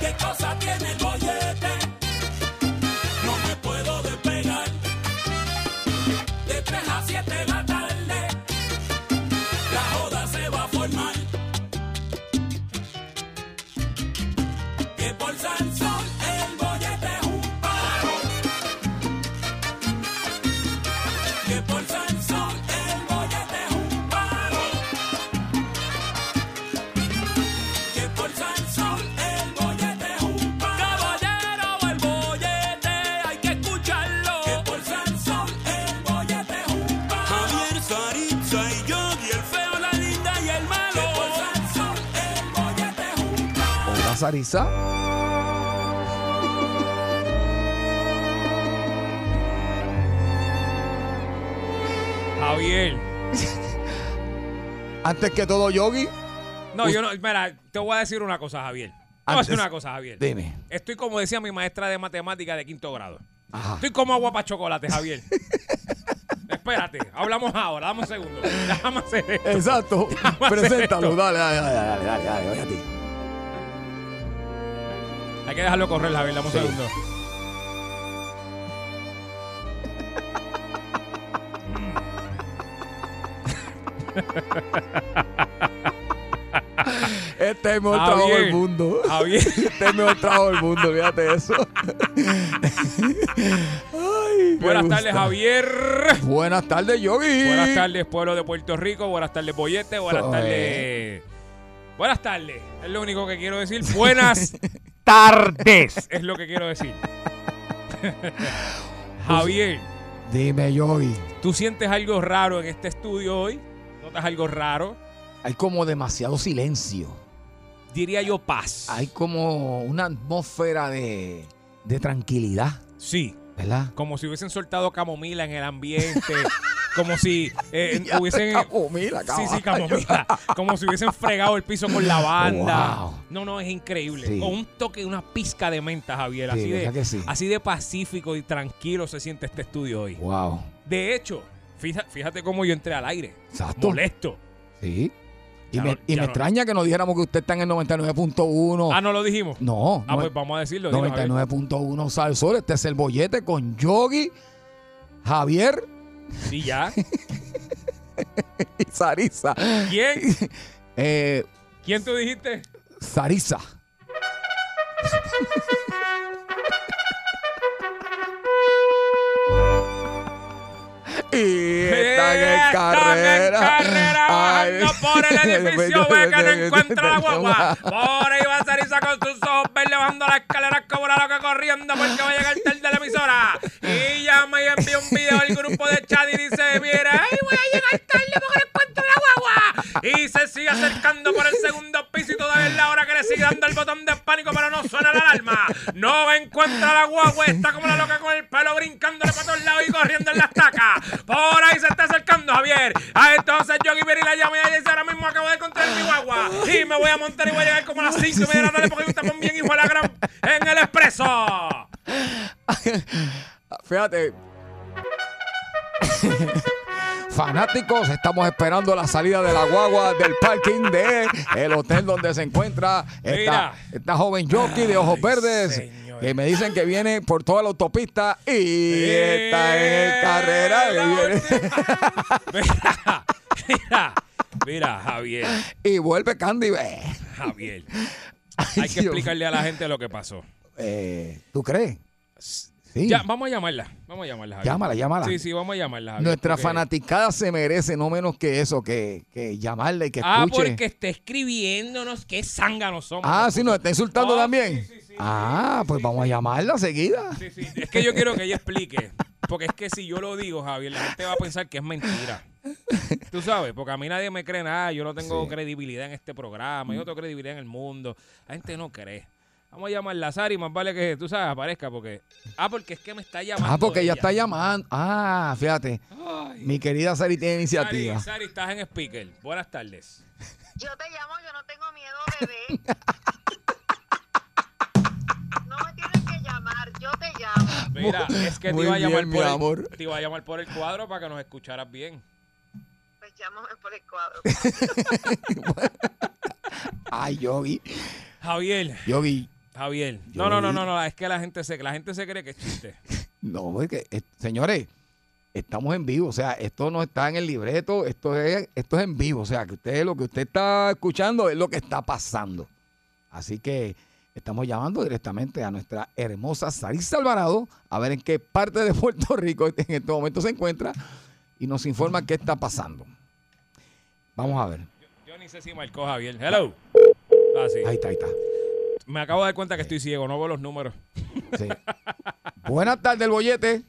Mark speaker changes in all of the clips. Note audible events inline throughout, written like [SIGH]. Speaker 1: ¿Qué cosa tiene el bollete? No me puedo despegar. De 3 a 7 de la tarde, la joda se va a formar. Que por Sansón el bollete es un paro. Que por Sansón el bollete es un paro. Que por Sansón el bollete es un paro. Caballero el bollete hay que escucharlo. Que por Sansón el bollete es un paro. Javier, Saritza y yo. Y el feo, la linda y el malo. Que por Sansón el bollete es un paro.
Speaker 2: Hola, Sarisa.
Speaker 3: Javier.
Speaker 2: Antes que todo, Yogi.
Speaker 3: No, yo no. Mira, te voy a decir una cosa, Javier. Te voy a
Speaker 2: Antes-
Speaker 3: decir una cosa, Javier.
Speaker 2: Dime.
Speaker 3: Estoy como decía mi maestra de matemática de quinto grado.
Speaker 2: Ajá.
Speaker 3: Estoy como agua para chocolate,
Speaker 2: [LAUGHS]
Speaker 3: Javier. Espérate, hablamos ahora, dame un segundo. Déjame hacer esto.
Speaker 2: Exacto.
Speaker 3: Vamos a hacer
Speaker 2: [LAUGHS] Preséntalo.
Speaker 3: esto.
Speaker 2: Dale, dale, dale, dale, dale, dale, voy a ti.
Speaker 3: Hay que dejarlo correr, Javier, dame un segundo.
Speaker 2: Este es el
Speaker 3: Ah,
Speaker 2: mejor trabajo del
Speaker 3: Javier.
Speaker 2: mundo.
Speaker 3: Javier.
Speaker 2: [LAUGHS] Este es el mejor trabajo del mundo, fíjate de eso. Ay, me
Speaker 3: [LAUGHS] Buenas
Speaker 2: gusta.
Speaker 3: tardes, Javier.
Speaker 2: Buenas tardes, Yogi.
Speaker 3: Buenas tardes, pueblo de Puerto Rico. Buenas tardes, Bollete. Buenas
Speaker 2: Soy.
Speaker 3: tardes. Buenas tardes. Es lo único que quiero decir.
Speaker 2: [LAUGHS]
Speaker 3: Buenas
Speaker 4: tardes.
Speaker 3: es lo que quiero decir. [LAUGHS]
Speaker 2: Pues
Speaker 3: Javier.
Speaker 2: Dime, Yogi.
Speaker 3: ¿Tú sientes algo raro en este estudio hoy? ¿Notas algo raro?
Speaker 2: Hay como demasiado silencio.
Speaker 3: Diría yo paz.
Speaker 2: Hay como una atmósfera de, de tranquilidad,
Speaker 3: Sí,
Speaker 2: ¿verdad?
Speaker 3: como si hubiesen soltado camomila en el
Speaker 2: [LAUGHS]
Speaker 3: ambiente, como si eh,
Speaker 2: Ya,
Speaker 3: hubiesen...
Speaker 2: [LAUGHS] camomila,
Speaker 3: Sí, sí,
Speaker 2: caballo.
Speaker 3: camomila. [LAUGHS] Como si hubiesen fregado el piso con lavanda.
Speaker 2: Wow.
Speaker 3: No, no, es increíble.
Speaker 2: Sí.
Speaker 3: Con un toque, una pizca de menta, Javier.
Speaker 2: Sí,
Speaker 3: así,
Speaker 2: ¿verdad
Speaker 3: de,
Speaker 2: que sí?
Speaker 3: así de pacífico y tranquilo se siente este estudio hoy.
Speaker 2: Wow.
Speaker 3: De hecho, fija- fíjate cómo yo entré al aire.
Speaker 2: Exacto.
Speaker 3: Molesto.
Speaker 2: Sí. Y
Speaker 3: Ya
Speaker 2: me,
Speaker 3: no-
Speaker 2: y
Speaker 3: ya
Speaker 2: me
Speaker 3: no-
Speaker 2: extraña que nos dijéramos que usted está en el 99.1.
Speaker 3: Ah, no lo dijimos.
Speaker 2: no,
Speaker 3: Ah,
Speaker 2: no-
Speaker 3: pues vamos a decirlo. dilo, Javier.
Speaker 2: 99.1 Sal Sol. Este es el bollete con Yogi, Javier
Speaker 3: Y ya.
Speaker 2: [LAUGHS] y Sarisa.
Speaker 3: ¿Quién?
Speaker 2: [LAUGHS] Eh,
Speaker 3: ¿Quién tú dijiste?
Speaker 2: Sarisa. Y están en carrera. [LAUGHS] Ay,
Speaker 3: bajando por
Speaker 1: [LAUGHS]
Speaker 3: el edificio ve que no encuentra la guagua. Por ahí va Sarisa con sus ojos verdes bajando las escaleras como una loca corriendo porque va a llegar tarde a la emisora. Y llama y envía un video al grupo de chat y dice, mira, ay, voy a llegar tarde porque no encuentro la guagua. Y se sigue acercando por el segundo piso y todavía es la hora que le sigue dando el botón de pánico pero no suena la alarma. No encuentra la guagua, está como la loca con el pelo brincándole para todos lados y corriendo en las tacas. Por ahí se está acercando Javier. Ah, entonces yo Berry la llama y ella dice, ahora mismo acabo de encontrar mi guagua. Y me voy a montar y voy a llegar como a las 5 y media de la tarde porque hay un tapón bien hijo de la gran en el expreso.
Speaker 2: Ah, Fíjate. Fanáticos, estamos esperando la salida de la guagua del parking de el hotel donde se encuentra esta,
Speaker 3: Mira.
Speaker 2: esta joven jockey de ojos
Speaker 3: Ay,
Speaker 2: verdes.
Speaker 3: señor.
Speaker 2: Que me dicen que viene por toda la autopista y está en
Speaker 3: Eh,
Speaker 2: carrera.
Speaker 3: la
Speaker 2: y viene-
Speaker 3: última. Mira, mira, mira, Javier,
Speaker 2: Y vuelve Candy. Eh,
Speaker 3: Javier.
Speaker 2: ay,
Speaker 3: Hay que
Speaker 2: Dios.
Speaker 3: explicarle a la gente lo que pasó.
Speaker 2: Eh, ¿Tú crees? Sí.
Speaker 3: Ya, vamos a llamarla. Vamos a llamarla. Javier.
Speaker 2: Llámala, llámala.
Speaker 3: Sí, sí, vamos a llamarla. Javier,
Speaker 2: Nuestra
Speaker 3: porque-
Speaker 2: fanaticada se merece no menos que eso, que, que llamarle y que
Speaker 3: Ah,
Speaker 2: escuche.
Speaker 3: porque está escribiéndonos qué zánganos somos.
Speaker 2: Ah, sí, nos está insultando
Speaker 3: Ah,
Speaker 2: también.
Speaker 3: sí, sí, sí,
Speaker 2: ah, pues vamos a llamarla seguida.
Speaker 3: Sí, sí. Es que yo quiero que ella explique. Porque es que si yo lo digo, Javier, la gente va a pensar que es mentira. Tú sabes, porque a mí nadie me cree nada. Yo no tengo
Speaker 2: Sí. Mm.
Speaker 3: credibilidad en este programa. Yo no tengo credibilidad en el mundo. La gente no cree. Vamos a llamar a Sari, más vale que tú sabes, aparezca. porque Ah, porque es que me está llamando.
Speaker 2: Ah, porque ella
Speaker 3: ella
Speaker 2: está llamando. Ah, fíjate. Mi querida Sari tiene
Speaker 3: Sari,
Speaker 2: iniciativa.
Speaker 3: Sari, estás en speaker. Buenas tardes.
Speaker 5: Yo te llamo, yo no tengo miedo, bebé. No me tienes que llamar, yo te llamo.
Speaker 2: [LAUGHS]
Speaker 3: Mira, es que te
Speaker 2: Muy
Speaker 3: iba, a llamar
Speaker 2: bien,
Speaker 3: por
Speaker 2: mi
Speaker 3: el-
Speaker 2: amor.
Speaker 3: te iba a llamar por el cuadro para que nos escucharas bien.
Speaker 5: Pues llámame por el cuadro.
Speaker 2: Ay, Yogi.
Speaker 3: Javier,
Speaker 2: Yogi.
Speaker 3: Javier.
Speaker 2: Yo
Speaker 3: No, no,
Speaker 2: vi-
Speaker 3: no, no, no, es que la gente se, la gente se cree que es chiste.
Speaker 2: No, porque, eh, señores, estamos en vivo. O sea, esto no está en el libreto, esto es, esto es en vivo. O sea, que usted lo que usted está escuchando es lo que está pasando. Así que estamos llamando directamente a nuestra hermosa Sarisa Alvarado a ver en qué parte de Puerto Rico en este momento se encuentra y nos informa qué está pasando. Vamos a ver.
Speaker 3: Yo ni sé si marcó Javier. Hello. Ah, sí.
Speaker 2: Ahí está, ahí está.
Speaker 3: Me acabo de dar cuenta que estoy ciego, no veo los
Speaker 2: [LAUGHS]
Speaker 3: números.
Speaker 2: Sí. Buenas tardes, el bollete.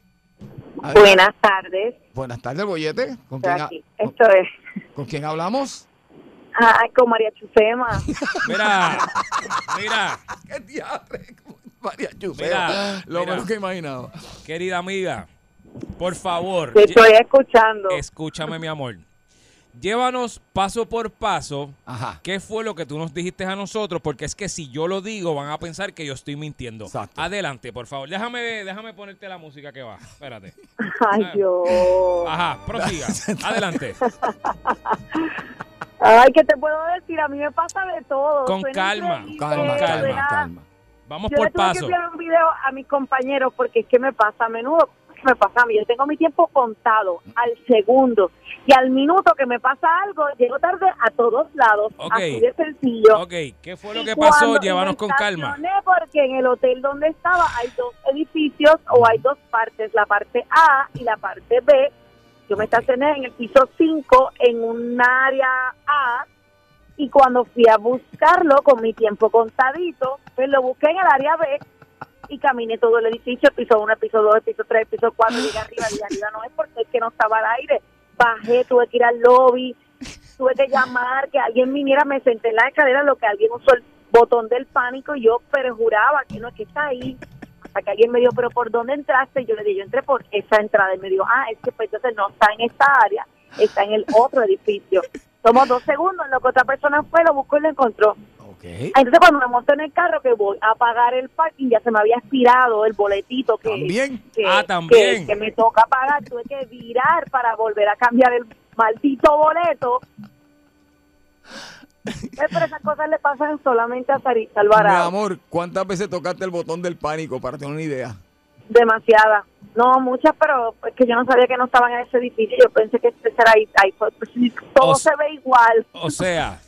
Speaker 2: A ver,
Speaker 6: Buenas tardes.
Speaker 2: Buenas tardes, el bollete. ¿Con
Speaker 6: Estoy
Speaker 2: quién, ha-
Speaker 6: aquí.
Speaker 2: con-
Speaker 6: Esto es.
Speaker 2: con quién hablamos?
Speaker 6: Ay, con María Chusema.
Speaker 2: [LAUGHS]
Speaker 3: Mira, mira,
Speaker 2: ¡Qué diadre! María
Speaker 3: Mira,
Speaker 2: Chusea. [GASPS] Lo
Speaker 3: mira.
Speaker 2: menos que imaginaba.
Speaker 3: querida amiga, por favor,
Speaker 6: Te
Speaker 3: lle-
Speaker 6: estoy escuchando.
Speaker 3: escúchame, mi amor. Llévanos paso por paso.
Speaker 2: Ajá.
Speaker 3: ¿Qué fue lo que tú nos dijiste a nosotros? Porque es que si yo lo digo, van a pensar que yo estoy mintiendo.
Speaker 2: Exacto.
Speaker 3: Adelante, por favor. Déjame, déjame ponerte la música que va.
Speaker 6: [LAUGHS]
Speaker 3: Espérate.
Speaker 6: Ay, yo.
Speaker 3: Ajá,
Speaker 2: [LAUGHS]
Speaker 3: prosiga.
Speaker 6: [LAUGHS]
Speaker 3: Adelante.
Speaker 6: Ay, ¿qué te puedo decir? A mí me pasa de todo.
Speaker 3: Con
Speaker 6: Suena
Speaker 3: calma,
Speaker 6: increíble,
Speaker 2: Calma,
Speaker 3: calma,
Speaker 6: suena-
Speaker 2: calma, calma.
Speaker 3: Vamos
Speaker 6: Yo le
Speaker 3: por
Speaker 6: tuve
Speaker 3: paso.
Speaker 6: que enviar un video a mis compañeros porque es que me pasa a menudo. Me pasa a mí. Yo tengo mi tiempo contado al segundo y al minuto que me pasa algo, llego tarde a todos lados.
Speaker 3: Ok.
Speaker 6: Así de sencillo.
Speaker 3: Ok, ¿qué fue lo
Speaker 6: Y
Speaker 3: que pasó?
Speaker 6: cuando
Speaker 3: Llévanos
Speaker 6: me
Speaker 3: con calma.
Speaker 6: estacioné, Porque en el hotel donde estaba hay dos edificios o hay dos partes, la parte A y la parte B. Yo me estacioné en el piso 5 en un área A y cuando fui a buscarlo con mi tiempo contadito, pues lo busqué en el área B y caminé todo el edificio, piso 1, piso 2, piso 3, piso 4, llegué arriba, llegué arriba, no es porque es que no estaba al aire. Bajé, tuve que ir al lobby, tuve que llamar, que alguien viniera, me senté en la escalera, lo que alguien usó el botón del pánico y yo perjuraba que no es que está ahí. Hasta que alguien me dijo, pero ¿por dónde entraste? Y yo le dije, yo entré por esa entrada. Y me dijo, ah, es que pues, entonces no está en esta área, está en el otro edificio. Tomó dos segundos, en lo que otra persona fue, lo buscó y lo encontró.
Speaker 2: Ok.
Speaker 6: Entonces cuando me monté en el carro que voy a pagar el parking, ya se me había expirado el boletito que,
Speaker 2: También.
Speaker 6: que,
Speaker 3: Ah, también.
Speaker 6: que, que me toca pagar. Tuve que virar para volver a cambiar el maldito
Speaker 3: [LAUGHS]
Speaker 6: boleto. Eh, Pero esas cosas le pasan solamente a Sarita
Speaker 2: Mi
Speaker 6: Alvarado.
Speaker 2: amor, ¿cuántas veces tocaste el botón del pánico para tener una idea?
Speaker 6: Demasiadas. No, muchas, pero es que yo no sabía que no estaban en ese edificio. Yo pensé que ese era ahí. ahí fue. Pues, todo
Speaker 3: O sea-
Speaker 6: se ve igual.
Speaker 3: O sea,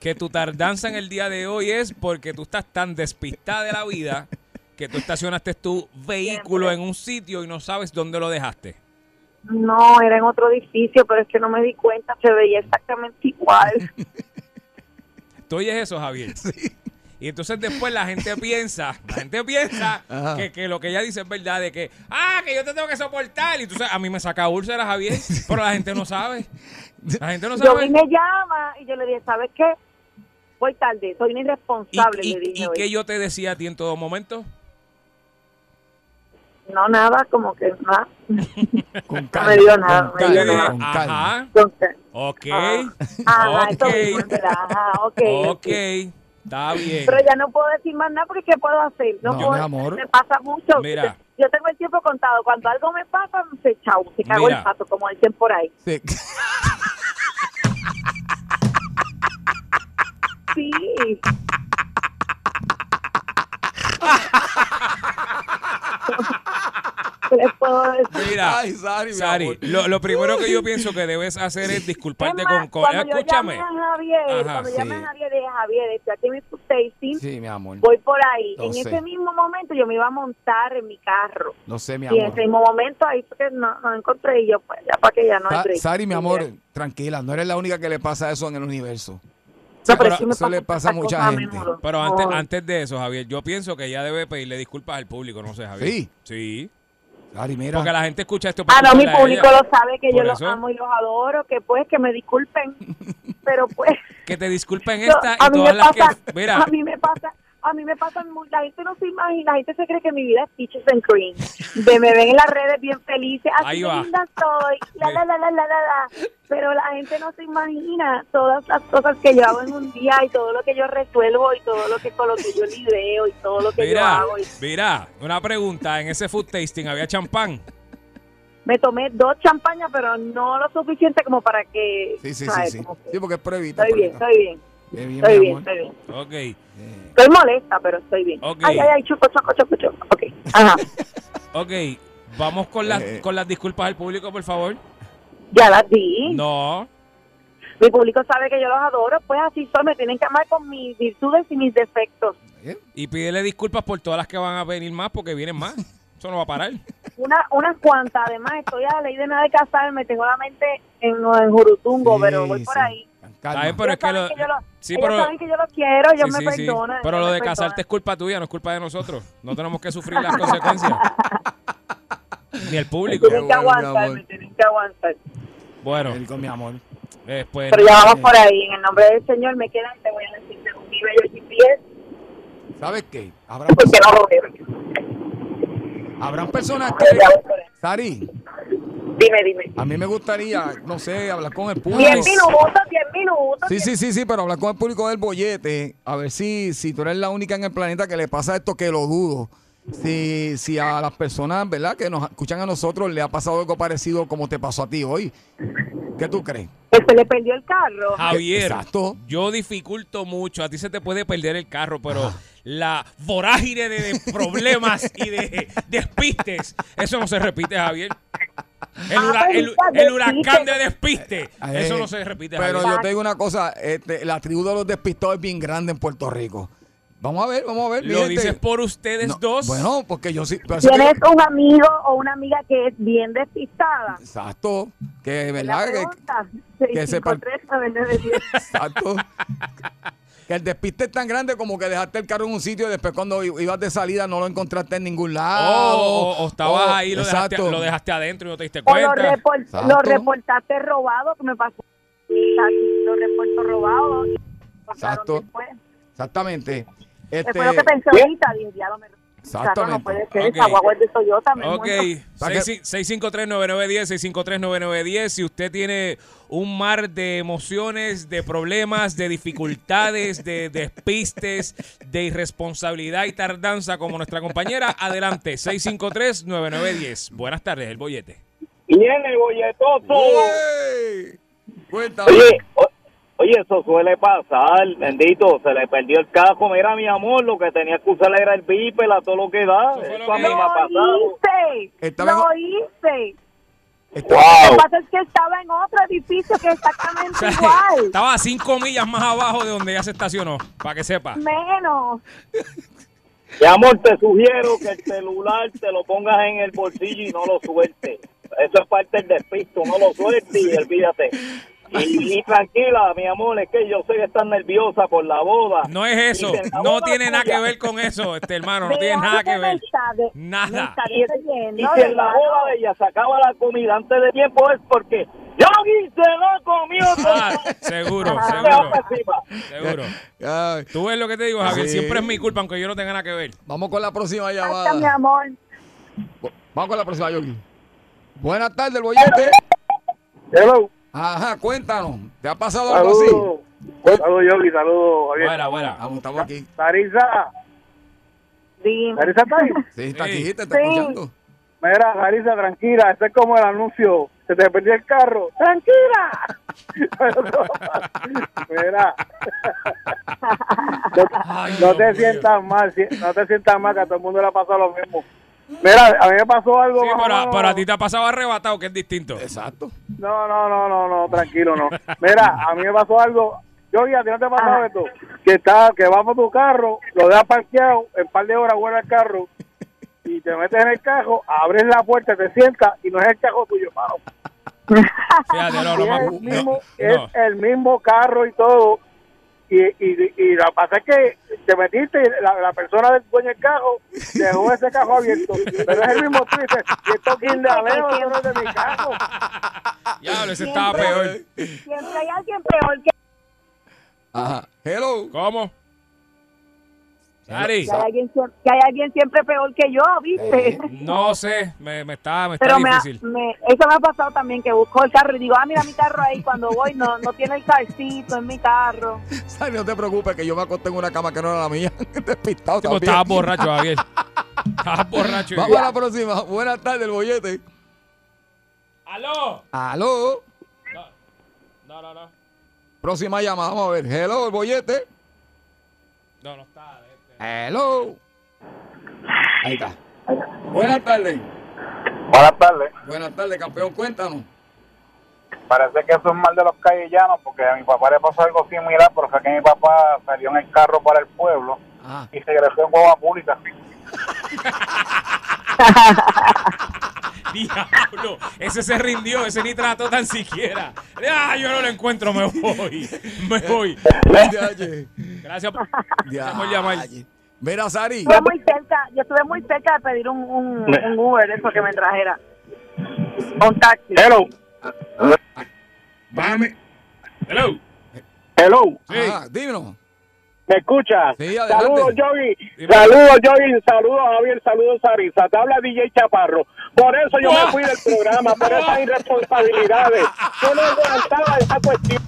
Speaker 3: que tu tardanza en el día de hoy es porque tú estás tan despistada de la vida que tú estacionaste tu vehículo en un sitio y no sabes dónde lo dejaste.
Speaker 6: No, era en otro edificio, pero es que no me di cuenta. Se veía exactamente igual.
Speaker 3: ¿Tú oyes eso, Javier? Y entonces después la gente piensa, la gente piensa
Speaker 2: Ajá.
Speaker 3: que, que lo que ella dice es verdad, de que, ah, que yo te tengo que soportar. Y tú sabes, a mí me saca úlcera, Javier, pero la gente no sabe. La gente no
Speaker 6: Yo vi
Speaker 3: sabe.
Speaker 6: me llama y yo le dije, ¿sabes qué? Voy tarde, soy una
Speaker 3: ¿Y,
Speaker 6: irresponsable,
Speaker 3: y,
Speaker 6: le dije.
Speaker 3: y
Speaker 6: hoy.
Speaker 3: qué yo te decía a ti en todo momento?
Speaker 6: No, nada, como que nada.
Speaker 2: Con
Speaker 6: No
Speaker 2: calma.
Speaker 6: me dio nada,
Speaker 2: con
Speaker 6: me dio
Speaker 2: calma,
Speaker 6: nada.
Speaker 2: con calma.
Speaker 3: Ajá,
Speaker 6: Entonces,
Speaker 3: Ah. ok,
Speaker 6: ajá, eso mismo,
Speaker 3: ok,
Speaker 6: ¿verdad? Ajá, Ah, ok,
Speaker 3: ok,
Speaker 6: ok.
Speaker 3: está bien.
Speaker 6: Pero ya no puedo decir más nada porque ¿qué puedo hacer? No,
Speaker 2: No,
Speaker 6: puedo,
Speaker 2: mi amor.
Speaker 6: me pasa mucho.
Speaker 3: Mira.
Speaker 6: Yo tengo el tiempo contado. Cuando algo me pasa, se chau, se cago
Speaker 3: Mira.
Speaker 6: el pato, como dicen por ahí.
Speaker 2: Sí. [LAUGHS]
Speaker 6: Sí. ¿Qué les puedo decir?
Speaker 3: Mira,
Speaker 2: Ay, Sari, mi
Speaker 3: Sari,
Speaker 2: amor.
Speaker 3: lo, lo primero que yo pienso que debes hacer es disculparte
Speaker 6: Es más,
Speaker 3: con... con-
Speaker 6: cuando yo
Speaker 3: escúchame.
Speaker 6: llame a Javier,
Speaker 3: Ajá,
Speaker 6: cuando
Speaker 2: sí.
Speaker 6: llame a Javier, le dije, Javier, estoy aquí en mi food tasting,
Speaker 2: Sí, mi amor.
Speaker 6: voy por ahí.
Speaker 2: Lo
Speaker 6: en
Speaker 2: sé.
Speaker 6: ese mismo momento yo me iba a montar en mi carro.
Speaker 2: Lo sé, mi
Speaker 6: y en
Speaker 2: amor.
Speaker 6: ese mismo momento ahí fue que no, no encontré y yo, pues ya para que ya no hay
Speaker 2: Sa-
Speaker 6: break.
Speaker 2: Sari, mi
Speaker 6: Y
Speaker 2: amor,
Speaker 6: ya.
Speaker 2: tranquila, no eres la única que le pasa eso en el universo.
Speaker 6: No, pero
Speaker 3: Pero
Speaker 6: sí me
Speaker 2: eso le pasa a
Speaker 6: esas
Speaker 2: mucha
Speaker 6: cosas
Speaker 2: gente.
Speaker 6: menudo.
Speaker 3: Pero antes,
Speaker 6: Oh.
Speaker 3: antes de eso, Javier, yo pienso que ya debe pedirle disculpas al público, no sé, Javier.
Speaker 2: Sí.
Speaker 3: Sí.
Speaker 2: Sari, mira.
Speaker 3: Porque la gente escucha esto. para
Speaker 6: Ah, no, mi
Speaker 3: escucharla a
Speaker 6: público
Speaker 3: ella.
Speaker 6: lo sabe que yo
Speaker 3: Por
Speaker 6: los
Speaker 3: eso.
Speaker 6: amo y los adoro, que pues que me disculpen, [LAUGHS] pero pues
Speaker 3: [LAUGHS] Que te disculpen
Speaker 6: yo-
Speaker 3: esta
Speaker 6: a
Speaker 3: y
Speaker 6: mí me
Speaker 3: todas las
Speaker 6: pasa,
Speaker 3: que... Mira,
Speaker 6: a mí me pasa, A mí me pasan muy, la gente no se imagina, la gente se cree que mi vida es peaches and cream. De- me ven en las redes bien felices,
Speaker 3: Ahí
Speaker 6: así de
Speaker 3: va.
Speaker 6: linda soy, la la la la la la la. Pero la gente no se imagina todas las cosas que yo hago en un día y todo lo que yo resuelvo y todo lo que con lo que yo [LAUGHS] libreo y todo lo que yo
Speaker 3: Mira,
Speaker 6: hago. Y
Speaker 3: mira, una pregunta. En ese food tasting había champán.
Speaker 6: me tomé dos champañas, pero no lo suficiente como para que.
Speaker 2: Sí, sí, sí,
Speaker 6: ¿sabes?
Speaker 2: sí.
Speaker 6: Como que-
Speaker 2: Sí, porque es pruebita.
Speaker 6: Estoy bien,
Speaker 2: pruebita.
Speaker 6: estoy bien,
Speaker 2: Qué bien,
Speaker 6: estoy
Speaker 2: mi
Speaker 6: bien,
Speaker 2: amor.
Speaker 6: estoy bien.
Speaker 3: Ok.
Speaker 2: Eh,
Speaker 6: Estoy molesta, pero estoy bien.
Speaker 3: Ok.
Speaker 6: Ay, ay, ay, chuco, choco, choco, choco. Ok, ajá.
Speaker 3: Ok. Vamos con las,
Speaker 2: Eh.
Speaker 3: con las disculpas del público, por favor.
Speaker 6: Ya las di.
Speaker 3: No.
Speaker 6: Mi público sabe que yo los adoro, pues así son. Me tienen que amar con mis virtudes y mis defectos.
Speaker 2: bien.
Speaker 3: Y pídele disculpas por todas las que van a venir más, porque vienen más. Eso no va a parar.
Speaker 6: Una, unas cuantas, además, estoy a la ley de nada de casarme. Tengo la mente en, en Jurutungo,
Speaker 2: Sí,
Speaker 6: pero voy por
Speaker 2: sí.
Speaker 6: ahí.
Speaker 2: Con
Speaker 3: Está
Speaker 2: [LAUGHS] calma.
Speaker 3: bien, pero
Speaker 6: Ellos
Speaker 3: es que
Speaker 6: saben
Speaker 3: lo.
Speaker 6: que yo los-
Speaker 3: Sí,
Speaker 6: ellos
Speaker 3: pero.
Speaker 6: saben que yo los quiero, ellos
Speaker 3: sí,
Speaker 6: me
Speaker 3: sí, sí.
Speaker 6: perdonan.
Speaker 3: Pero
Speaker 6: ellos
Speaker 3: lo de
Speaker 6: me
Speaker 3: casarte es
Speaker 6: perdonan.
Speaker 3: culpa tuya, no es culpa de nosotros. No tenemos que sufrir
Speaker 6: [LAUGHS]
Speaker 3: las consecuencias. Ni el público.
Speaker 2: Qué
Speaker 6: Tienen que
Speaker 2: bueno, mi
Speaker 6: aguantar,
Speaker 2: amor.
Speaker 6: me tienen que aguantar.
Speaker 3: Bueno,
Speaker 2: Él con mi amor.
Speaker 3: eh, pues.
Speaker 6: Pero ya vamos por ahí. En el nombre del Señor me quedan, te voy a decir, según mi bello GPS,
Speaker 2: ¿Sabes qué? Habrán,
Speaker 6: porque no lo veo.
Speaker 2: habrán personas
Speaker 6: Pero ya
Speaker 2: que...
Speaker 6: voy por ahí.
Speaker 2: Sari,
Speaker 6: Dime, dime.
Speaker 2: a mí me gustaría, no sé, hablar con el público.
Speaker 3: Pues,
Speaker 6: 10 minutos, 10 minutos.
Speaker 2: Sí, sí, sí, sí, pero hablar con el público del bollete, a ver si, si tú eres la única en el planeta que le pasa esto, que lo dudo. Si, si a las personas, ¿verdad?, que nos escuchan a nosotros, le ha pasado algo parecido como te pasó a ti hoy. ¿Qué tú crees?
Speaker 6: Que se le perdió el carro.
Speaker 2: Ah,
Speaker 3: Javier,
Speaker 2: Exacto.
Speaker 3: yo dificulto mucho. A ti se te puede perder el carro, pero la vorágine de, de [LAUGHS] problemas y de despistes, eso no se repite, Javier. El,
Speaker 6: Ah,
Speaker 3: hura-
Speaker 6: pues,
Speaker 3: el-
Speaker 6: está,
Speaker 3: el
Speaker 6: despiste.
Speaker 3: huracán de despiste,
Speaker 2: Eh,
Speaker 3: eso no se repite,
Speaker 2: Pero
Speaker 3: Javier.
Speaker 2: yo te digo una cosa, este, la tribu de los despistados es bien grande en Puerto Rico. Vamos a ver, vamos a ver. mi
Speaker 3: Lo
Speaker 2: gente.
Speaker 3: dices por ustedes
Speaker 2: No,
Speaker 3: dos.
Speaker 2: Bueno, porque yo pues sí. pero así que-
Speaker 6: ¿Tienes un amigo o una amiga que es bien despistada?
Speaker 2: exacto. Que,
Speaker 6: La
Speaker 2: ¿verdad? Que-
Speaker 6: pregunta,
Speaker 2: que se par-
Speaker 6: 653-9910.
Speaker 2: Exacto. que el despiste es tan grande como que dejaste el carro en un sitio y después cuando i- ibas de salida no lo encontraste en ningún
Speaker 3: Oh,
Speaker 2: lado.
Speaker 3: o, o estabas
Speaker 2: O-
Speaker 3: ahí, lo dejaste,
Speaker 2: exacto.
Speaker 3: lo dejaste adentro y no te diste
Speaker 6: O lo,
Speaker 3: cuenta.
Speaker 6: report-
Speaker 2: Exacto.
Speaker 6: lo reportaste robado, que me pasó. Lo reportó robado. y me cortaron
Speaker 2: Exacto.
Speaker 6: Después.
Speaker 2: Exactamente.
Speaker 6: Después
Speaker 2: Este,
Speaker 6: lo que pensé ahorita, dije, ya no me. Claro, no
Speaker 2: Exactamente.
Speaker 6: puede ser,
Speaker 3: Ok.
Speaker 6: esa guagua es de Toyota. Me
Speaker 3: Ok,
Speaker 6: muero.
Speaker 2: Saque-
Speaker 3: 653-9910, 653-9910. Si usted tiene un mar de emociones, de problemas, de dificultades, de despistes, de irresponsabilidad y tardanza como nuestra compañera, adelante, 653-9910. Buenas tardes, el bollete.
Speaker 7: Viene bolletoso.
Speaker 2: ¡Uey! Cuéntame.
Speaker 7: Oye, o- oye, eso suele pasar, bendito. Se le perdió el cajo. Mira, mi amor, lo que tenía que usar era el bípel a todo lo que da.
Speaker 3: Eso fue lo
Speaker 7: Eso a
Speaker 3: que-
Speaker 7: mí
Speaker 6: Lo
Speaker 7: me ha pasado.
Speaker 6: hice.
Speaker 2: Estaba en- Este,
Speaker 6: Lo hice.
Speaker 2: Está-
Speaker 6: Lo que
Speaker 7: ¡Wow!
Speaker 6: pasa es que estaba en otro edificio que es
Speaker 3: O sea,
Speaker 2: [LAUGHS]
Speaker 6: exactamente igual.
Speaker 3: estaba a 5 millas más abajo de donde ya se estacionó, para que sepa.
Speaker 6: Menos.
Speaker 7: Mi amor, te sugiero que el celular te lo pongas en el bolsillo y no lo sueltes. Eso es parte del despisto. No lo sueltes y olvídate. Y, y tranquila, mi amor, es que yo sé que estás nerviosa por la boda.
Speaker 3: No es eso,
Speaker 7: Dicen, la
Speaker 3: no
Speaker 7: boda
Speaker 3: tiene nada que
Speaker 7: tuya.
Speaker 3: ver con eso, este hermano, no
Speaker 6: De
Speaker 3: tiene nada
Speaker 6: algo
Speaker 3: que
Speaker 6: me
Speaker 3: ver.
Speaker 6: está de- me
Speaker 3: Nada.
Speaker 6: está
Speaker 7: Y,
Speaker 6: leyendo,
Speaker 7: y si en la
Speaker 6: hermano.
Speaker 7: boda de ella sacaba la comida antes de tiempo es porque Yogi se lo comió todo.
Speaker 3: Ah, seguro,
Speaker 7: Se va
Speaker 3: seguro,
Speaker 7: para encima.
Speaker 3: seguro.
Speaker 2: [LAUGHS] Ay,
Speaker 3: Tú ves lo que te digo, Javier.
Speaker 2: Sí.
Speaker 3: Siempre es mi culpa, aunque yo no tenga nada que ver.
Speaker 2: vamos con la próxima
Speaker 6: Hasta mi
Speaker 2: llamada.
Speaker 6: amor.
Speaker 2: Vamos con la próxima, Yogi. Buenas tardes, el bollete.
Speaker 8: Hello.
Speaker 2: Ajá, cuéntanos. ¿Te ha pasado algo así?
Speaker 8: Saludos. Saludos, Yogi. Saludos, Javier.
Speaker 3: Fuera, fuera.
Speaker 2: Vamos, estamos aquí.
Speaker 8: Sarisa.
Speaker 6: Dime.
Speaker 8: Sarisa está ahí.
Speaker 2: Sí, está
Speaker 3: Sí.
Speaker 2: aquí, te está
Speaker 6: Sí.
Speaker 2: escuchando.
Speaker 8: Mira, Sarisa, tranquila. Ese es como el anuncio. Se te perdió el carro. ¡Tranquila! Mira. No,
Speaker 3: Ay,
Speaker 8: no
Speaker 3: Dios mío.
Speaker 8: te sientas mal. si- No te sientas mal, que a todo el mundo le ha pasado lo mismo. Mira, a mí me pasó algo.
Speaker 3: Sí,
Speaker 8: más o
Speaker 3: pero, a-
Speaker 8: menos-
Speaker 3: pero a ti te ha pasado arrebatado, que es distinto.
Speaker 2: Exacto.
Speaker 8: No, no, no, no, no, tranquilo, no. Mira, a mí me pasó algo. Yo, ya, ¿a ti no te ha pasado
Speaker 6: Ajá.
Speaker 8: esto? Que, está, que vas por tu carro, lo dejas parqueado, en par de horas vuelve el carro y te metes en el carro, abres la puerta, te sientas y no es el carro tuyo, mano.
Speaker 3: Fíjate, no, no,
Speaker 8: es,
Speaker 3: no,
Speaker 8: el mismo, es
Speaker 3: no.
Speaker 8: el mismo carro y todo. Y, y, y lo que pasa es que te metiste y la, la persona del dueño del carro dejó ese carro abierto. Pero es el mismo tú y dices, y esto quién de Alejo, yo no es de mi carro.
Speaker 3: Diablo, ese estaba
Speaker 6: Siempre-
Speaker 3: peor.
Speaker 6: Siempre hay alguien peor que
Speaker 2: Ajá. Hello.
Speaker 3: ¿Cómo? Sari,
Speaker 6: Que hay, alguien, siem- que hay alguien siempre peor que yo, ¿viste? [LAUGHS]
Speaker 2: Eh,
Speaker 3: no sé, me, me está, me está
Speaker 6: Pero me, ha-
Speaker 3: difícil.
Speaker 6: me- eso me ha pasado también, que busco el carro y digo, ah, mira mi carro ahí, cuando voy no, no tiene el calcito en mi carro.
Speaker 2: Sari, no te preocupes, que yo me acosté en una cama que no era la mía. [LAUGHS] Despistado
Speaker 3: Tipo,
Speaker 2: también.
Speaker 3: estabas pues, borracho,
Speaker 2: [LAUGHS]
Speaker 3: Javier. Estabas borracho.
Speaker 2: Vamos a la próxima. Buenas tardes, el bollete.
Speaker 3: ¡Aló!
Speaker 2: Aló.
Speaker 3: No, no, no.
Speaker 2: Próxima llamada, vamos a ver. Hello, el bollete.
Speaker 3: No, no está. [LAUGHS] este.
Speaker 2: Hello. Ahí está. Buenas tardes.
Speaker 8: Buenas tardes.
Speaker 2: Buenas tardes, campeón. Cuéntanos.
Speaker 8: Parece que eso es mal de los callejanos, porque a mi papá le pasó algo similar, pero fue que mi papá salió en el carro para el pueblo
Speaker 2: Ah,
Speaker 8: y se regresó en guagua pública.
Speaker 3: Diablo, ese se rindió, ese ni trató tan siquiera. Ah, yo no lo encuentro, me voy.
Speaker 2: [LAUGHS]
Speaker 3: Me voy.
Speaker 2: diache,
Speaker 3: Gracias
Speaker 2: [LAUGHS]
Speaker 3: por, gracias por llamar.
Speaker 2: diache. Mira, Sari.
Speaker 6: Estuve muy cerca, yo estuve muy cerca de pedir un, un, un Uber, eso que me trajera. O Un taxi.
Speaker 8: Hello,
Speaker 2: Dame.
Speaker 3: Hello.
Speaker 8: hello,
Speaker 2: Ajá, Ah, dímelo.
Speaker 8: ¿me escuchas?
Speaker 2: Sí, adelante.
Speaker 8: saludos, Joey,
Speaker 3: Dime.
Speaker 8: saludos, Joey, saludos, Javier, saludos, Sarisa. Te habla DJ Chaparro. Por eso yo me fui del programa, por esas
Speaker 2: [LAUGHS]
Speaker 8: irresponsabilidades. Yo no aguantaba esa cuestión.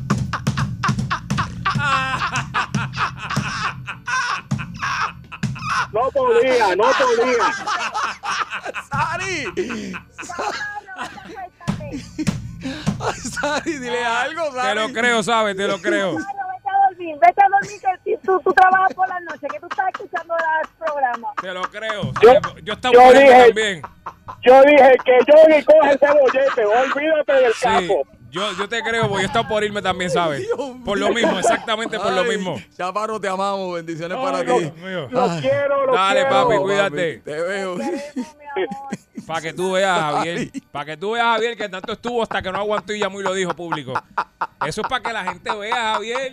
Speaker 8: No podía, no podía.
Speaker 2: Sari. Ay, Sari, dile algo,
Speaker 3: Te
Speaker 2: Sari.
Speaker 3: lo creo, ¿sabes? Te lo creo.
Speaker 6: Claro, vete a dormir, vete a dormir, que tú, tú trabajas por la noche, que tú estás escuchando el programa.
Speaker 3: Te lo creo.
Speaker 8: Yo-
Speaker 3: Yo estaba
Speaker 8: yo
Speaker 3: borracho
Speaker 8: dije-
Speaker 3: también.
Speaker 8: Yo dije que Johnny coge ese bollete, olvídate del
Speaker 3: Sí.
Speaker 8: capo.
Speaker 3: Yo, yo te creo, porque yo estaba por irme también, ¿sabes?
Speaker 2: Dios mío.
Speaker 3: Por lo mismo, exactamente por lo
Speaker 2: Ay,
Speaker 3: mismo.
Speaker 2: Chaparro, te amamos. Bendiciones para ti.
Speaker 3: Dios mío.
Speaker 8: Lo
Speaker 2: Ay.
Speaker 8: quiero, lo
Speaker 3: Dale,
Speaker 8: quiero.
Speaker 3: papi, cuídate.
Speaker 2: Te veo.
Speaker 6: Queremos, mi amor.
Speaker 3: Para que tú veas, Javier.
Speaker 2: Ay.
Speaker 3: Para que tú veas, Javier, que tanto estuvo hasta que no aguantó y llamó y lo dijo público. Eso es para que la gente vea, Javier.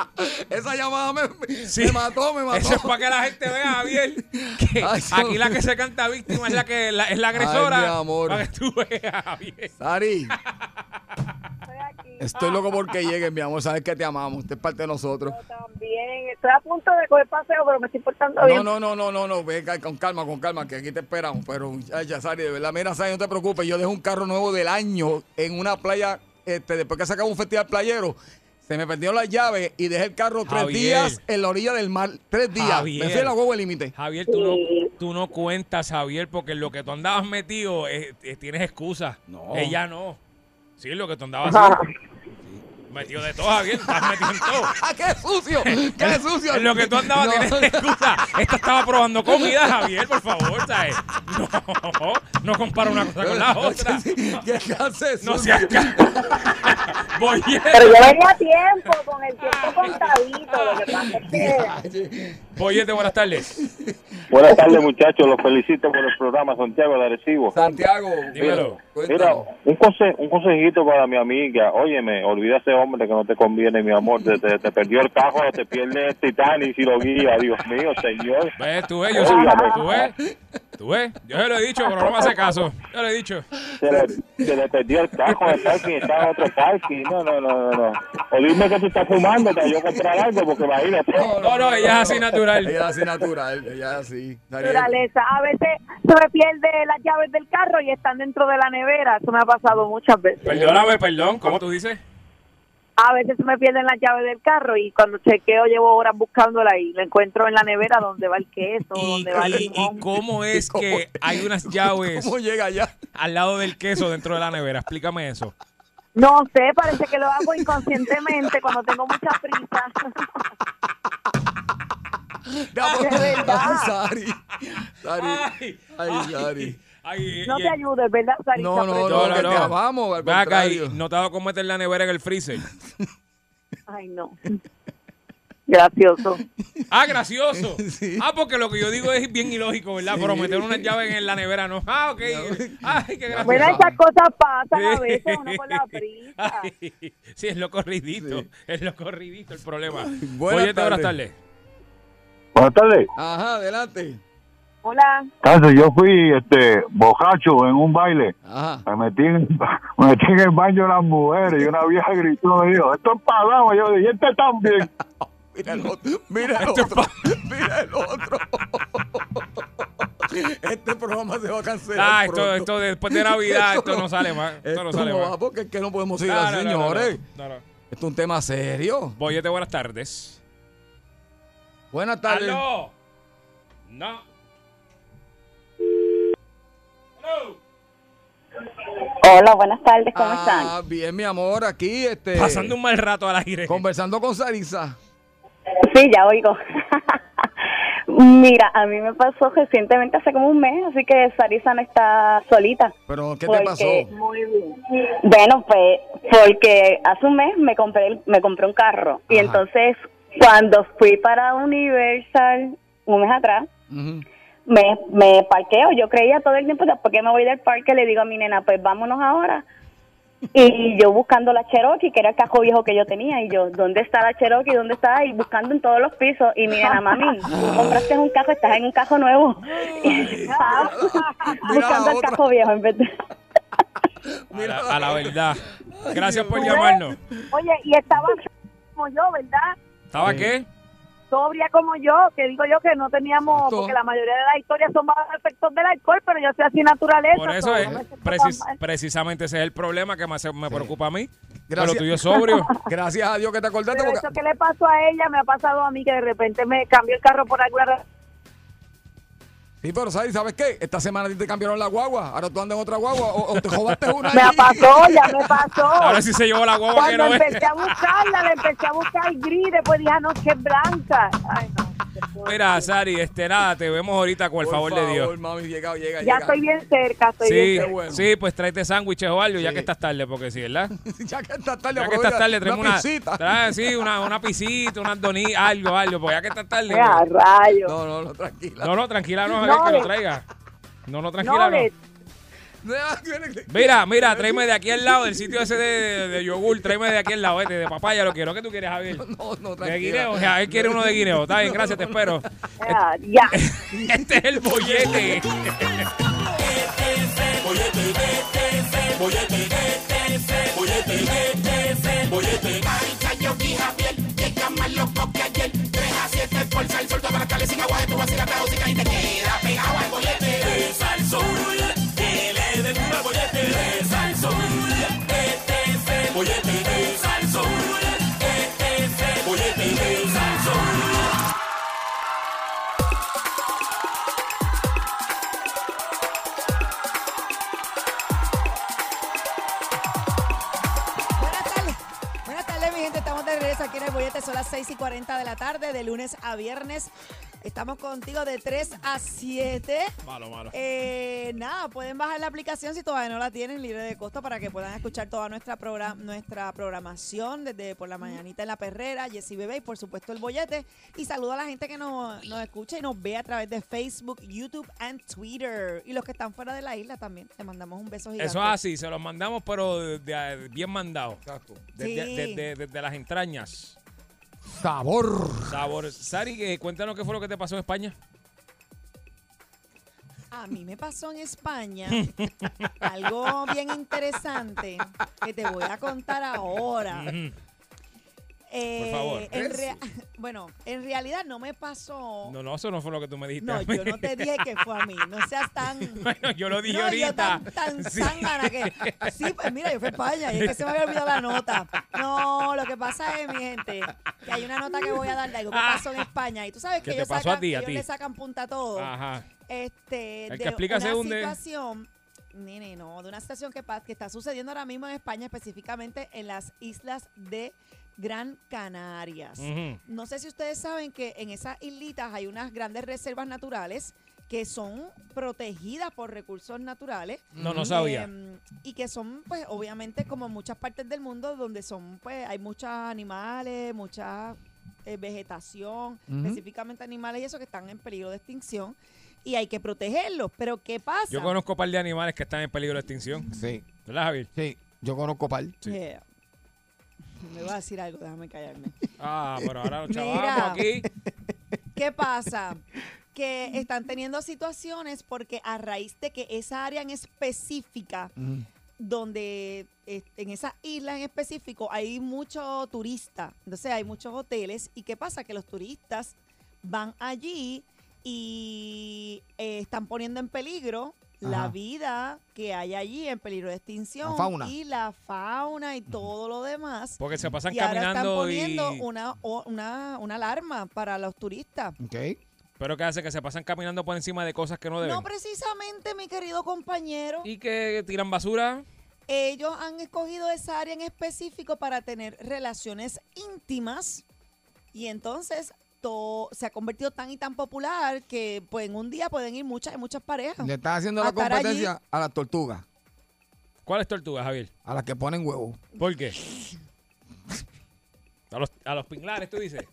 Speaker 2: Esa llamada me,
Speaker 3: Sí.
Speaker 2: me mató,
Speaker 8: [LAUGHS]
Speaker 2: me mató.
Speaker 3: Eso es para que la gente vea, Javier, que
Speaker 2: Ay, Dios
Speaker 3: aquí la
Speaker 2: mío.
Speaker 3: que se canta víctima es la que la- es la
Speaker 2: Ay,
Speaker 3: agresora.
Speaker 2: mi amor.
Speaker 3: Para que tú veas, Javier.
Speaker 2: Sari,
Speaker 6: Estoy aquí.
Speaker 2: estoy loco porque llegues, mi amor. Sabes que te amamos. Usted es parte de nosotros.
Speaker 6: Yo también. Estoy a punto de coger paseo, pero me estoy portando
Speaker 2: No,
Speaker 6: bien.
Speaker 2: no, no, no, no, no. Venga, con calma, con calma, que aquí te esperamos. Pero, muchacha, Sari, de verdad, mira, Sari, no te preocupes. Yo dejé un carro nuevo del año en una playa. Este, después que se acabó un festival playero, se me perdieron las llaves y dejé el carro tres
Speaker 3: Javier.
Speaker 2: días en la orilla del mar. Tres días.
Speaker 3: Javier.
Speaker 2: Me fui a
Speaker 3: [LAUGHS]
Speaker 2: la huevo el límite.
Speaker 3: Javier, tú no, tú no cuentas, Javier, porque lo que tú andabas metido eh, eh, tienes excusas.
Speaker 2: No.
Speaker 3: Ella no. Sí, lo que tú andabas haciendo. Metido de todo, Javier. Estás metido en todo.
Speaker 2: ¡Ah, qué sucio! [LAUGHS] ¡Qué sucio!
Speaker 3: En lo que tú andabas
Speaker 2: No.
Speaker 3: tienes excusa. Esta estaba probando comida, Javier, por favor, ¿sabes? No, no compara una cosa con la
Speaker 2: [LAUGHS]
Speaker 3: otra.
Speaker 2: ¿Qué haces?
Speaker 3: No
Speaker 2: sucio?
Speaker 3: seas cabrón. [LAUGHS] Voy
Speaker 6: Pero yo venía a tiempo, con el tiempo contadito. Lo que pasa es que.
Speaker 2: Ah.
Speaker 3: Boyete, buenas tardes.
Speaker 7: Buenas tardes, muchachos. Los felicito por el programa Santiago de Arecibo.
Speaker 2: Santiago,
Speaker 3: Dímelo.
Speaker 7: Mira,
Speaker 2: cuéntanos.
Speaker 7: un, conse- un consejito para mi amiga. Óyeme, olvida ese hombre que no te conviene, mi amor. Te, te- te perdió el cajo, te pierde el Titanic y lo guía. Dios mío, señor.
Speaker 3: ¿Ves? Tú ves, yo sé- tú ves. Tú ves. Yo se lo he dicho, pero no me hace caso. Yo lo he dicho.
Speaker 7: Se le, se le perdió el cajo el parking, está en otro parking. No, no, no, no. no. O dime que tú estás fumando para yo comprar algo, porque imagínate.
Speaker 3: No, no, ella es así natural.
Speaker 2: Ella es así natural, ella es así. Daniel.
Speaker 6: naturaleza. A veces se me pierde las llaves del carro y están dentro de la nevera. Eso me ha pasado muchas veces.
Speaker 3: Perdóname, perdón. ¿Cómo tú dices?
Speaker 6: A veces se me pierden las llaves del carro y cuando chequeo llevo horas buscándola y la encuentro en la nevera donde va el queso,
Speaker 3: ¿Y,
Speaker 6: donde va el
Speaker 3: y- y
Speaker 6: limón.
Speaker 3: cómo es
Speaker 2: ¿Cómo?
Speaker 3: que hay unas llaves
Speaker 2: ¿Cómo llega allá?
Speaker 3: al lado del queso dentro de la nevera? Explícame eso.
Speaker 6: No sé, parece que lo hago inconscientemente cuando tengo mucha prisa.
Speaker 2: Vamos,
Speaker 6: [LAUGHS] de verdad.
Speaker 2: vamos, Sari. Sari.
Speaker 3: Ay,
Speaker 2: Ay, Sari.
Speaker 3: ay,
Speaker 6: No
Speaker 3: y-
Speaker 6: te ayudes, ¿verdad, Sarita?
Speaker 2: No, no,
Speaker 6: Pero-
Speaker 3: No, no,
Speaker 2: que
Speaker 3: no.
Speaker 2: te amamos, al
Speaker 3: Ve acá, y
Speaker 2: contrario.
Speaker 3: no te ha dado con meter la nevera en el freezer.
Speaker 6: Ay, no. Gracioso.
Speaker 3: Ah, gracioso.
Speaker 2: [LAUGHS] Sí.
Speaker 3: Ah, porque lo que yo digo es bien ilógico, ¿verdad? Pero meter una llave en la nevera no. Ah, ok. Ay, qué gracioso.
Speaker 6: Bueno, esas cosas pasan a veces,
Speaker 3: [LAUGHS]
Speaker 6: uno con la prisa.
Speaker 3: Ay, Sí, es lo corridito. Es lo corridito el problema.
Speaker 2: Buenas
Speaker 3: Oye, buenas
Speaker 2: tardes.
Speaker 3: tardes.
Speaker 7: Buenas tardes.
Speaker 2: Ajá, adelante.
Speaker 6: Hola.
Speaker 7: Entonces, yo fui este bojacho en un baile.
Speaker 2: Ajá.
Speaker 7: Me metí,
Speaker 8: [LAUGHS]
Speaker 7: me metí en el baño de las mujeres y una vieja gritó, me dijo, esto es pagado. Yo dije, este también.
Speaker 2: [LAUGHS] Mira el otro. Mira
Speaker 3: Este
Speaker 2: el otro. [LAUGHS] Mira el otro. Este programa se va a cancelar.
Speaker 3: Ah, esto,
Speaker 2: pronto.
Speaker 3: esto después de Navidad, esto, no sale más. Esto,
Speaker 2: Esto
Speaker 3: no sale
Speaker 2: va
Speaker 3: más.
Speaker 2: porque es que no podemos seguir
Speaker 3: No,
Speaker 2: así,
Speaker 3: no, no, no,
Speaker 2: señores.
Speaker 3: no, no.
Speaker 2: Esto es un tema serio.
Speaker 3: Boyete, buenas tardes.
Speaker 2: Buenas tardes.
Speaker 3: ¡Aló! No. ¡Aló!
Speaker 9: Hola, buenas tardes, ¿cómo están?
Speaker 2: Ah, bien, mi amor, aquí este,
Speaker 3: Pasando un mal rato al aire.
Speaker 2: conversando con Sarisa.
Speaker 9: Sí, ya oigo. [LAUGHS] Mira, a mí me pasó recientemente, hace como un mes, así que Sarisa no está solita.
Speaker 2: Pero, ¿qué te
Speaker 9: Porque-
Speaker 2: pasó?
Speaker 9: Bueno, pues porque hace un mes me compré el- me compré un carro y
Speaker 2: Ajá.
Speaker 9: entonces cuando fui para Universal un mes atrás
Speaker 2: Ujú.
Speaker 9: me, me parqueo, yo creía todo el tiempo, después que me voy del parque le digo a mi nena, pues vámonos ahora. Y yo buscando la Cherokee, que era el cajo viejo que yo tenía, y yo, ¿dónde está la Cherokee? ¿Dónde está? Y buscando en todos los pisos, y mi nena,
Speaker 3: [LAUGHS]
Speaker 9: mami, tú compraste un cajo, estás en un cajo nuevo. [LAUGHS] Y yo, "Ah", [LAUGHS]
Speaker 2: la
Speaker 9: buscando el
Speaker 2: otra.
Speaker 9: cajo viejo en vez de...
Speaker 3: A la, a la verdad. Gracias por llamarnos.
Speaker 6: [LAUGHS] Oye, y estaba como yo, ¿verdad?
Speaker 3: ¿Estaba
Speaker 2: Sí.
Speaker 3: qué?
Speaker 6: sobria como yo, que digo yo que no teníamos,
Speaker 2: Exacto.
Speaker 6: porque la mayoría de las historias son bajo el efecto del alcohol, pero yo soy así naturaleza.
Speaker 3: Por
Speaker 6: so,
Speaker 3: eso
Speaker 6: no
Speaker 3: es,
Speaker 6: me siento tan
Speaker 3: precis-
Speaker 6: mal.
Speaker 3: precisamente ese es el problema que más me preocupa a mí. Pero
Speaker 2: Gracias.
Speaker 3: lo tuyo es sobrio.
Speaker 2: [LAUGHS] Gracias a Dios que te acordaste.
Speaker 6: Pero
Speaker 2: Porque...
Speaker 6: eso que le pasó a ella me ha pasado a mí, que de repente me cambió el carro por alguna razón.
Speaker 2: Sí, pero Sari, ¿sabes qué? Esta semana a ti te cambiaron la guagua. Ahora tú andas en otra guagua o, o te
Speaker 6: [LAUGHS]
Speaker 2: jodaste una.
Speaker 6: Me
Speaker 2: allí.
Speaker 6: pasó, ya me
Speaker 2: [LAUGHS]
Speaker 6: pasó.
Speaker 3: Ahora sí se llevó la guagua que
Speaker 6: Cuando
Speaker 3: no es.
Speaker 6: empecé a buscarla, le empecé a buscar gris, después dije, ah, no, que es blanca. Ay, no.
Speaker 3: Mira, Sari, este, nada, te vemos ahorita con el favor, de Dios.
Speaker 2: mami, llega, llega,
Speaker 6: Ya
Speaker 2: llega.
Speaker 6: estoy bien cerca, estoy
Speaker 3: Sí,
Speaker 6: bien cerca.
Speaker 2: bueno.
Speaker 3: sí, pues tráete sándwiches o algo, ya
Speaker 2: Sí.
Speaker 3: que estás tarde, porque sí, ¿verdad?
Speaker 2: ya que estás tarde,
Speaker 3: Ya que
Speaker 2: aprovecha
Speaker 3: estás tarde, traemos una,
Speaker 2: pisita.
Speaker 3: trae, sí, una, una pisita, unas donitas, algo, algo, porque ya que estás tarde.
Speaker 6: Mira, rayos.
Speaker 2: No, no, no, tranquila.
Speaker 3: No, no, tranquila, no,
Speaker 6: No,
Speaker 3: Javier, que lo
Speaker 6: le-
Speaker 3: traiga. No, no,
Speaker 6: No,
Speaker 3: tranquila, no.
Speaker 6: le-
Speaker 3: Mira,
Speaker 2: [LAUGHS]
Speaker 3: mira, tráeme de aquí al lado, del sitio ese de, de- de yogur, tráeme de aquí al lado, este, de papaya, lo quiero. ¿Qué tú quieres, Javier?
Speaker 2: No, no, tranquila.
Speaker 3: De guineo, o sea, él quiere uno de guineo. Está bien, gracias, te espero.
Speaker 6: Ah, ya.
Speaker 3: [LAUGHS] Este es el bollete.
Speaker 10: Buenas tardes. Buenas tardes, mi gente. Estamos de regreso aquí en el Bollete. Son las 6 y 40 de la tarde, de lunes a viernes. Estamos contigo de 3 a 7.
Speaker 3: Malo, malo.
Speaker 10: Eh, nada, pueden bajar la aplicación si todavía no la tienen, libre de costo, para que puedan escuchar toda nuestra, progra- nuestra programación desde por la mañanita en la perrera, Jessy Bebé y por supuesto el bollete. Y saludo a la gente que nos, nos escucha y nos ve a través de Facebook, YouTube and Twitter. Y los que están fuera de la isla también. Te mandamos un beso gigante.
Speaker 3: Eso es así, se los mandamos, pero de- de- bien mandado. Desde,
Speaker 10: Sí.
Speaker 3: desde- desde las entrañas.
Speaker 2: Sabor.
Speaker 3: Sabor. Sari, eh, cuéntanos qué fue lo que te pasó en España.
Speaker 10: A mí me pasó en España algo bien interesante que te voy a contar ahora. Eh,
Speaker 3: favor.
Speaker 10: en rea- [LAUGHS] bueno, en realidad no me pasó.
Speaker 3: No, no, eso no fue lo que tú me dijiste.
Speaker 10: No,
Speaker 3: a mí.
Speaker 10: yo no te dije que fue
Speaker 3: [LAUGHS]
Speaker 10: a mí. No seas tan.
Speaker 3: Bueno, yo lo dije
Speaker 10: No, yo
Speaker 3: ahorita.
Speaker 10: tan, tan
Speaker 3: Sí.
Speaker 10: zángana que. Sí, pues mira, yo fui a España y es que se me había olvidado la nota. No, lo que pasa es, mi gente, que hay una nota que voy a dar de algo que pasó en España. Y tú sabes
Speaker 3: ¿Qué
Speaker 10: que
Speaker 3: te
Speaker 10: ellos,
Speaker 3: pasó a
Speaker 10: sacan,
Speaker 3: ti, a
Speaker 10: ellos
Speaker 3: ti?
Speaker 10: le sacan punta a todo
Speaker 3: Ajá.
Speaker 10: este,
Speaker 3: El que
Speaker 10: de
Speaker 3: explica se
Speaker 10: una
Speaker 3: hunde.
Speaker 10: situación, nene, no, de una situación que, pa- que está sucediendo ahora mismo en España, específicamente en las islas de Gran Canarias.
Speaker 3: Ujú.
Speaker 10: No sé si ustedes saben que en esas islitas hay unas grandes reservas naturales que son protegidas por recursos naturales.
Speaker 3: No, no sabía.
Speaker 10: Em, y que son, pues, obviamente, como en muchas partes del mundo, donde son, pues, hay muchos animales, mucha eh, vegetación, específicamente animales y eso que están en peligro de extinción. Y hay que protegerlos. Pero, ¿qué pasa?
Speaker 3: Yo conozco un par de animales que están en peligro de extinción.
Speaker 2: Sí,
Speaker 3: ¿Verdad, Javier?
Speaker 2: sí. Yo conozco pal.
Speaker 10: Eh, me va a decir algo, déjame
Speaker 3: [LAUGHS]
Speaker 10: callarme.
Speaker 3: Ah, pero ahora los
Speaker 10: [LAUGHS] Mira.
Speaker 3: chavamos aquí.
Speaker 10: ¿Qué pasa? Que están teniendo situaciones porque a raíz de que esa área en específica donde eh, en esa isla en específico hay mucho turista, entonces hay muchos hoteles y qué pasa que los turistas van allí y eh, están poniendo en peligro la
Speaker 2: Ajá.
Speaker 10: vida que hay allí en peligro de extinción
Speaker 11: La fauna.
Speaker 10: y la fauna y todo lo demás.
Speaker 3: Porque se pasan
Speaker 10: y ahora están
Speaker 3: caminando y-
Speaker 10: poniendo una, o- una, una alarma para los turistas.
Speaker 3: Pero ¿qué hace? Que se pasan caminando por encima de cosas que no deben.
Speaker 10: No precisamente, mi querido compañero.
Speaker 3: y que tiran basura.
Speaker 10: Ellos han escogido esa área en específico para tener relaciones íntimas y entonces to- se ha convertido tan y tan popular que pues, en un día pueden ir muchas muchas parejas.
Speaker 2: Le estás haciendo
Speaker 10: A
Speaker 2: la
Speaker 10: estar
Speaker 2: competencia
Speaker 10: allí.
Speaker 2: a las tortugas,
Speaker 3: ¿Cuáles tortugas, Javier?
Speaker 2: a las que ponen huevos.
Speaker 3: ¿Por qué? A los, a los pinglares, tú dices.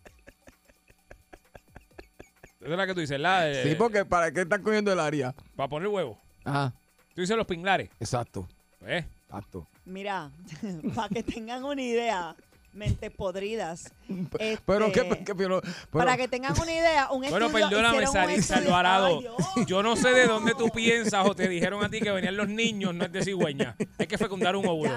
Speaker 3: Esa es la que tú dices, la de-
Speaker 2: Sí, porque ¿para qué están cogiendo el área?
Speaker 3: Para poner huevo.
Speaker 2: Ajá,
Speaker 3: Tú dices los pinglares.
Speaker 2: exacto,
Speaker 3: ¿Eh?
Speaker 2: exacto.
Speaker 10: Mira, [LAUGHS] para que tengan una idea, mentes podridas. este,
Speaker 2: Pero qué, qué- pero-
Speaker 10: para
Speaker 2: pero-
Speaker 10: que tengan una idea, un estudio
Speaker 3: Bueno, perdóname,
Speaker 10: hicieron un
Speaker 3: Sarisa
Speaker 10: estudio-
Speaker 3: Alvarado.
Speaker 10: Ay, Dios.
Speaker 3: Yo no sé de dónde tú piensas o te dijeron a ti que venían los niños, no es de cigüeña. Hay que fecundar un óvulo.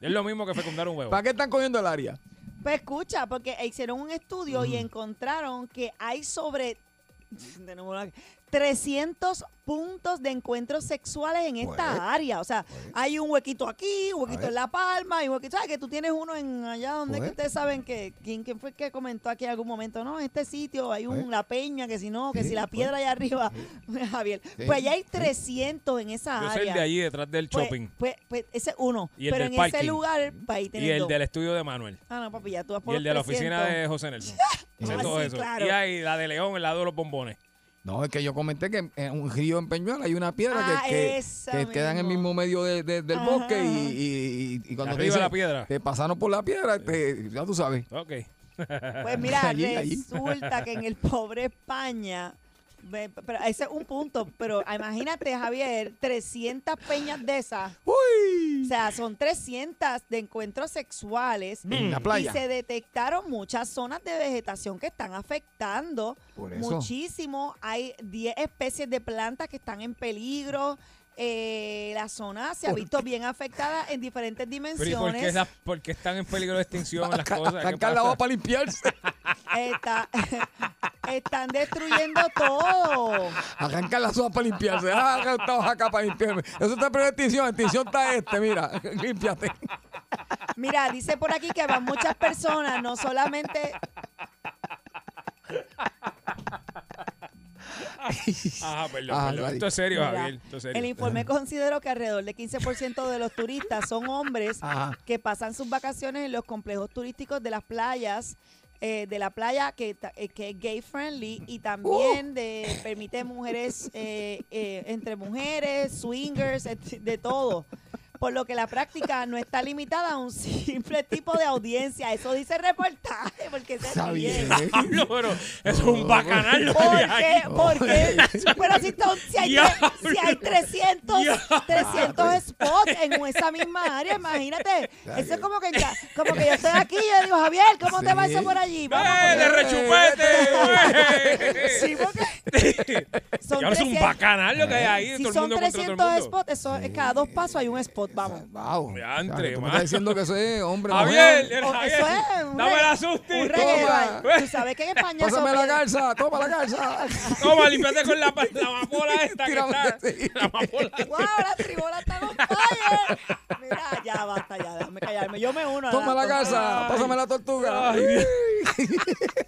Speaker 3: Es lo mismo que fecundar un huevo.
Speaker 2: ¿Para qué están cogiendo el área?
Speaker 10: Pues escucha, porque hicieron un estudio y encontraron que hay sobre [LAUGHS] de nuevo la- 300 puntos de encuentros sexuales en esta
Speaker 2: Pues.
Speaker 10: área. O sea, hay un huequito aquí, un huequito
Speaker 2: Pues.
Speaker 10: en La Palma, y un huequito, ¿sabes? Que tú tienes uno en allá donde es que
Speaker 2: Pues.
Speaker 10: ustedes saben que, ¿quién, quién fue que comentó aquí en algún momento? No, en este sitio hay un,
Speaker 2: Pues.
Speaker 10: la peña, que si no, que
Speaker 2: Sí,
Speaker 10: si la
Speaker 2: pues.
Speaker 10: piedra allá arriba, [LAUGHS] Javier.
Speaker 3: Sí.
Speaker 10: Pues allá hay 300 en esa
Speaker 3: Yo
Speaker 10: área.
Speaker 3: soy el de allí detrás del
Speaker 10: Pues-
Speaker 3: shopping.
Speaker 10: Pues, pues ese es uno.
Speaker 3: Y el
Speaker 10: Pero
Speaker 3: del
Speaker 10: en ese
Speaker 3: parking.
Speaker 10: lugar, para ahí
Speaker 3: Y
Speaker 10: tener
Speaker 3: el
Speaker 10: dos.
Speaker 3: del estudio de Manuel.
Speaker 10: Ah, no, papi, ya tú vas por
Speaker 3: Y el
Speaker 10: los
Speaker 3: de la oficina
Speaker 10: 300.
Speaker 3: de José
Speaker 10: [LAUGHS]
Speaker 3: Nelson.
Speaker 10: Ah,
Speaker 3: Sé todo
Speaker 10: sí,
Speaker 3: eso.
Speaker 10: claro.
Speaker 3: Y ahí la de León, el lado de los bombones.
Speaker 2: No, es que yo comenté que en- en un río en Peñuela hay una piedra
Speaker 10: Ah,
Speaker 2: que,
Speaker 10: esa
Speaker 2: que, que queda en el mismo medio de- de- del
Speaker 10: Ajá,
Speaker 2: bosque y,
Speaker 10: ajá.
Speaker 2: y- y- y cuando te
Speaker 3: Arriba
Speaker 2: dicen,
Speaker 3: la piedra.
Speaker 2: te pasaron por la piedra, te- ya tú sabes.
Speaker 3: Ok.
Speaker 10: Pues mira,
Speaker 2: Allí, allí.
Speaker 10: resulta que en el pobre España, ve, pero ese es un punto, pero imagínate, Javier, 300 peñas de esas.
Speaker 2: ¡Uy!
Speaker 10: O sea, son 300 de encuentros sexuales.
Speaker 2: En la playa.
Speaker 10: Y se detectaron muchas zonas de vegetación que están afectando
Speaker 2: Por eso.
Speaker 10: muchísimo. Hay 10 especies de plantas que están en peligro. Eh, la zona se ha visto bien afectada en diferentes
Speaker 3: Pero ¿y por qué,
Speaker 10: dimensiones.
Speaker 3: esas- por qué están en peligro de extinción las cosas? ¿Qué
Speaker 2: Arrancar la
Speaker 3: pasa?
Speaker 2: agua para limpiarse.
Speaker 10: Está- [LAUGHS] están destruyendo todo.
Speaker 2: Arrancar las hojas para limpiarse. Ah, Arrancar esta hoja acá para limpiarme. Eso está primera extinción. Extinción está este, mira. [LAUGHS] Límpiate.
Speaker 10: Mira, dice por aquí que van muchas personas, no solamente.
Speaker 3: Ajá, perdón,
Speaker 2: Ah,
Speaker 3: perdón.
Speaker 2: vale.
Speaker 3: Esto es serio,
Speaker 10: Mira,
Speaker 3: Javier. Esto es serio.
Speaker 10: el informe consideró que alrededor del 15% de los turistas son hombres
Speaker 2: Ajá.
Speaker 10: que pasan sus vacaciones en los complejos turísticos de las playas. eh, de la playa que, ta- eh, que es gay friendly y también de, permite mujeres eh, eh, entre mujeres, swingers, et- de todo. Por lo que la práctica no está limitada a un simple tipo de audiencia. Eso dice el reportaje, porque se
Speaker 2: Está
Speaker 10: ríen.
Speaker 2: bien.
Speaker 3: [LAUGHS] Pablo, pero es un bacanal lo que
Speaker 10: ¿Por
Speaker 3: hay
Speaker 10: qué?
Speaker 3: aquí.
Speaker 10: ¿Por qué? [LAUGHS] Pero si, to- si hay,
Speaker 3: Diablo.
Speaker 10: tre- si hay 300,
Speaker 3: Diablo.
Speaker 10: 300 spots en esa misma área, imagínate. Eso es como que, ya- como que yo estoy aquí y yo digo, Javier, ¿cómo te va eso por allí? Vamos
Speaker 3: [LAUGHS] ¡Eh, de
Speaker 10: por-
Speaker 3: rechupete!
Speaker 10: Sí, porque
Speaker 3: güey!
Speaker 10: [LAUGHS] son
Speaker 3: Y ahora es un
Speaker 10: 300
Speaker 3: bacanal lo que hay ahí.
Speaker 10: Si
Speaker 3: todo el
Speaker 10: son
Speaker 3: mundo contra todo el
Speaker 10: 300
Speaker 3: mundo.
Speaker 10: spots, eso, es- cada dos pasos hay un spot, vamos.
Speaker 2: Wow.
Speaker 3: Diantre,
Speaker 2: Claro, tú me
Speaker 3: mano.
Speaker 2: estás diciendo que eso es hombre.
Speaker 3: Javier,
Speaker 2: mujer.
Speaker 3: el
Speaker 10: O-
Speaker 3: Javier.
Speaker 10: Oh, eso es un
Speaker 3: Dame
Speaker 10: regga-
Speaker 3: la susti.
Speaker 10: Un
Speaker 2: Toma.
Speaker 10: reggae. Tú sabes que en España eso
Speaker 2: Pásame la garza. [LAUGHS] Toma la garza.
Speaker 3: Toma, límpiate con la, la amapola esta que
Speaker 2: Tírame
Speaker 3: está.
Speaker 2: así.
Speaker 3: La
Speaker 10: [LAUGHS]
Speaker 3: amapola.
Speaker 10: ¡Wow! La
Speaker 3: [LAUGHS]
Speaker 10: tribola está con fire. Mira, Ah, ya basta, ya, déjame callarme. Yo me uno a
Speaker 2: Toma la
Speaker 10: tontería.
Speaker 2: garza. Pásame la tortuga.
Speaker 3: Ay, Dios.
Speaker 2: [LAUGHS]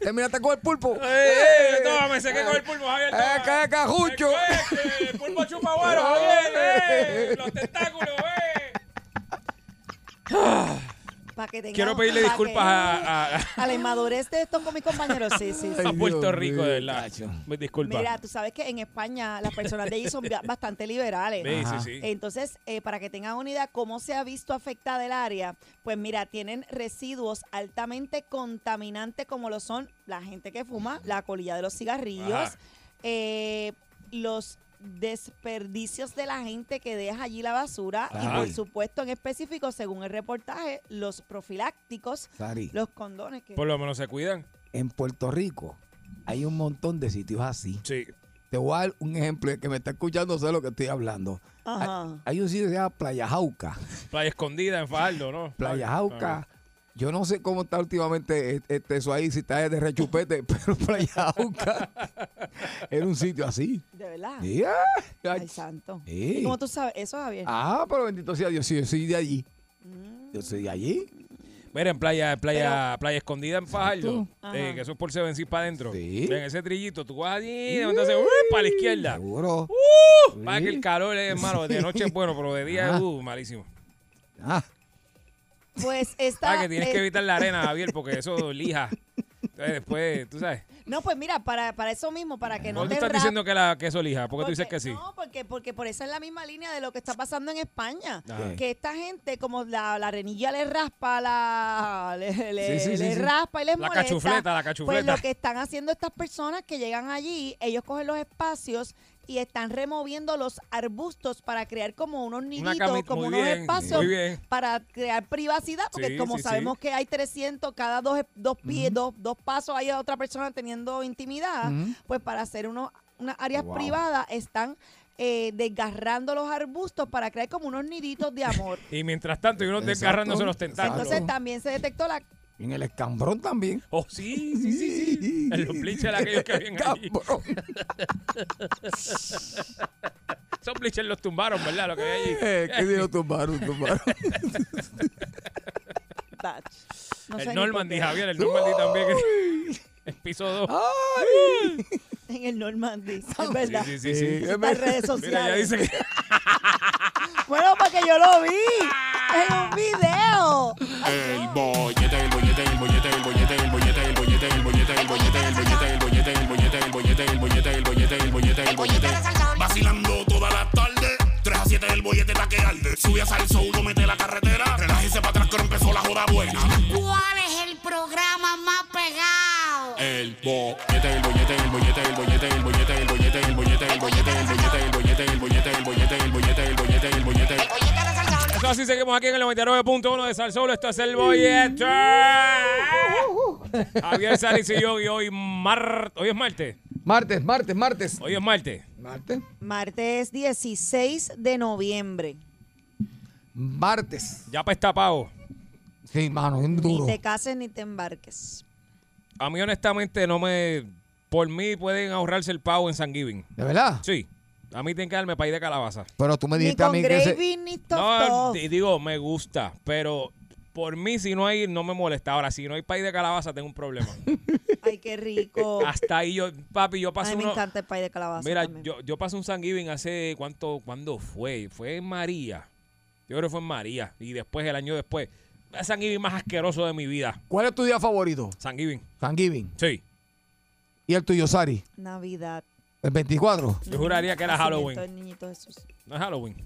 Speaker 2: Terminaste con el pulpo.
Speaker 3: ¡Ey, ey! Toma, me sequé con el pulpo, Javier. toma.
Speaker 2: Eh, que es cajucho.
Speaker 3: Eh, ¡El
Speaker 2: [LAUGHS]
Speaker 3: pulpo chupa bueno, Javier! eh, ¡Los tentáculos, eh!
Speaker 10: Pa' que tenga-
Speaker 3: Quiero pedirle
Speaker 10: pa'
Speaker 3: disculpas
Speaker 10: que-
Speaker 3: a- a-
Speaker 10: a la inmadurez de estos con mis compañeros. Sí, sí, sí.
Speaker 3: A Puerto
Speaker 2: Dios
Speaker 3: Rico,
Speaker 2: mío,
Speaker 3: de verdad.
Speaker 2: cacho.
Speaker 3: Me disculpa.
Speaker 10: Mira, tú sabes que en España las personas de allí son
Speaker 3: [LAUGHS]
Speaker 10: ba- bastante liberales.
Speaker 3: Sí, sí, sí.
Speaker 10: Entonces, eh, para que tengan una idea cómo se ha visto afectada el área, pues mira, tienen residuos altamente contaminantes como lo son la gente que fuma, la colilla de los cigarrillos,
Speaker 3: Ajá.
Speaker 10: eh, los desperdicios de la gente que deja allí la basura y
Speaker 2: Ajá.
Speaker 10: por supuesto en específico según el reportaje los profilácticos
Speaker 2: Sari,
Speaker 10: los condones que
Speaker 3: Por lo menos se cuidan.
Speaker 2: en Puerto Rico hay un montón de sitios así.
Speaker 3: Sí.
Speaker 2: te voy a dar un ejemplo. El que me está escuchando sabe lo que estoy hablando.
Speaker 3: Ajá.
Speaker 2: Hay, hay un sitio que se llama Playa Jauca.
Speaker 3: Playa escondida en Faldo, ¿no? Ah.
Speaker 2: Playa Jauca. Yo no sé cómo está últimamente este, este, eso ahí, si está de rechupete, [LAUGHS] pero Playa Jauca era un sitio así.
Speaker 10: De verdad.
Speaker 2: Yeah.
Speaker 3: ah,
Speaker 10: Ay, santo.
Speaker 2: Sí.
Speaker 10: ¿Y cómo tú sabes eso, Javier?
Speaker 2: Ah, pero bendito sea Dios, sí, yo soy de allí.
Speaker 10: Mm.
Speaker 2: Yo soy de allí.
Speaker 3: Mira, en playa, playa, playa escondida en Fajardo,
Speaker 2: Exacto.
Speaker 3: eh,
Speaker 2: Ajá.
Speaker 3: que eso es por se vencí para adentro.
Speaker 2: Sí.
Speaker 3: En ese trillito, tú vas allí, de momento haces, ¡uy! para la izquierda.
Speaker 2: Seguro.
Speaker 3: [LAUGHS] Uh, para que el calor es malo, de noche es bueno, pero de día es uh, malísimo.
Speaker 2: Ah.
Speaker 10: Pues esta...
Speaker 3: [LAUGHS] Ah, que tienes
Speaker 10: eh,
Speaker 3: que evitar la arena, Javier, porque eso lija. Entonces después, tú sabes.
Speaker 10: [LAUGHS] No, pues mira, para, para eso mismo, para que no
Speaker 3: ¿Por qué
Speaker 10: te
Speaker 3: tú estás
Speaker 10: rap-
Speaker 3: diciendo que, la, que eso lija? ¿Por qué tú dices que sí?
Speaker 10: No, porque, porque por esa es la misma línea de lo que está pasando en España.
Speaker 3: Ajá.
Speaker 10: Que esta gente, como la, la arenilla le raspa, la, le, le-
Speaker 3: Sí, sí, sí,
Speaker 10: le
Speaker 3: sí.
Speaker 10: raspa y les
Speaker 3: La
Speaker 10: molesta,
Speaker 3: cachufleta, la cachufleta.
Speaker 10: Pues lo que están haciendo estas personas que llegan allí, ellos cogen los espacios y están removiendo los arbustos para crear como unos niditos,
Speaker 3: cami-
Speaker 10: como
Speaker 3: muy
Speaker 10: unos
Speaker 3: bien,
Speaker 10: espacios
Speaker 3: muy bien.
Speaker 10: para crear privacidad, porque
Speaker 3: Sí,
Speaker 10: como
Speaker 3: sí, sí.
Speaker 10: sabemos que hay 300, cada dos, dos pies, dos, dos pasos hay otra persona teniendo intimidad,
Speaker 11: Ujú.
Speaker 10: pues para hacer unos, unas áreas
Speaker 11: Wow.
Speaker 10: privadas están eh, desgarrando los arbustos para crear como unos niditos de amor.
Speaker 3: Y mientras tanto, hay unos
Speaker 2: Exacto.
Speaker 3: desgarrándose los tentáculos.
Speaker 10: Entonces también se detectó la...
Speaker 2: Y en el escambrón también.
Speaker 3: Oh, sí, sí,
Speaker 2: [LAUGHS]
Speaker 3: sí, sí. En los bleachers aquellos que habían allí. [LAUGHS] Esos bleachers los tumbaron, ¿verdad? Lo que había allí.
Speaker 2: Eh, que si lo tumbaron, tumbaron.
Speaker 10: No sé
Speaker 3: el
Speaker 10: ni
Speaker 3: Normandy,
Speaker 10: por qué.
Speaker 3: Javier, el Normandy también. [LAUGHS] El piso 2.
Speaker 2: Ah.
Speaker 10: En el Normandy, es verdad.
Speaker 3: Sí, sí, sí, sí.
Speaker 10: Está en redes
Speaker 3: Mira, ya
Speaker 10: sociales.
Speaker 3: dice que...
Speaker 10: Bueno, porque yo lo vi en un video.
Speaker 12: El bollete, el bollete, el bollete, el bollete, el bollete, el bollete, el bollete, el bollete, el bollete, el bollete, el bollete, el bollete, el bollete, el bollete, el bollete, el bollete. Vacilando toda la tarde, 3 a 7 el bollete está que arde. Sube a salso, uno mete la carretera, relájese para atrás que ahora empezó la joda buena.
Speaker 13: ¿Cuál es el programa más pegado?
Speaker 12: El bollete, el bollete, el bollete, el bollete, el bollete, el bollete, el bollete, el bollete, el bollete, el bollete, el bollete, el bollete, el bollete, el bollete, el bollete.
Speaker 3: Eso así seguimos aquí en el 99.1 de Sal Soul. Esto es el bollete.
Speaker 2: Mm.
Speaker 3: Javier Salis y yo, y hoy, mar... hoy es martes.
Speaker 2: Martes, martes, martes.
Speaker 3: Hoy es martes.
Speaker 2: Martes.
Speaker 10: Martes 16 de noviembre.
Speaker 2: Martes.
Speaker 3: Ya para estapado.
Speaker 2: Sí, mano, es duro.
Speaker 10: Ni te cases ni te embarques.
Speaker 3: A mí, honestamente, no me. Por mí pueden ahorrarse el pavo en San Giving.
Speaker 2: ¿De verdad?
Speaker 3: Sí. A mí tienen que darme país de calabaza.
Speaker 2: Pero tú me dijiste a mí que ese-
Speaker 10: ni
Speaker 3: No, di- digo, me gusta, pero por mí, si no hay, no me molesta. Ahora, si no hay país de calabaza, tengo un
Speaker 10: [LAUGHS]
Speaker 3: problema.
Speaker 10: Ay, qué rico.
Speaker 3: [LAUGHS] Hasta ahí yo, papi, yo paso
Speaker 10: Oh. A mí me
Speaker 3: uno-
Speaker 10: encanta el pay de calabaza.
Speaker 3: Mira,
Speaker 10: también.
Speaker 3: yo, yo pasé un San Giving hace cuánto, ¿cuándo fue? Fue en María. Yo creo que fue en María. Y después, el año después. El San Giving más asqueroso de mi vida.
Speaker 2: ¿Cuál es tu día favorito?
Speaker 3: San Giving.
Speaker 2: Thanksgiving.
Speaker 3: Sí.
Speaker 2: ¿Y el tuyo, Sari?
Speaker 10: Navidad.
Speaker 2: ¿El 24?
Speaker 3: Yo juraría que era
Speaker 10: Nacimiento
Speaker 3: Halloween.
Speaker 10: del niñito Jesús.
Speaker 3: No es Halloween.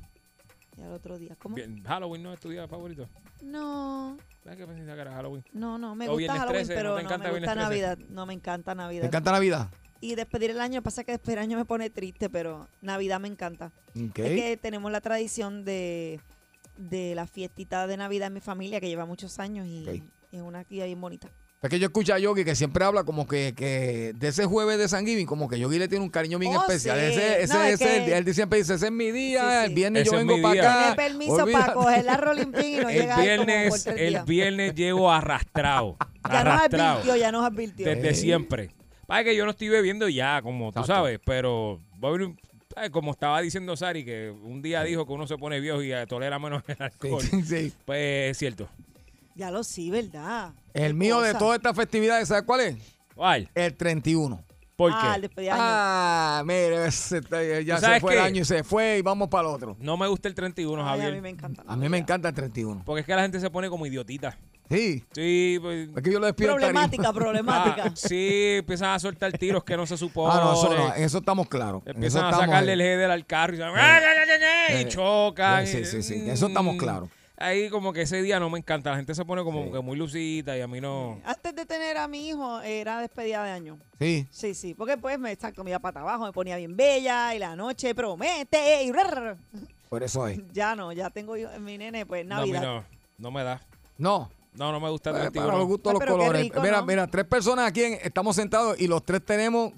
Speaker 10: Y al otro día. ¿Cómo?
Speaker 3: Bien, Halloween no es tu día favorito.
Speaker 10: No.
Speaker 3: ¿Sabes qué pensé que era Halloween?
Speaker 10: No, no, me
Speaker 3: O
Speaker 10: gusta
Speaker 3: Viernes
Speaker 10: Halloween,
Speaker 3: 13,
Speaker 10: pero
Speaker 3: ¿no
Speaker 10: no,
Speaker 3: te encanta
Speaker 10: me gusta
Speaker 3: Viernes 13?
Speaker 10: Navidad. No me encanta Navidad.
Speaker 2: ¿Te encanta Navidad?
Speaker 10: Y despedir el año, pasa que despedir el año me pone triste, pero Navidad me encanta.
Speaker 2: Ok.
Speaker 10: Es que tenemos la tradición de, de la fiestita de Navidad en mi familia, que lleva muchos años y
Speaker 2: Ok.
Speaker 10: es una actividad bien bonita.
Speaker 2: Es que yo escucho a Yogi que siempre habla como que, que de ese jueves de San Giving, como que Yogi le tiene un cariño bien
Speaker 10: Oh,
Speaker 2: especial.
Speaker 10: sí.
Speaker 2: Ese, ese,
Speaker 10: No, es
Speaker 2: ese,
Speaker 10: que-
Speaker 2: él, él siempre dice, ese es mi día,
Speaker 10: Sí,
Speaker 2: el
Speaker 10: sí.
Speaker 2: viernes
Speaker 3: Ese
Speaker 2: yo
Speaker 3: es mi
Speaker 2: vengo
Speaker 3: día.
Speaker 2: para
Speaker 10: Tiene
Speaker 2: acá.
Speaker 10: permiso
Speaker 2: Olvídate.
Speaker 10: para coger la
Speaker 2: [LAUGHS]
Speaker 10: Rolling Pin y no
Speaker 3: El
Speaker 10: llega ahí como por
Speaker 3: viernes,
Speaker 10: tres
Speaker 3: el
Speaker 10: días.
Speaker 3: viernes llevo arrastrado.
Speaker 10: [LAUGHS] Ya nos
Speaker 3: arrastrado.
Speaker 10: advirtió, ya nos advirtió.
Speaker 3: Desde siempre. Para que yo no estoy bebiendo ya, como tú sabes, pero va a haber un- ¿sabes? como estaba diciendo Sari, que un día dijo que uno se pone viejo y eh, tolera menos el alcohol. Pues es cierto.
Speaker 10: Ya lo sí, ¿verdad?
Speaker 2: El mío de
Speaker 10: cosa.
Speaker 2: todas estas festividades, ¿sabes cuál es?
Speaker 3: ¿Cuál?
Speaker 2: El 31.
Speaker 3: ¿Por
Speaker 10: Ah, el despedir año.
Speaker 2: Ah, mire, ese está- ya
Speaker 3: ¿Tú
Speaker 2: se
Speaker 3: sabes
Speaker 2: fue
Speaker 3: qué?
Speaker 2: el año y se fue y vamos para el otro.
Speaker 3: No me gusta el 31,
Speaker 10: Ay,
Speaker 3: Javier.
Speaker 10: a mí me encanta.
Speaker 2: A mí me encanta el 31.
Speaker 3: Porque es que la gente se pone como idiotita.
Speaker 2: Sí.
Speaker 3: Sí, pues.
Speaker 2: Es que yo lo despido en tarima. [LAUGHS]
Speaker 10: Problemática, problemática.
Speaker 3: Ah, sí, empiezan a soltar tiros que no se supone.
Speaker 2: Ah, no, eso no, en eso estamos claros. En eso
Speaker 3: Empiezan a
Speaker 2: estamos-
Speaker 3: sacarle el header al carro y, se- "Ah, y
Speaker 2: Eh,
Speaker 3: chocan.
Speaker 2: Sí, sí, sí. en Eso estamos claros.
Speaker 3: Ahí como que ese día no me encanta. La gente se pone como que muy lucita y a mí no.
Speaker 10: Antes de tener a mi hijo, era despedida de año.
Speaker 2: Sí.
Speaker 10: Sí, sí, porque pues me esta comida para abajo, me ponía bien bella y la noche promete y rrr.
Speaker 2: Por eso es.
Speaker 10: ya no, ya tengo hijo- mi nene, pues
Speaker 3: No, a mí
Speaker 10: Navidad.
Speaker 3: no. No me da.
Speaker 2: No.
Speaker 3: No, no me gusta el
Speaker 2: Eh,
Speaker 3: 31.
Speaker 2: Para los gustos,
Speaker 10: Ay,
Speaker 2: los
Speaker 10: pero qué
Speaker 2: colores.
Speaker 10: rico,
Speaker 2: mira,
Speaker 10: ¿no?
Speaker 2: mira, tres personas aquí en- estamos sentados y los tres tenemos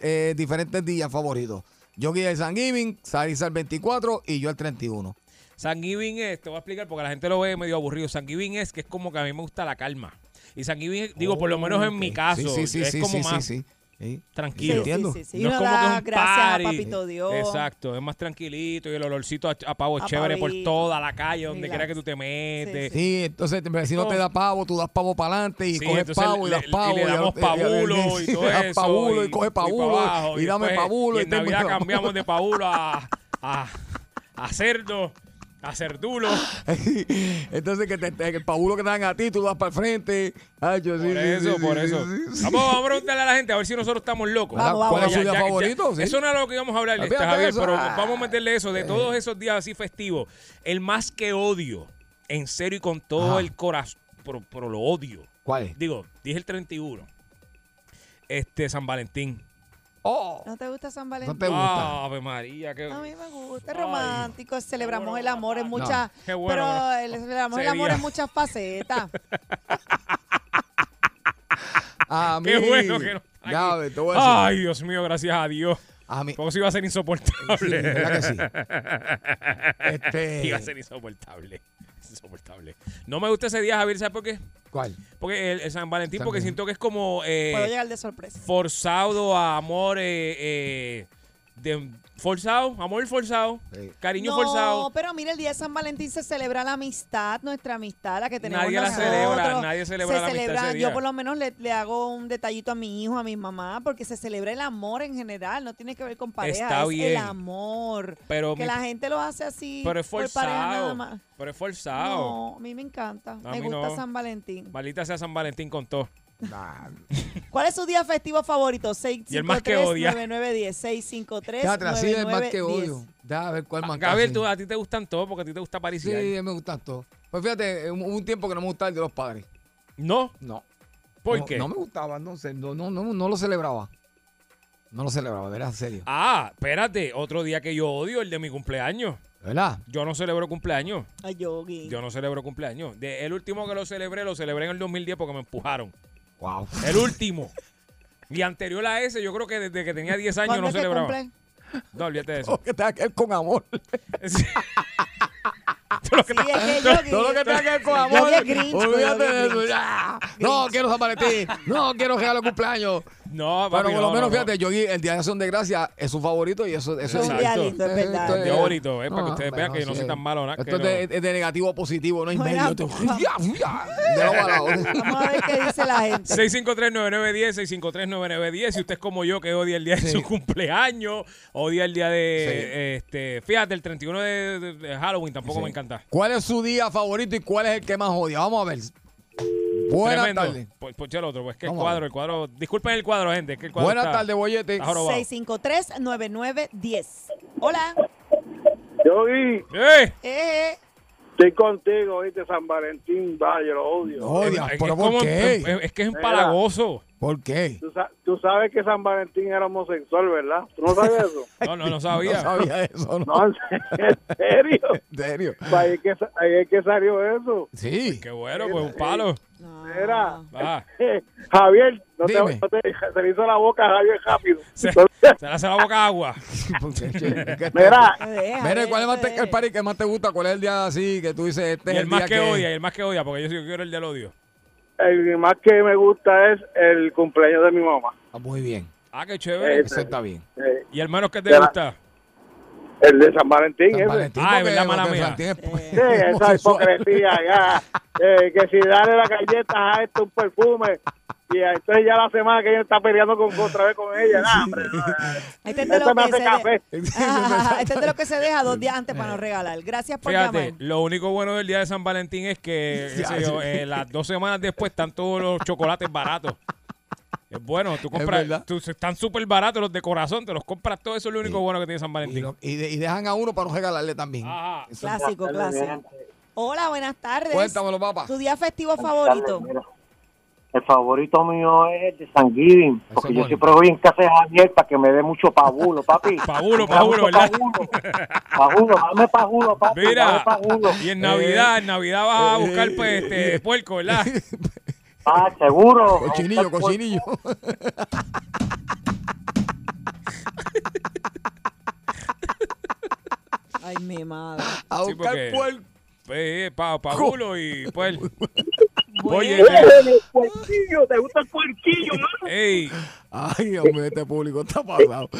Speaker 2: eh, diferentes días favoritos. Yo guía de San Giving, Sarisa el 24 y yo el 31.
Speaker 3: San Giving es, te voy a explicar porque la gente lo ve medio aburrido. San Giving es que es como que a mí me gusta la calma. Y San Giving, digo, por lo menos en mi
Speaker 2: Ok.
Speaker 3: caso,
Speaker 2: Sí, sí, sí,
Speaker 3: es
Speaker 2: sí,
Speaker 3: como
Speaker 2: sí,
Speaker 3: más
Speaker 2: sí, sí.
Speaker 3: tranquilo.
Speaker 2: Entiendo.
Speaker 10: Sí, sí, sí.
Speaker 3: No es
Speaker 10: Uno
Speaker 3: como
Speaker 10: da
Speaker 3: que es un
Speaker 10: gracias a
Speaker 3: party.
Speaker 10: papito Dios.
Speaker 3: Exacto, es más tranquilito y el olorcito a, a pavo
Speaker 10: A
Speaker 3: chévere
Speaker 10: pavito.
Speaker 3: por toda la calle, donde
Speaker 10: Relax.
Speaker 3: quiera que tú te metes.
Speaker 2: Sí, entonces te- si no te da pavo, tú das pavo para adelante y
Speaker 3: Sí,
Speaker 2: coges
Speaker 3: entonces
Speaker 2: pavo y
Speaker 3: le-
Speaker 2: das pavo.
Speaker 3: y le damos
Speaker 2: y- [LAUGHS] y-
Speaker 3: pavulo y todo
Speaker 2: das
Speaker 3: eso.
Speaker 2: pavulo y coges
Speaker 3: pa' abajo,
Speaker 2: pavulo y dame
Speaker 3: después-
Speaker 2: pavulo.
Speaker 3: Y en
Speaker 2: te-
Speaker 3: Navidad cambiamos de pavulo a, a, a cerdo, a cerdulo.
Speaker 2: [LAUGHS] Entonces que te- te- el pavulo que te dan a ti, tú das para el frente. Ay, yo, sí,
Speaker 3: Por
Speaker 2: sí,
Speaker 3: eso,
Speaker 2: sí,
Speaker 3: por
Speaker 2: sí,
Speaker 3: eso.
Speaker 2: sí, sí.
Speaker 3: Vamos, vamos a preguntarle a la gente a ver si nosotros estamos locos.
Speaker 2: Vamos, vamos. ¿Cuál es su
Speaker 3: Ya,
Speaker 2: día
Speaker 3: ya, ya.
Speaker 2: favorito? Sí.
Speaker 3: Eso no es lo que íbamos a hablar, este,
Speaker 2: Olvídate de
Speaker 3: Javier,
Speaker 2: eso.
Speaker 3: pero
Speaker 2: Ah.
Speaker 3: vamos a meterle eso. De todos esos días así festivos, el más que odio, en serio y con todo
Speaker 2: Ajá.
Speaker 3: el corazón, pero, pero lo odio.
Speaker 2: ¿Cuál es?
Speaker 3: Digo, dije el 31. Este, San Valentín. Oh.
Speaker 10: ¿No te gusta San Valentín?
Speaker 3: Ave María, qué...
Speaker 10: A mí me gusta, es romántico, celebramos el amor en
Speaker 3: No,
Speaker 10: muchas,
Speaker 3: qué bueno,
Speaker 10: pero
Speaker 3: ¿verdad?
Speaker 10: el- celebramos el
Speaker 3: Sería.
Speaker 10: amor en muchas
Speaker 3: [LAUGHS]
Speaker 10: facetas.
Speaker 2: A mí,
Speaker 3: Qué bueno que no está aquí.
Speaker 2: Ya, ves, te voy a decir.
Speaker 3: Ay, Dios mío, gracias a Dios.
Speaker 2: A mí.
Speaker 3: Porque eso iba a ser insoportable.
Speaker 2: Sí, ¿verdad
Speaker 3: [LAUGHS]
Speaker 2: que sí? Este-
Speaker 3: Iba a ser insoportable. Es Insoportable. No me gusta ese día, Javier, ¿sabes por qué?
Speaker 2: ¿Cuál?
Speaker 3: Porque el, el San Valentín,
Speaker 2: San
Speaker 3: porque
Speaker 2: Valentín.
Speaker 3: siento que es como eh,
Speaker 10: Puedo llegar de sorpresa.
Speaker 3: forzado a amor, eh, eh, de, forzado, amor forzado, cariño
Speaker 10: no,
Speaker 3: forzado.
Speaker 10: pero mira, el día de San Valentín se celebra la amistad, nuestra amistad, la que tenemos
Speaker 3: Nadie la
Speaker 10: nosotros.
Speaker 3: celebra, nadie celebra
Speaker 10: Se
Speaker 3: la amistad
Speaker 10: celebra-
Speaker 3: ese día.
Speaker 10: Yo por lo menos le, le hago un detallito a mi hijo, a mi mamá, porque se celebra el amor en general, no tiene que ver con pareja,
Speaker 3: Está
Speaker 10: es el
Speaker 3: bien.
Speaker 10: amor.
Speaker 3: Pero
Speaker 10: que
Speaker 3: mi-
Speaker 10: la gente lo hace así
Speaker 3: Pero es
Speaker 10: por pareja nada
Speaker 3: forzado.
Speaker 10: más.
Speaker 3: Pero es forzado.
Speaker 10: No, a mí me encanta,
Speaker 3: A mí
Speaker 10: me gusta
Speaker 3: no.
Speaker 10: San Valentín.
Speaker 3: Maldita sea San Valentín con todo.
Speaker 10: ¿Cuál es su día festivo favorito? 653-9910.
Speaker 3: Y el más que odia.
Speaker 10: 653
Speaker 2: Fíjate, así es el más
Speaker 10: [LAUGHS]
Speaker 2: que odio. Ya, a ver cuál más
Speaker 3: Ah, Gabriel, tú, a ti te gustan todos porque a ti te gusta París.
Speaker 2: Sí, me gustan todos. Pues fíjate, hubo un tiempo que no me gustaba el de los padres.
Speaker 3: ¿No?
Speaker 2: No.
Speaker 3: ¿Por
Speaker 2: No-
Speaker 3: qué?
Speaker 2: No me gustaba, no sé, no, no, no, no lo celebraba. No lo celebraba, de verdad, en serio.
Speaker 3: Ah, espérate, otro día que yo odio, el de mi cumpleaños.
Speaker 2: ¿Verdad?
Speaker 3: Yo no celebro cumpleaños.
Speaker 10: Ay, Yogi.
Speaker 3: Yo no celebro cumpleaños. De- el último que lo celebré, lo celebré en el 2010 porque me empujaron.
Speaker 2: Wow.
Speaker 3: El último. Y anterior a ese, yo creo que desde que tenía 10 años
Speaker 10: ¿Cuándo
Speaker 3: no
Speaker 10: es que
Speaker 3: celebraba.
Speaker 10: cumple?
Speaker 3: No, olvídate de eso.
Speaker 2: Todo lo que tenga que ver con amor. [LAUGHS]
Speaker 3: Todo lo que
Speaker 10: Sí, es que Yogi-
Speaker 2: Todo lo que tenga que ver con
Speaker 10: Yogi
Speaker 2: amor.
Speaker 10: es Grinch, pero
Speaker 2: Olvídate de
Speaker 10: Yogi es
Speaker 2: eso.
Speaker 10: Grinch.
Speaker 2: ya. No quiero
Speaker 3: [LAUGHS]
Speaker 2: San Valentín. [LAUGHS] No quiero regalo de cumpleaños.
Speaker 3: No,
Speaker 2: Pero
Speaker 3: papi,
Speaker 2: por
Speaker 3: no,
Speaker 2: lo menos,
Speaker 3: no, no.
Speaker 2: fíjate, yo el Día de Acción de Gracia es su favorito y eso, eso
Speaker 3: Es un día
Speaker 10: lindo, es
Speaker 2: Eh,
Speaker 10: verdad.
Speaker 2: esto es-
Speaker 3: De bonito, eh, para
Speaker 2: No,
Speaker 3: que ustedes
Speaker 2: hombre,
Speaker 3: vean que yo no soy
Speaker 2: sí.
Speaker 3: tan malo. nada,
Speaker 2: Esto es
Speaker 3: que
Speaker 2: de,
Speaker 3: no.
Speaker 2: es de negativo a positivo, no hay
Speaker 10: Bueno,
Speaker 2: medio. Tú-
Speaker 10: vamos.
Speaker 2: Ya, ya. [LAUGHS] De lado
Speaker 3: [LAUGHS]
Speaker 2: a lado.
Speaker 10: Vamos a ver qué dice la gente.
Speaker 3: 653-9910, 653-9910. Si usted es como yo, que odia el día de su cumpleaños, odia el día de. este Fíjate, el 31 de, de- de Halloween tampoco me encanta.
Speaker 2: ¿Cuál es su día favorito y cuál es el que más odia? Vamos a ver. Buenas
Speaker 3: Tremendo.
Speaker 2: tardes.
Speaker 3: Pues, pues, el otro, pues que el
Speaker 2: Vamos a
Speaker 3: cuadro, el cuadro. Disculpen el cuadro, gente. es Que el cuadro
Speaker 2: Buenas
Speaker 3: está-
Speaker 2: tardes, Bollete.
Speaker 3: está jorobado.
Speaker 10: 653-9910. Hola.
Speaker 8: Yo vi,
Speaker 3: ¡Eh!
Speaker 10: Eh,
Speaker 8: estoy contigo, viste, San Valentín, vaya, lo odio.
Speaker 2: Odia,
Speaker 3: Es-
Speaker 2: pero
Speaker 3: es
Speaker 2: ¿por
Speaker 3: como-
Speaker 2: qué?
Speaker 3: Es, es que es empalagoso.
Speaker 2: ¿Por qué?
Speaker 8: Tú, sa- tú sabes que San Valentín era homosexual, ¿verdad? ¿Tú no sabes eso?
Speaker 3: [LAUGHS] No, no, no sabía.
Speaker 2: No sabía eso, ¿no?
Speaker 8: No, en serio.
Speaker 2: [LAUGHS] ¿En serio?
Speaker 8: Ahí es que, sa- ahí es que salió eso.
Speaker 2: Sí.
Speaker 3: Qué bueno, pues un palo.
Speaker 8: Era,
Speaker 3: Va.
Speaker 8: [LAUGHS] Javier, no te,
Speaker 2: Dime.
Speaker 8: no te- se le hizo la boca a Javier rápido.
Speaker 3: Se, se le hace la boca
Speaker 2: [LAUGHS]
Speaker 3: agua.
Speaker 2: Porque, che, es que-
Speaker 8: Mira,
Speaker 10: eh, deja,
Speaker 2: Mira, ¿cuál es más
Speaker 10: deja,
Speaker 2: te- el party que más te gusta? ¿Cuál es el día así que tú dices este
Speaker 3: Y
Speaker 2: es
Speaker 3: el más
Speaker 2: día
Speaker 3: que, odia, y el más que odia, porque yo sí que quiero el del odio.
Speaker 8: el más que me gusta es el cumpleaños de mi mamá.
Speaker 2: Ah, muy bien.
Speaker 3: Ah, qué chévere.
Speaker 2: Eso está bien.
Speaker 8: Eh,
Speaker 3: Y el menos que te
Speaker 8: Ya.
Speaker 3: gusta.
Speaker 8: el de San Valentín,
Speaker 2: San
Speaker 8: ese.
Speaker 2: Valentín,
Speaker 3: Ah, es
Speaker 2: porque-
Speaker 3: verdad, mala
Speaker 2: porque
Speaker 3: mía.
Speaker 2: San Valentín [LAUGHS] es-
Speaker 8: Sí, esa hipocresía
Speaker 2: [LAUGHS]
Speaker 8: ya. Eh, que si dale las galletas a esto un perfume y entonces ya la semana que ella está peleando con otra vez con ella. nah, hombre, no, eh,
Speaker 10: Este es de
Speaker 8: esto
Speaker 10: lo
Speaker 2: [LAUGHS]
Speaker 8: me
Speaker 10: que se
Speaker 8: hace
Speaker 10: de-
Speaker 8: café.
Speaker 10: Ah, este es de lo que se deja dos días antes para no regalar. Gracias por
Speaker 3: Fíjate,
Speaker 10: llamar.
Speaker 3: lo único bueno del día de San Valentín es
Speaker 2: [LAUGHS]
Speaker 3: que qué sé yo, eh, las dos semanas después están todos los chocolates baratos. Es bueno, tú
Speaker 2: verdad.
Speaker 3: compras, tú- están súper baratos los de corazón, te los compras todo, eso es lo único bueno que tiene San
Speaker 2: Y,
Speaker 3: Valentín.
Speaker 2: lo- y de- y dejan a uno para no regalarle también.
Speaker 3: Ajá.
Speaker 2: Eso-
Speaker 10: Clásico, clásico. Hola, buenas tardes.
Speaker 2: Cuéntamelo, papá.
Speaker 10: ¿Tu día festivo favorito?
Speaker 11: Mira, El favorito mío es el de San Giving, porque
Speaker 2: es
Speaker 11: yo
Speaker 2: bueno.
Speaker 11: siempre voy en casa de Javier para que me dé mucho pavulo,
Speaker 3: [LAUGHS]
Speaker 11: papi.
Speaker 3: Pavulo,
Speaker 11: Me da
Speaker 3: pavulo,
Speaker 11: mucho
Speaker 3: ¿verdad?
Speaker 11: Pavulo,
Speaker 2: [LAUGHS]
Speaker 11: pavulo, dame pavulo, papi.
Speaker 3: Mira,
Speaker 11: dame pavulo.
Speaker 3: y en
Speaker 10: Eh,
Speaker 3: Navidad, en Navidad vas
Speaker 2: Eh,
Speaker 3: a buscar pues, este, puerco, [LAUGHS] ¿verdad?
Speaker 11: Ah, seguro.
Speaker 2: Cochinillo, cochinillo.
Speaker 10: Ay, mi madre.
Speaker 2: A
Speaker 3: Sí,
Speaker 2: buscar
Speaker 3: porque-
Speaker 2: puer-
Speaker 3: Eh, eh, pa, pa culo y
Speaker 2: [LAUGHS]
Speaker 3: pues.
Speaker 2: [LAUGHS] Oye,
Speaker 3: Oye,
Speaker 2: eh. el
Speaker 1: puerquillo, te gusta el puerquillo,
Speaker 3: Ey.
Speaker 2: Ay, Dios mío, este público está pasado.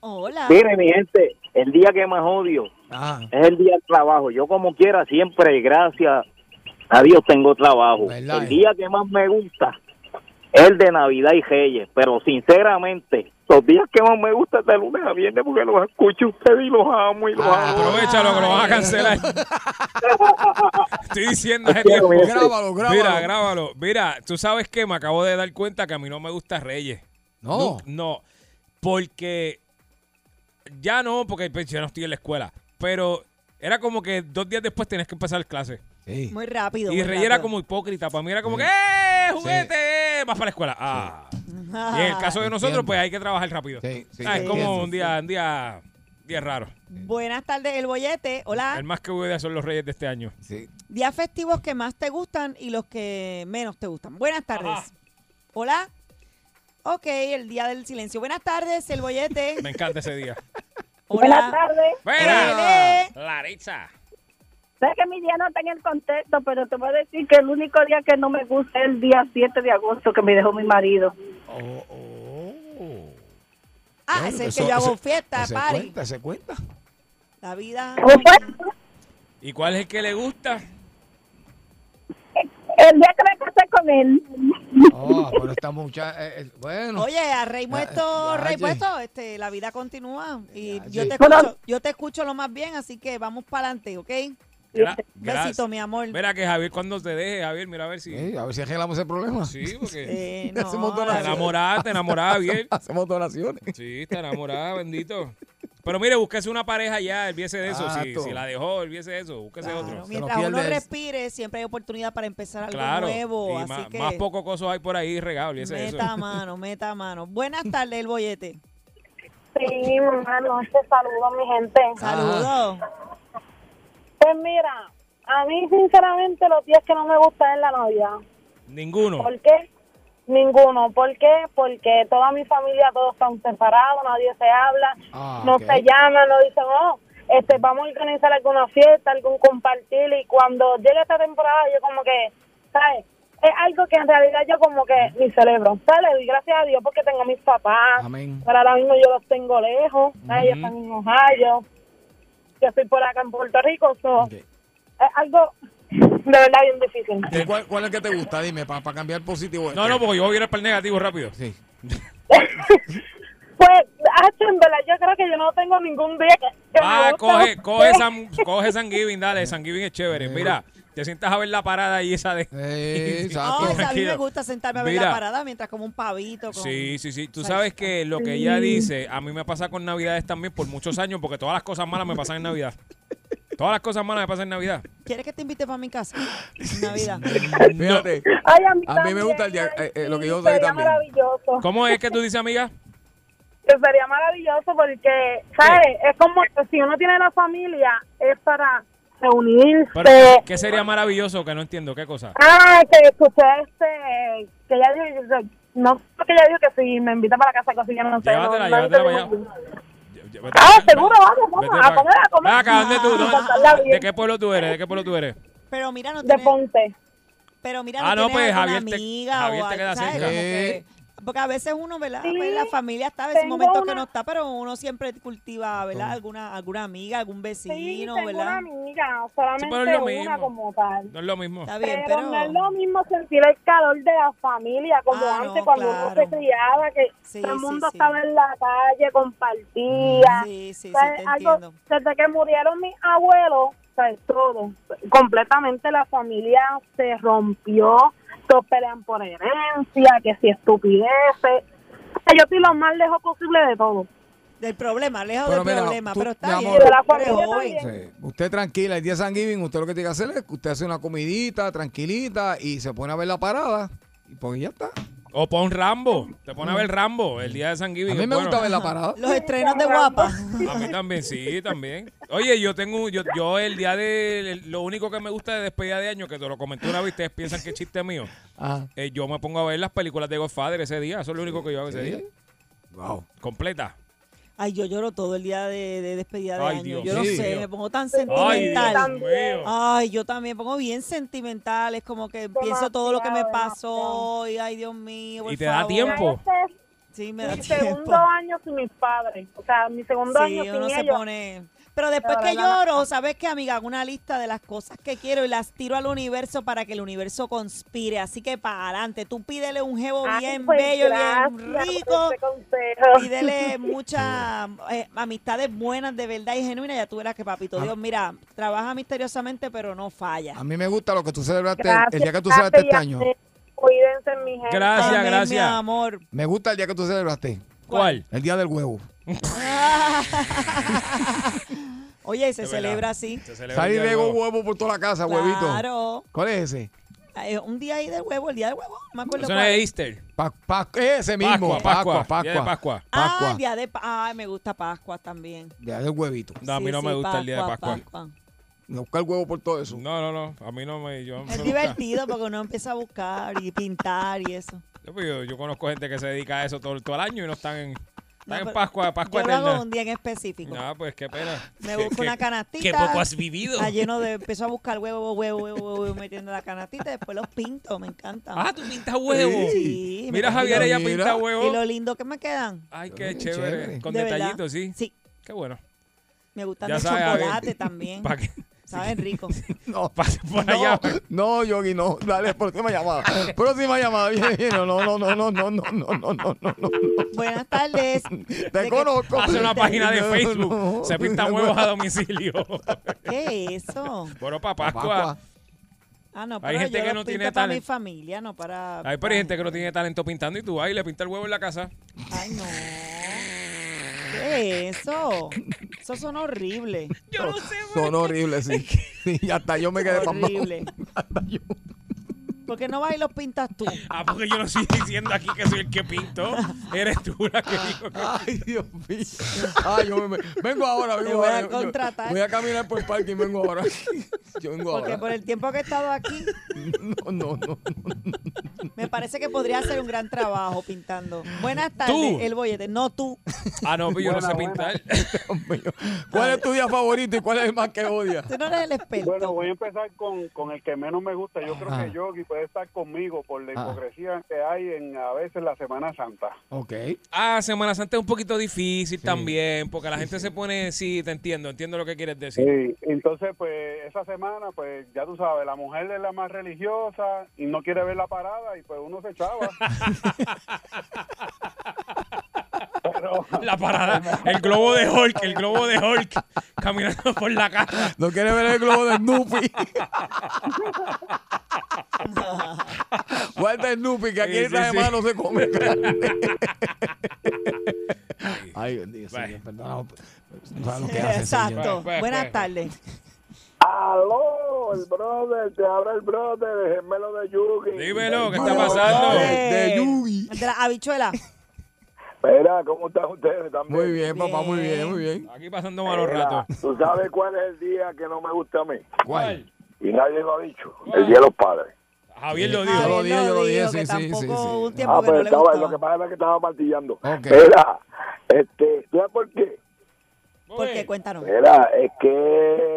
Speaker 10: Hola.
Speaker 7: Mire, mi gente, el día que más odio
Speaker 2: Ah.
Speaker 7: es el día del trabajo. Yo como quiera siempre, gracias a Dios tengo trabajo.
Speaker 2: ¿Verdad?
Speaker 7: El día que más me gusta es el de Navidad y Reyes, pero sinceramente, los días que más me gusta es de lunes a viernes porque los escucho a ustedes y los amo y los
Speaker 2: Ah,
Speaker 7: amo.
Speaker 3: Aprovechalo que lo van a cancelar. Estoy diciendo a gente.
Speaker 7: Quiero, mira.
Speaker 2: Grábalo, grábalo.
Speaker 3: Mira, grábalo. Mira, tú sabes que me acabo de dar cuenta que a mí no me gusta Reyes.
Speaker 2: No.
Speaker 3: No, no, porque ya no, porque pues, yo no estoy en la escuela. Pero era como que dos días después tenías que empezar clase.
Speaker 10: Muy rápido.
Speaker 3: Y
Speaker 10: muy
Speaker 3: Reyes era
Speaker 10: rápido.
Speaker 3: como hipócrita. Para mí era como que, ¡eh, juguete! eh! Vas para la escuela. Ah. Y en el caso de nosotros,
Speaker 2: Entiendo.
Speaker 3: pues hay que trabajar rápido.
Speaker 2: sí,
Speaker 3: Ah, es
Speaker 2: sí,
Speaker 3: como
Speaker 2: entiendo,
Speaker 3: un día, un día, día raro.
Speaker 10: [LAUGHS] Buenas tardes, el bollete. Hola.
Speaker 3: El más que voy a son los reyes de este año.
Speaker 2: Sí.
Speaker 10: Días festivos que más te gustan y los que menos te gustan. Buenas tardes. Hola. Ok, el día del silencio. Buenas tardes, el bollete.
Speaker 3: Me encanta ese
Speaker 10: [LAUGHS]
Speaker 3: día.
Speaker 10: Buenas
Speaker 6: tardes.
Speaker 10: Eh.
Speaker 3: ¡Fuera! Laritza.
Speaker 6: Sé que mi día no está en el contexto, pero te voy a decir que el único día que no me gusta es el día 7 de agosto que me dejó mi marido.
Speaker 10: Ah, es el que yo hago fiesta,
Speaker 2: ¿Se
Speaker 10: party.
Speaker 2: cuenta? ¿Se cuenta?
Speaker 10: La
Speaker 13: Ah.
Speaker 10: vida.
Speaker 3: ¿Y cuál es el que le gusta?
Speaker 6: El día que me casé con él.
Speaker 2: Oh, pero esta muchacha. eh, eh, bueno.
Speaker 10: Oye, a Rey
Speaker 2: ya,
Speaker 10: muerto, Rey
Speaker 2: oye.
Speaker 10: muerto, este, la vida continúa y yo
Speaker 2: sí.
Speaker 10: te
Speaker 2: Bueno.
Speaker 10: escucho, yo te escucho lo más bien, así que vamos para adelante, ¿ok?
Speaker 3: Gra-
Speaker 10: Besito,
Speaker 3: gracias.
Speaker 10: mi amor.
Speaker 3: Mira que Javier, cuando te deje, Javier, mira a ver si.
Speaker 2: Sí, a ver si arreglamos ese problema.
Speaker 3: Sí, porque.
Speaker 10: [LAUGHS] Eh, no,
Speaker 2: [LAUGHS] Hacemos
Speaker 3: Te
Speaker 2: donaciones.
Speaker 3: enamorada, te enamorada, bien.
Speaker 2: [LAUGHS] Hacemos donaciones.
Speaker 3: Sí, está enamorada, bendito. Pero mire, búsquese una pareja ya, olvídese de eso. Si,
Speaker 2: Exacto.
Speaker 3: si la dejó, olvídese de eso, búsquese otro.
Speaker 10: Mientras uno respire, siempre hay oportunidad para empezar algo
Speaker 3: claro.
Speaker 10: nuevo,
Speaker 3: y
Speaker 10: así
Speaker 3: más,
Speaker 10: que
Speaker 3: más poco coso hay por ahí regado, olvídese de eso.
Speaker 10: meta mano, meta mano. Buenas tardes, el bollete.
Speaker 6: [LAUGHS] Sí, mamá, no te saludo, mi gente.
Speaker 10: Saludos.
Speaker 6: Pues mira, a mí sinceramente los días que no me gustan es la Navidad.
Speaker 3: Ninguno.
Speaker 6: ¿Por qué? Ninguno. ¿Por qué? Porque toda mi familia, todos están separados, nadie se habla,
Speaker 14: Ah,
Speaker 6: no
Speaker 14: ok.
Speaker 6: se llama, no dicen, oh, este, vamos a organizar alguna fiesta, algún compartir. Y cuando llega esta temporada, yo como que, ¿sabes? Es algo que en realidad yo como que ni celebro. ¿Sabes? Le doy gracias a Dios porque tengo a mis papás.
Speaker 2: Amén.
Speaker 6: Pero ahora mismo yo los tengo lejos. ¿sabes? Ellos
Speaker 2: Ujú.
Speaker 6: están en Ohio. Yo estoy por acá en Puerto Rico. so, Es algo de verdad bien difícil.
Speaker 2: ¿Y cuál, cuál es el que te gusta? Dime, para cambiar positivo. este.
Speaker 3: No, no, porque yo voy a ir para el negativo rápido.
Speaker 2: Sí.
Speaker 6: Pues, hacho, en verdad, yo creo que yo no tengo ningún día que, que
Speaker 3: Ah,
Speaker 6: me gusta.
Speaker 3: coge, coge, San, coge San Giving, dale, San Giving es
Speaker 2: Eh,
Speaker 3: chévere. Mira, te sientas a ver la parada y esa de. [LAUGHS]
Speaker 10: Ay, Ah, pues,
Speaker 6: Oh,
Speaker 10: a mí me
Speaker 3: Tranquilo.
Speaker 10: gusta sentarme a ver la
Speaker 3: Mira.
Speaker 10: parada mientras como un pavito. Con...
Speaker 3: Sí, sí, sí. Tú sabes que lo que ella dice, a mí me pasa con Navidades también por muchos años, porque todas las cosas malas me pasan en Navidad. Todas las cosas malas me pasan en Navidad.
Speaker 10: ¿Quieres que te invite para mi
Speaker 3: [GASPS]
Speaker 10: casa? Navidad.
Speaker 2: Fíjate.
Speaker 6: Ay, a mí,
Speaker 2: A mí me
Speaker 6: también,
Speaker 2: gusta el día- eh, eh, lo que yo soy
Speaker 6: sería
Speaker 2: también.
Speaker 6: maravilloso.
Speaker 3: ¿Cómo es que tú dices, amiga?
Speaker 6: Que sería maravilloso porque, ¿sabes? Es como que si uno tiene la familia, es para reunirse.
Speaker 3: Pero, ¿qué- ¿Qué sería maravilloso? Que no entiendo, ¿qué cosa?
Speaker 6: Este, Ah, que escuché este, que ella dijo, no sé que ella dijo que si me invita para la casa de cocina, no sé. no-
Speaker 3: Llévatela,
Speaker 6: no
Speaker 3: llévatela
Speaker 6: entendí
Speaker 3: para allá.
Speaker 6: muy bien. Ah, seguro, vamos,
Speaker 3: Vete
Speaker 6: vamos,
Speaker 3: para
Speaker 6: a comer,
Speaker 3: acá.
Speaker 6: a comer.
Speaker 3: Ven acá, ¿dónde tú?
Speaker 6: Ah,
Speaker 3: ¿Dónde-
Speaker 6: pasarla bien.
Speaker 3: ¿De qué pueblo tú eres? ¿De qué pueblo tú eres?
Speaker 10: Pero mira, no
Speaker 6: De
Speaker 10: tiene...
Speaker 6: Ponce.
Speaker 10: Pero mira,
Speaker 3: Ah,
Speaker 10: no,
Speaker 3: no,
Speaker 10: tienes
Speaker 3: pues,
Speaker 10: alguna
Speaker 3: Javier te-
Speaker 10: amiga
Speaker 3: Javier
Speaker 10: o
Speaker 3: te queda
Speaker 10: algo, ¿sabes?
Speaker 3: cerca.
Speaker 10: Como que- porque a veces uno, ¿verdad? Pues la familia está, a veces
Speaker 6: tengo
Speaker 10: momentos que
Speaker 6: una-
Speaker 10: no está, pero uno siempre cultiva, ¿verdad? Alguna alguna amiga, algún
Speaker 6: Sí,
Speaker 10: vecino,
Speaker 6: tengo una
Speaker 10: ¿verdad?
Speaker 6: amiga, solamente
Speaker 10: pero es lo
Speaker 6: una
Speaker 10: mismo.
Speaker 6: como tal.
Speaker 3: No es lo mismo.
Speaker 10: Está bien,
Speaker 6: pero,
Speaker 10: pero-
Speaker 6: no es lo mismo sentir el calor de la familia como
Speaker 10: Ah,
Speaker 6: antes
Speaker 10: no,
Speaker 6: cuando uno
Speaker 10: claro.
Speaker 6: se criaba, que
Speaker 10: Sí,
Speaker 6: todo el
Speaker 10: sí,
Speaker 6: mundo
Speaker 10: sí. Mm,
Speaker 6: estaba en la calle, compartía.
Speaker 10: Sí, sí, sí,
Speaker 6: ¿Sabes?
Speaker 10: te
Speaker 6: Algo-
Speaker 10: entiendo.
Speaker 6: desde que murieron mis abuelos, ¿sabes? todo, completamente la familia se rompió, todos pelean por herencia, que si estupideces. Yo estoy lo más lejos posible de todo.
Speaker 10: Del problema, lejos
Speaker 2: Pero
Speaker 10: del
Speaker 2: mira,
Speaker 10: problema,
Speaker 2: tú,
Speaker 10: pero
Speaker 2: mi
Speaker 10: está bien.
Speaker 2: amor,
Speaker 10: pero
Speaker 6: la familia
Speaker 10: joven.
Speaker 2: Sí. Usted tranquila, el día de San Giving, usted lo que tiene que hacer es que usted hace una comidita tranquilita y se pone a ver la parada. Y pues ya está.
Speaker 3: O pon Rambo. Te pone a ver Rambo el día de San Giving.
Speaker 2: A mí me gusta ver la parada.
Speaker 10: Los estrenos de guapa.
Speaker 3: A mí también, sí, también. Oye, yo tengo, yo, yo el día de, el- lo único que me gusta de despedida de año, que te lo comenté una vez, ustedes piensan que es chiste mío,
Speaker 2: Ajá.
Speaker 3: eh, yo me pongo a ver las películas de Godfather ese día, eso es lo único que yo hago ese día.
Speaker 2: Wow.
Speaker 3: Completa.
Speaker 10: Ay, yo lloro todo el día de, de despedida de
Speaker 3: Ay,
Speaker 10: año.
Speaker 3: Dios
Speaker 10: yo no
Speaker 3: mío.
Speaker 10: sé, me pongo tan
Speaker 3: Ay, Dios
Speaker 10: sentimental.
Speaker 3: mío.
Speaker 10: Ay, yo también me pongo bien sentimental. Es como que pienso todo lo que me pasó. Y, ay, Dios mío. por
Speaker 3: Y te da
Speaker 10: favor.
Speaker 3: tiempo.
Speaker 10: Sí, me da
Speaker 6: Mi
Speaker 10: tiempo.
Speaker 6: segundo año sin mis padres. O sea, mi segundo
Speaker 10: Sí,
Speaker 6: año sin
Speaker 10: uno se
Speaker 6: ellos.
Speaker 10: pone- Pero después
Speaker 6: La
Speaker 10: que
Speaker 6: verdad,
Speaker 10: lloro, ¿sabes qué, amiga? Hago una lista de las cosas que quiero y las tiro al universo para que el universo conspire. Así que para adelante. Tú pídele un jevo
Speaker 6: Ay,
Speaker 10: bien
Speaker 6: pues,
Speaker 10: bello, bien
Speaker 6: gracias por
Speaker 10: rico.
Speaker 6: ese consejo.
Speaker 10: Pídele muchas eh, amistades buenas, de verdad y genuinas. Ya tú verás que, papito
Speaker 2: A-
Speaker 10: Dios, mira, trabaja misteriosamente, pero no falla.
Speaker 2: A mí me gusta lo que tú celebraste, el
Speaker 10: Gracias,
Speaker 2: día que tú
Speaker 10: gracias, eh.
Speaker 2: celebraste este año.
Speaker 10: Yandel.
Speaker 6: Cuídense, mi gente.
Speaker 2: Gracias,
Speaker 10: Amén, mi
Speaker 2: gracias.
Speaker 10: amor. [LAUGHS]
Speaker 2: Me gusta el día que tú celebraste.
Speaker 3: ¿Cuál?
Speaker 2: El día del huevo.
Speaker 10: Oye, y se
Speaker 2: De verdad.
Speaker 10: celebra así. Se
Speaker 2: Salí de huevo. huevo por toda la casa, huevito.
Speaker 10: Claro.
Speaker 2: ¿Cuál es ese?
Speaker 10: Eh, Un día ahí del huevo, el día del huevo. No me acuerdo
Speaker 2: Eso no
Speaker 10: cuál.
Speaker 2: es
Speaker 3: Easter.
Speaker 2: ese mismo.
Speaker 3: Pascua, Pascua,
Speaker 2: Pascua.
Speaker 3: día de Pascua.
Speaker 10: Ah, día de pa- Ay, me gusta Pascua también.
Speaker 2: Día del huevito.
Speaker 3: No, a mí
Speaker 10: Sí,
Speaker 3: no me
Speaker 10: sí,
Speaker 3: gusta el día de Pascua.
Speaker 2: No buscar huevo por todo eso.
Speaker 3: No, no, no. A mí no me. Yo,
Speaker 10: Es divertido porque uno empieza a buscar y pintar y eso.
Speaker 3: Yo, pues, yo- yo conozco gente que se dedica a eso todo, todo el año y no están en, están
Speaker 10: No,
Speaker 3: en
Speaker 10: pero
Speaker 3: Pascua, Pascua
Speaker 10: Yo lo hago
Speaker 3: eterna.
Speaker 10: un día en específico.
Speaker 3: No, pues qué pena.
Speaker 10: [LAUGHS] Me
Speaker 3: Qué-
Speaker 10: busco
Speaker 3: qué-
Speaker 10: una canastita.
Speaker 3: Qué poco has vivido.
Speaker 10: Ah, lleno de, empiezo a buscar huevo, huevo, huevo, huevo, huevo, metiendo la canastita. Después los pinto, me encanta.
Speaker 3: Ah, tú pintas huevo.
Speaker 10: Sí. me
Speaker 3: Mira,
Speaker 10: encanta.
Speaker 3: Javier, ella Mira. pinta huevo.
Speaker 10: Y lo lindo que me quedan.
Speaker 3: Ay, qué chévere. Con
Speaker 10: De verdad,
Speaker 3: detallitos, sí.
Speaker 10: Sí.
Speaker 3: Qué bueno.
Speaker 10: Me gustan
Speaker 3: Ya
Speaker 10: de
Speaker 3: sabes, Javier. [LAUGHS]
Speaker 10: chocolate también.
Speaker 3: Pa' que- [LAUGHS]
Speaker 10: Saben rico.
Speaker 2: [LAUGHS] No,
Speaker 3: pase por
Speaker 2: allá. No, Yogi, no. Dale,
Speaker 3: [LAUGHS]
Speaker 2: próxima llamada. próxima llamada. Viene, viene. No, no, no, no, no, no, no, no, no, no, no, no.
Speaker 10: Buenas tardes.
Speaker 2: [LAUGHS] Te conozco.
Speaker 3: Hace una página
Speaker 10: [LAUGHS]
Speaker 3: de
Speaker 2: No,
Speaker 3: Facebook.
Speaker 2: no.
Speaker 3: Se pintan huevos a domicilio.
Speaker 10: ¿Qué es eso?
Speaker 3: [LAUGHS] bueno, para Pascua.
Speaker 2: Pascua.
Speaker 10: Ah, no, pero
Speaker 3: Hay gente
Speaker 10: yo
Speaker 3: que
Speaker 10: los
Speaker 3: no
Speaker 10: pinto
Speaker 3: tiene
Speaker 10: para mi
Speaker 3: talento.
Speaker 10: familia, no para...
Speaker 3: Ay, pero hay gente que no tiene talento pintando y tú vas y le pintas el huevo en la casa.
Speaker 10: Ay, no. ¿Qué es eso? Eso
Speaker 3: [LAUGHS]
Speaker 10: son horrible. Yo no sé.
Speaker 2: Son horribles, sí. Sí, Y hasta yo me quedé pasmado.
Speaker 10: Horrible. ¿Por qué no vas y los pintas tú?
Speaker 3: Ah, porque yo no estoy diciendo aquí que soy el que pinto. Eres tú la que dijo que.
Speaker 2: Ay, Dios mío. Ay, yo me- vengo ahora.
Speaker 10: Te
Speaker 2: Vengo
Speaker 10: voy a
Speaker 2: ahora. Yo- yo-
Speaker 10: contratar.
Speaker 2: Voy a caminar por el parque y vengo
Speaker 10: [LAUGHS]
Speaker 2: ahora. Yo vengo
Speaker 10: Porque
Speaker 2: ahora.
Speaker 10: por el tiempo que he estado aquí,
Speaker 2: No, no, no.
Speaker 10: me parece que podría hacer un gran trabajo pintando. Buenas tardes,
Speaker 2: Tú.
Speaker 10: el bollete. No tú.
Speaker 3: Ah, no, pero yo no
Speaker 2: Buena,
Speaker 3: sé
Speaker 2: buena.
Speaker 3: pintar. [LAUGHS]
Speaker 2: ¿Cuál es tu día favorito y cuál es el más que odias?
Speaker 10: Tú no eres el experto.
Speaker 15: Bueno, voy a empezar con, con el que menos me gusta. Yo creo
Speaker 2: Ajá.
Speaker 15: que Yogi puede estar conmigo por la
Speaker 2: Ah.
Speaker 15: hipocresía que hay en a veces la Semana Santa.
Speaker 2: Ok.
Speaker 3: Ah, Semana Santa es un poquito difícil también, porque la gente se pone, sí, te entiendo, entiendo lo que quieres decir.
Speaker 15: Sí, entonces pues esa semana pues ya tú sabes, la mujer es la más religiosa y no quiere ver la parada y pues uno se
Speaker 3: [LAUGHS]
Speaker 15: echaba.
Speaker 3: La parada, el globo de Hulk, el globo de Hulk, caminando por la casa.
Speaker 2: No quiere ver el globo de
Speaker 10: [LAUGHS]
Speaker 2: Snoopy. Guarda Snoopy, que aquí
Speaker 3: Sí,
Speaker 2: en
Speaker 3: sí, sí.
Speaker 2: esta semana no se come
Speaker 3: [LAUGHS]
Speaker 2: Ay, Dios mío, señor, perdona. No sabes lo que hace, señor.
Speaker 10: Exacto.
Speaker 3: pues,
Speaker 10: Buenas tardes.
Speaker 15: Aló, el brother, te habla el brother, el gemelo de Yugi.
Speaker 3: Dímelo, ¿qué está
Speaker 15: Yugi.
Speaker 3: pasando?
Speaker 10: De De la habichuela.
Speaker 15: Mira, ¿cómo están ustedes? ¿Están
Speaker 2: Muy bien, papá, muy bien, muy bien.
Speaker 3: Aquí pasando malos
Speaker 15: Mira,
Speaker 3: ratos.
Speaker 15: ¿Tú sabes cuál es el día que no me gusta a mí?
Speaker 2: ¿Cuál?
Speaker 15: Y nadie lo ha dicho. El día de los padres.
Speaker 3: Javier lo
Speaker 2: Yo
Speaker 3: dijo.
Speaker 2: lo dije, yo lo dije,
Speaker 10: dijo,
Speaker 2: sí,
Speaker 10: que
Speaker 2: sí, sí,
Speaker 10: tampoco
Speaker 15: Ah,
Speaker 2: sí.
Speaker 10: un tiempo que no
Speaker 15: pero pues
Speaker 10: le
Speaker 15: estaba-
Speaker 10: gustaba.
Speaker 15: lo que pasa es que estaba martillando.
Speaker 2: Ok.
Speaker 15: Mira, este, ¿tú sabes por qué?
Speaker 10: ¿Por qué? Cuéntanos.
Speaker 15: Mira, es que,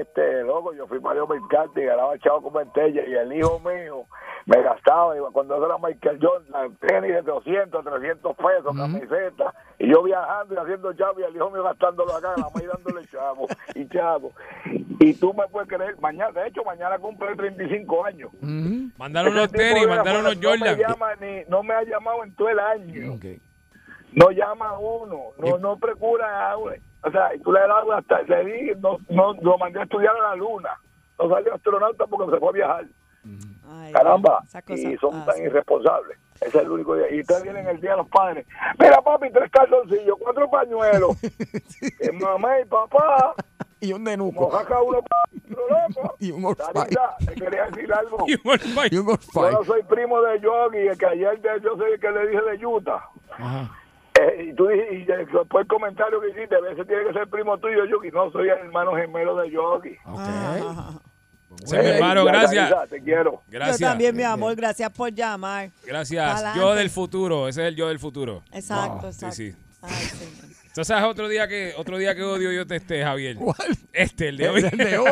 Speaker 15: este, loco, yo fui Mario Mercante y ganaba chavo con Ventella y el hijo mío me gastaba, iba, cuando eso era Michael Jordan, tenis de 200, 300 pesos, camiseta, y yo viajando y haciendo chavo y el hijo mío gastándolo acá, la mamá y dándole chavo y chavo. Y tú me puedes creer, mañana, de hecho, mañana cumple 35 años.
Speaker 3: Mandaron unos
Speaker 15: Ese tipo
Speaker 3: tenis,
Speaker 15: de
Speaker 3: mandaron unos
Speaker 15: afuera
Speaker 3: Jordan.
Speaker 15: No me, llama ni- no me ha llamado en todo el año.
Speaker 2: Ok.
Speaker 15: No llama a uno, no, no procura agua. O sea, y tú le das agua hasta le di, no, no, lo mandé a estudiar a la luna. No salió astronauta porque se fue a viajar.
Speaker 10: Ay,
Speaker 15: Caramba,
Speaker 10: esas cosas
Speaker 15: y son tan
Speaker 10: pasan.
Speaker 15: irresponsables. Ese es el único día. Y ustedes vienen el día de los padres. Mira, papi, tres calzoncillos, cuatro
Speaker 2: [LAUGHS]
Speaker 15: pañuelos. Eh, Mamá y papá,
Speaker 2: Y un denuco.
Speaker 15: moja cada uno por otro, loco.
Speaker 2: Y un orfai.
Speaker 15: Sarita, te quería decir algo.
Speaker 3: Y un Old Spice.
Speaker 2: Y un
Speaker 15: Yo
Speaker 2: orfai.
Speaker 15: no soy primo de Yogi, el que ayer de- yo soy el que le dije de Utah.
Speaker 2: Ajá.
Speaker 15: Eh, y tú dijiste, y después el comentario que hiciste, a veces tiene que ser primo tuyo, Yogi. No, soy el hermano gemelo de Yogi.
Speaker 2: Ok.
Speaker 3: Se me
Speaker 15: Eh,
Speaker 3: paró,
Speaker 15: ya,
Speaker 3: gracias.
Speaker 15: Sarita, Te quiero.
Speaker 10: Yo
Speaker 3: Gracias.
Speaker 10: también, mi amor, gracias por llamar.
Speaker 3: Gracias.
Speaker 10: Pa'lante.
Speaker 3: Yo del futuro, ese es el yo del futuro.
Speaker 10: Exacto,
Speaker 3: Sí,
Speaker 10: exacto.
Speaker 3: sí.
Speaker 10: Ay, señor.
Speaker 3: ¿Tú sabes otro día que otro día que odio yo este Javier?
Speaker 2: ¿Cuál?
Speaker 1: [LAUGHS]
Speaker 3: Este, el de
Speaker 2: El
Speaker 3: hoy.
Speaker 2: de hoy.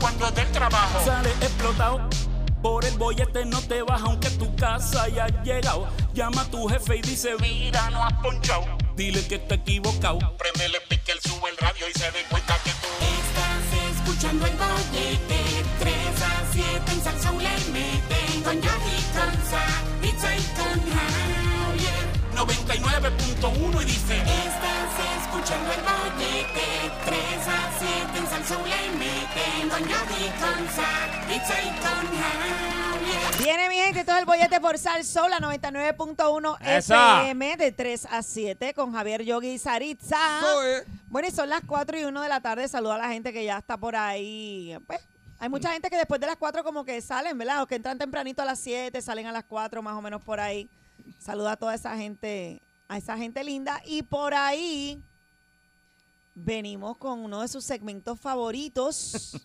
Speaker 12: Cuando del trabajo
Speaker 1: Sale explotado. Por el bollete no te vas aunque tu casa haya llegado. Llama a tu jefe y dice, mira, no has ponchado. Dile que está equivocado.
Speaker 12: Prendele pique, él sube el radio y se dé cuenta que tú
Speaker 13: Estás escuchando el bollete 3 a 7 en Salsoul le meten con Yogi, con Sa, y Soy, con Javier.
Speaker 12: 99.1 y dice
Speaker 13: Estás escuchando el bollete 3 a 7 en Salsoul le meten con Yogi, con Sa, y Soy, con Javier.
Speaker 10: Viene mi gente, todo el bollete por Sal Sol, la 99.1
Speaker 3: Esa.
Speaker 10: FM de 3 a 7 con Javier Yogi y Saritza. Bueno, y son las 4 y 1 de la tarde. Saluda a la gente que ya está por ahí. Pues, hay mucha gente que después de las 4 como que salen, ¿verdad? O que entran tempranito a las 7, salen a las 4 más o menos por ahí. Saluda a toda esa gente, a esa gente linda. Y por ahí venimos con uno de sus segmentos favoritos.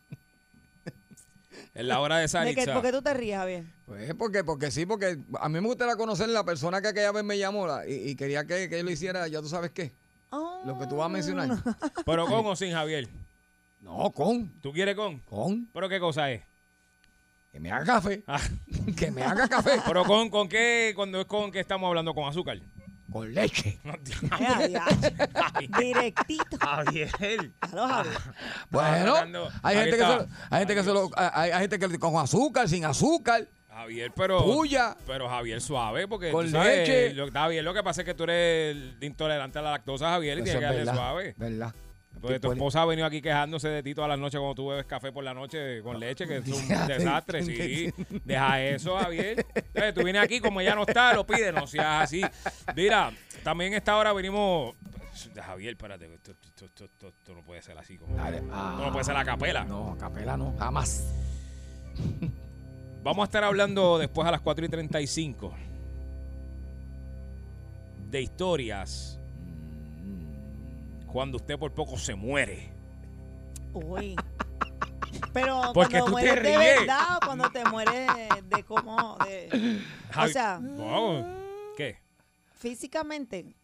Speaker 3: Es la hora de
Speaker 10: ¿De
Speaker 3: [LAUGHS]
Speaker 10: qué-
Speaker 3: Saritza.
Speaker 10: ¿Por qué tú te ríes, Javier?
Speaker 2: Pues porque, porque sí, porque a mí me gustaría conocer la persona que aquella vez me llamó la- y, y quería que, que yo lo hiciera, ya tú sabes qué. Lo que tú vas a Ah. mencionar.
Speaker 3: [LAUGHS] ¿Pero con o sin Javier?
Speaker 2: No, con.
Speaker 3: ¿Tú quieres con?
Speaker 2: Con.
Speaker 3: ¿Pero qué cosa es? Ah.
Speaker 2: Que me haga café. [LAUGHS] que me haga café.
Speaker 3: ¿Pero con, con qué? Cuando es con, ¿qué estamos hablando? ¿Con azúcar? [LAUGHS]
Speaker 2: Con leche.
Speaker 10: Directito.
Speaker 3: Javier.
Speaker 10: Claro, Javier.
Speaker 2: Bueno,
Speaker 3: Fernando,
Speaker 2: hay
Speaker 3: Ah, ahí
Speaker 2: gente, que se,
Speaker 3: está.
Speaker 2: lo- hay gente que se lo- hay, hay gente que con azúcar, sin azúcar.
Speaker 3: Javier, pero.
Speaker 2: Puya.
Speaker 3: Pero Javier suave, porque.
Speaker 2: Con
Speaker 3: tú sabes,
Speaker 2: leche.
Speaker 3: Lo, Javier, lo que pasa es que tú eres el intolerante a la lactosa, Javier, y
Speaker 2: Eso
Speaker 3: tienes que
Speaker 2: es
Speaker 3: darle
Speaker 2: verdad,
Speaker 3: suave.
Speaker 2: ¿Verdad?
Speaker 3: Porque tu esposa ha venido aquí quejándose de ti todas las noches cuando tú bebes café por la noche con leche, que es un
Speaker 2: [LAUGHS]
Speaker 3: desastre, sí. Deja eso, Javier. Eh, Tú vienes aquí, como ella no está, lo pide, no seas así. Mira, también esta hora venimos... Javier, espérate, esto, esto- esto- esto- esto no puede ser así. Como, esto
Speaker 2: ah.
Speaker 3: no puede ser a capela.
Speaker 2: No, a capela no, jamás.
Speaker 3: [LAUGHS] Vamos a estar hablando después a las 4 y 35 de historias
Speaker 2: Mm.
Speaker 3: cuando usted por poco se muere.
Speaker 10: Uy. Pero
Speaker 3: Porque tú
Speaker 10: cuando
Speaker 3: te
Speaker 10: mueres de
Speaker 3: ríes.
Speaker 10: verdad o cuando te mueres de, de cómo, de, o
Speaker 3: Javi-
Speaker 10: sea, mm,
Speaker 3: Wow. ¿Qué?
Speaker 10: físicamente,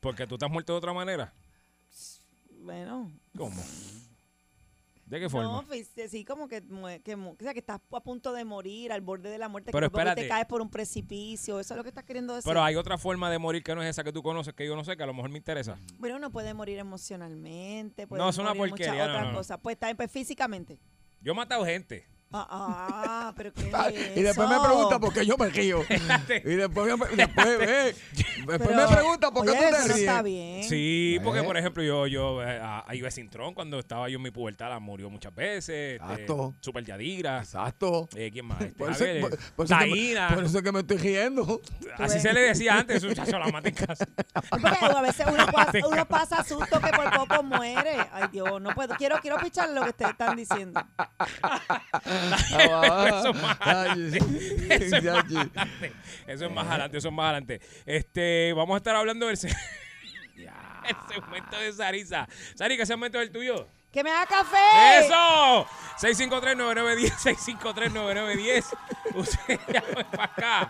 Speaker 3: Porque tú estás muerto de otra manera.
Speaker 10: bueno,
Speaker 3: ¿Cómo? ¿De qué
Speaker 10: no,
Speaker 3: forma?
Speaker 10: fí- sí, como que, mue- que mu- o sea, que estás a punto de morir, al borde de la muerte,
Speaker 3: Pero
Speaker 10: que por poco
Speaker 3: espérate.
Speaker 10: te caes por un precipicio, eso es lo que estás queriendo decir.
Speaker 3: Pero hay otra forma de morir que no es esa que tú conoces, que yo no sé, que a lo mejor me interesa.
Speaker 10: Bueno, uno puede morir emocionalmente, puede
Speaker 3: No, es una
Speaker 10: morir muchas
Speaker 3: porquería, no,
Speaker 10: otras
Speaker 3: no, no.
Speaker 10: cosas, pues también pues, físicamente.
Speaker 3: Yo he matado gente.
Speaker 10: Ah, ah,
Speaker 3: [LAUGHS]
Speaker 10: pero qué
Speaker 2: Y después me pregunta por qué yo me río. y después me,
Speaker 3: [LAUGHS]
Speaker 2: después, eh, después me pregunta por qué
Speaker 10: oye,
Speaker 2: tú te
Speaker 10: eso no
Speaker 2: ríes.
Speaker 10: está bien.
Speaker 3: Sí, porque
Speaker 2: Eh.
Speaker 3: por ejemplo yo, yo eh, a- a Ives Cintrón, cuando estaba yo en mi pubertad, la murió muchas veces. este,
Speaker 2: Exacto.
Speaker 3: Super Yadira.
Speaker 2: Exacto.
Speaker 3: Eh, ¿Quién más? Este,
Speaker 2: Por eso,
Speaker 3: Javier, eh,
Speaker 2: por- por eso es que me-
Speaker 3: Taína.
Speaker 2: por eso es que me estoy riendo.
Speaker 3: Así se le decía antes, un chacho la mata en casa.
Speaker 10: Porque a veces uno
Speaker 3: [LAUGHS]
Speaker 10: pasa, uno pasa susto que por poco muere. Ay, Dios, no puedo. Quiero, quiero pichar lo que ustedes están diciendo.
Speaker 2: Ah,
Speaker 3: [LAUGHS] eso es más
Speaker 2: Ay,
Speaker 3: adelante.
Speaker 2: Ah, sí,
Speaker 3: [LAUGHS] Eso es
Speaker 2: ya,
Speaker 3: más
Speaker 2: sí.
Speaker 3: adelante. Eso es más adelante, eso es más adelante. Este, vamos a estar hablando del se- [LAUGHS] el segmento de Sarisa. Sari, ¿qué segmento es el tuyo?
Speaker 10: ¡Que me haga café!
Speaker 3: ¡Eso! 653-9910, 653-9910. [LAUGHS] Usted llame para acá.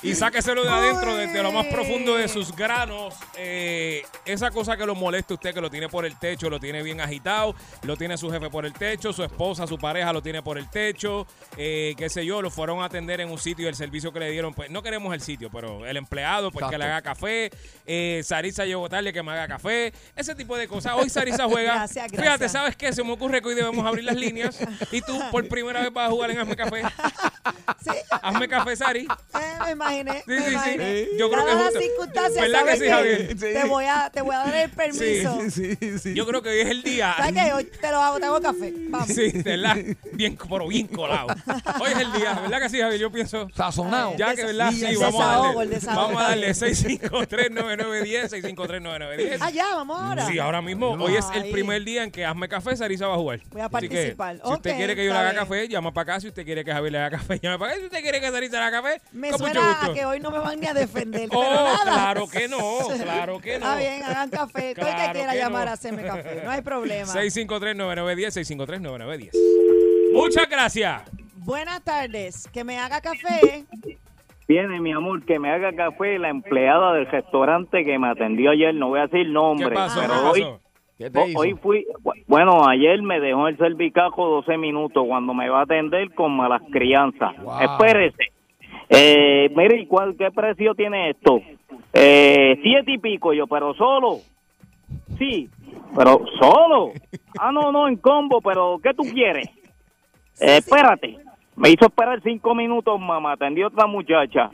Speaker 3: Y sáqueselo de adentro, desde lo más profundo de sus granos. Eh, esa cosa que lo molesta a usted, que lo tiene por el techo, lo tiene bien agitado, lo tiene su jefe por el techo, su esposa, su pareja lo tiene por el techo, eh, qué sé yo, lo fueron a atender en un sitio y el servicio que le dieron, pues no queremos el sitio, pero el empleado, pues que le
Speaker 2: Exacto.
Speaker 3: haga café, eh, Sarisa llegó tarde, que me haga café, ese tipo de cosas. Hoy Sarisa juega.
Speaker 10: [LAUGHS] Gracias, gracias.
Speaker 3: Fíjate, ¿sabes qué? Se me ocurre que hoy debemos abrir las
Speaker 10: [LAUGHS]
Speaker 3: líneas y tú por primera vez vas a jugar en Hazme Café.
Speaker 10: Sí.
Speaker 3: Hazme Café, Sari.
Speaker 10: Eh, me
Speaker 3: [LAUGHS]
Speaker 10: imaginé.
Speaker 3: Sí,
Speaker 10: me
Speaker 3: sí, sí.
Speaker 10: imaginé.
Speaker 3: Yo creo que
Speaker 10: Dadas
Speaker 3: justo.
Speaker 10: las circunstancias,
Speaker 3: ¿Verdad
Speaker 10: ¿sabes
Speaker 3: que sí,
Speaker 10: qué?
Speaker 3: Javier?
Speaker 10: Te, voy a, te voy a dar el permiso.
Speaker 3: Yo creo que hoy es el día.
Speaker 10: ¿Sabes qué? Hoy te lo hago, te hago café. Vamos.
Speaker 3: Ah. Sí, ¿verdad? Bien, pero bien colado. Hoy es el día, ¿verdad que sí, Javier? Yo pienso.
Speaker 2: Sazonado.
Speaker 3: Ya que, ¿verdad?
Speaker 2: Sí,
Speaker 3: Sí,
Speaker 2: el
Speaker 3: vamos a
Speaker 10: desahogo, el
Speaker 3: darle.
Speaker 10: desahogo.
Speaker 3: Vamos a darle 6539910, 6539910.
Speaker 10: Ah, ya, vamos ahora.
Speaker 3: pues. Sí, ahora mismo. Hoy es el
Speaker 10: Ay.
Speaker 3: primer día en que Hazme Café, Sarisa va a jugar.
Speaker 10: Voy a
Speaker 3: Así que,
Speaker 10: participar.
Speaker 3: si usted
Speaker 10: Ok,
Speaker 3: quiere que yo le
Speaker 10: está
Speaker 3: haga
Speaker 10: bien.
Speaker 3: café, [LAUGHS] llama para acá. Si usted quiere que Javier le haga café, mañana. ¿Para qué usted quiere que salirse a la café?
Speaker 10: Me
Speaker 3: Con mucho
Speaker 10: suena a
Speaker 3: gusto.
Speaker 10: que hoy no me van ni a defender.
Speaker 3: Oh,
Speaker 10: pero nada.
Speaker 3: claro que
Speaker 10: [LAUGHS]
Speaker 3: no, claro que no.
Speaker 10: Está bien, hagan café. Todo el que
Speaker 3: Claro
Speaker 10: quiera
Speaker 3: que no.
Speaker 10: llamar a hacerme café,
Speaker 3: [LAUGHS]
Speaker 10: no hay problema.
Speaker 3: 653-9910, 653-9910. Muchas gracias.
Speaker 10: Buenas tardes, que me haga café.
Speaker 7: Viene, mi amor, que me haga café la empleada del restaurante que me atendió ayer. No voy a decir nombre,
Speaker 3: pasó?
Speaker 7: pero
Speaker 3: ¿Qué
Speaker 7: hoy,
Speaker 3: pasó?
Speaker 7: ho- hoy fui. Bueno, ayer me dejó el cervicajo 12 minutos cuando me va a atender con malas crianzas. Espérese. Eh, mire, ¿y cuál, qué precio tiene esto? Eh, siete y pico yo, pero solo. Sí, pero solo. Ah, no, no, en combo, pero ¿qué tú quieres? Eh, espérate. Me hizo esperar cinco minutos, mamá. Atendió otra muchacha.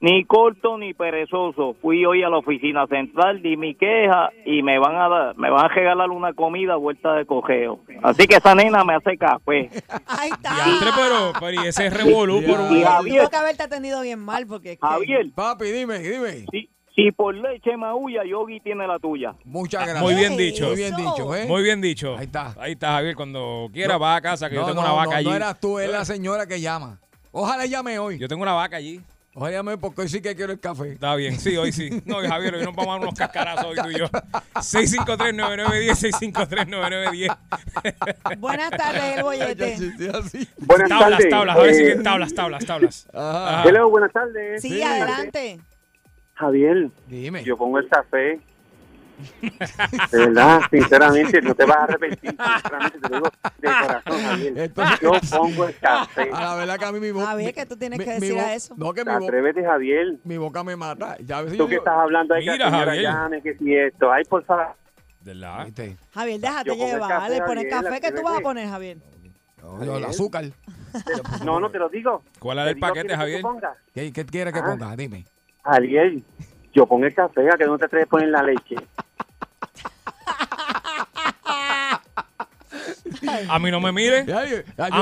Speaker 7: Ni corto ni perezoso. Fui hoy a la oficina central, di mi queja y me van a dar- me van a regalar una comida a vuelta de cojeo. Así que esa nena me hace café.
Speaker 3: Diantre,
Speaker 10: Ah.
Speaker 3: pero, pero y ese revolú por un...
Speaker 10: Tuvo que haberte atendido bien mal porque es que-
Speaker 7: Javier.
Speaker 2: Papi, dime, dime.
Speaker 7: Si, si por leche maulla, Yogi tiene la tuya.
Speaker 2: Muchas gracias.
Speaker 3: Ah, Muy bien dicho.
Speaker 2: Muy bien dicho, ¿eh?
Speaker 3: Muy bien dicho. Ahí está. Ahí está, Javier. Cuando quiera,
Speaker 2: No.
Speaker 3: va a casa, que yo
Speaker 2: No,
Speaker 3: tengo
Speaker 2: no,
Speaker 3: una vaca
Speaker 2: no,
Speaker 3: allí. Eh.
Speaker 2: No eras tú, es la señora que llama. Ojalá llame hoy.
Speaker 3: Yo tengo una vaca allí.
Speaker 2: Ojalá llame porque hoy sí que quiero el café.
Speaker 3: Está bien, sí, hoy sí. No, Javier, hoy nos vamos a
Speaker 2: [LAUGHS]
Speaker 3: dar unos cascarazos hoy tú y yo. 653-9910, 653-9910.
Speaker 10: Buenas tardes, el bollete.
Speaker 3: Buenas tablas,
Speaker 8: tardes.
Speaker 3: Tablas, Javier, sí
Speaker 8: Eh,
Speaker 3: que tablas, tablas, tablas. Ah. Ajá.
Speaker 8: Hello, buenas tardes.
Speaker 10: Sí, adelante.
Speaker 8: Javier,
Speaker 2: Dime.
Speaker 8: yo pongo el café. De verdad, sinceramente, no te vas a arrepentir. Sinceramente, te lo digo de corazón, Javier. Yo pongo el café.
Speaker 2: A la verdad que a mí mi boca. A ver, que tú
Speaker 10: tienes que decir a eso.
Speaker 2: No, que mi boca.
Speaker 8: Atrévete, Javier.
Speaker 2: Mi boca me mata. Ya a veces
Speaker 8: Tú
Speaker 2: yo
Speaker 8: que
Speaker 2: digo-
Speaker 8: estás hablando ahí, que
Speaker 2: Mira,
Speaker 8: la señora
Speaker 2: Javier.
Speaker 8: llame, que si esto. Ay, por favor.
Speaker 3: De la...
Speaker 10: Javier, déjate
Speaker 8: Yo pongo el
Speaker 10: llevar.
Speaker 8: café,
Speaker 10: Le pones
Speaker 8: Javier,
Speaker 10: café que tú vas a
Speaker 8: atrévete.
Speaker 10: poner,
Speaker 8: [LAUGHS]
Speaker 10: Javier.
Speaker 2: Yo, el azúcar.
Speaker 10: [LAUGHS]
Speaker 8: No, no, te lo digo.
Speaker 3: ¿Cuál
Speaker 8: Te
Speaker 3: era el
Speaker 8: digo,
Speaker 3: paquete,
Speaker 8: ¿quieres que
Speaker 3: Javier?
Speaker 8: tú pongas?
Speaker 2: ¿Qué, qué quieres que
Speaker 8: Ah.
Speaker 2: ponga? Dime.
Speaker 8: Javier, yo pongo el café, a que no te atreves a poner la leche.
Speaker 3: A mí no me miren. A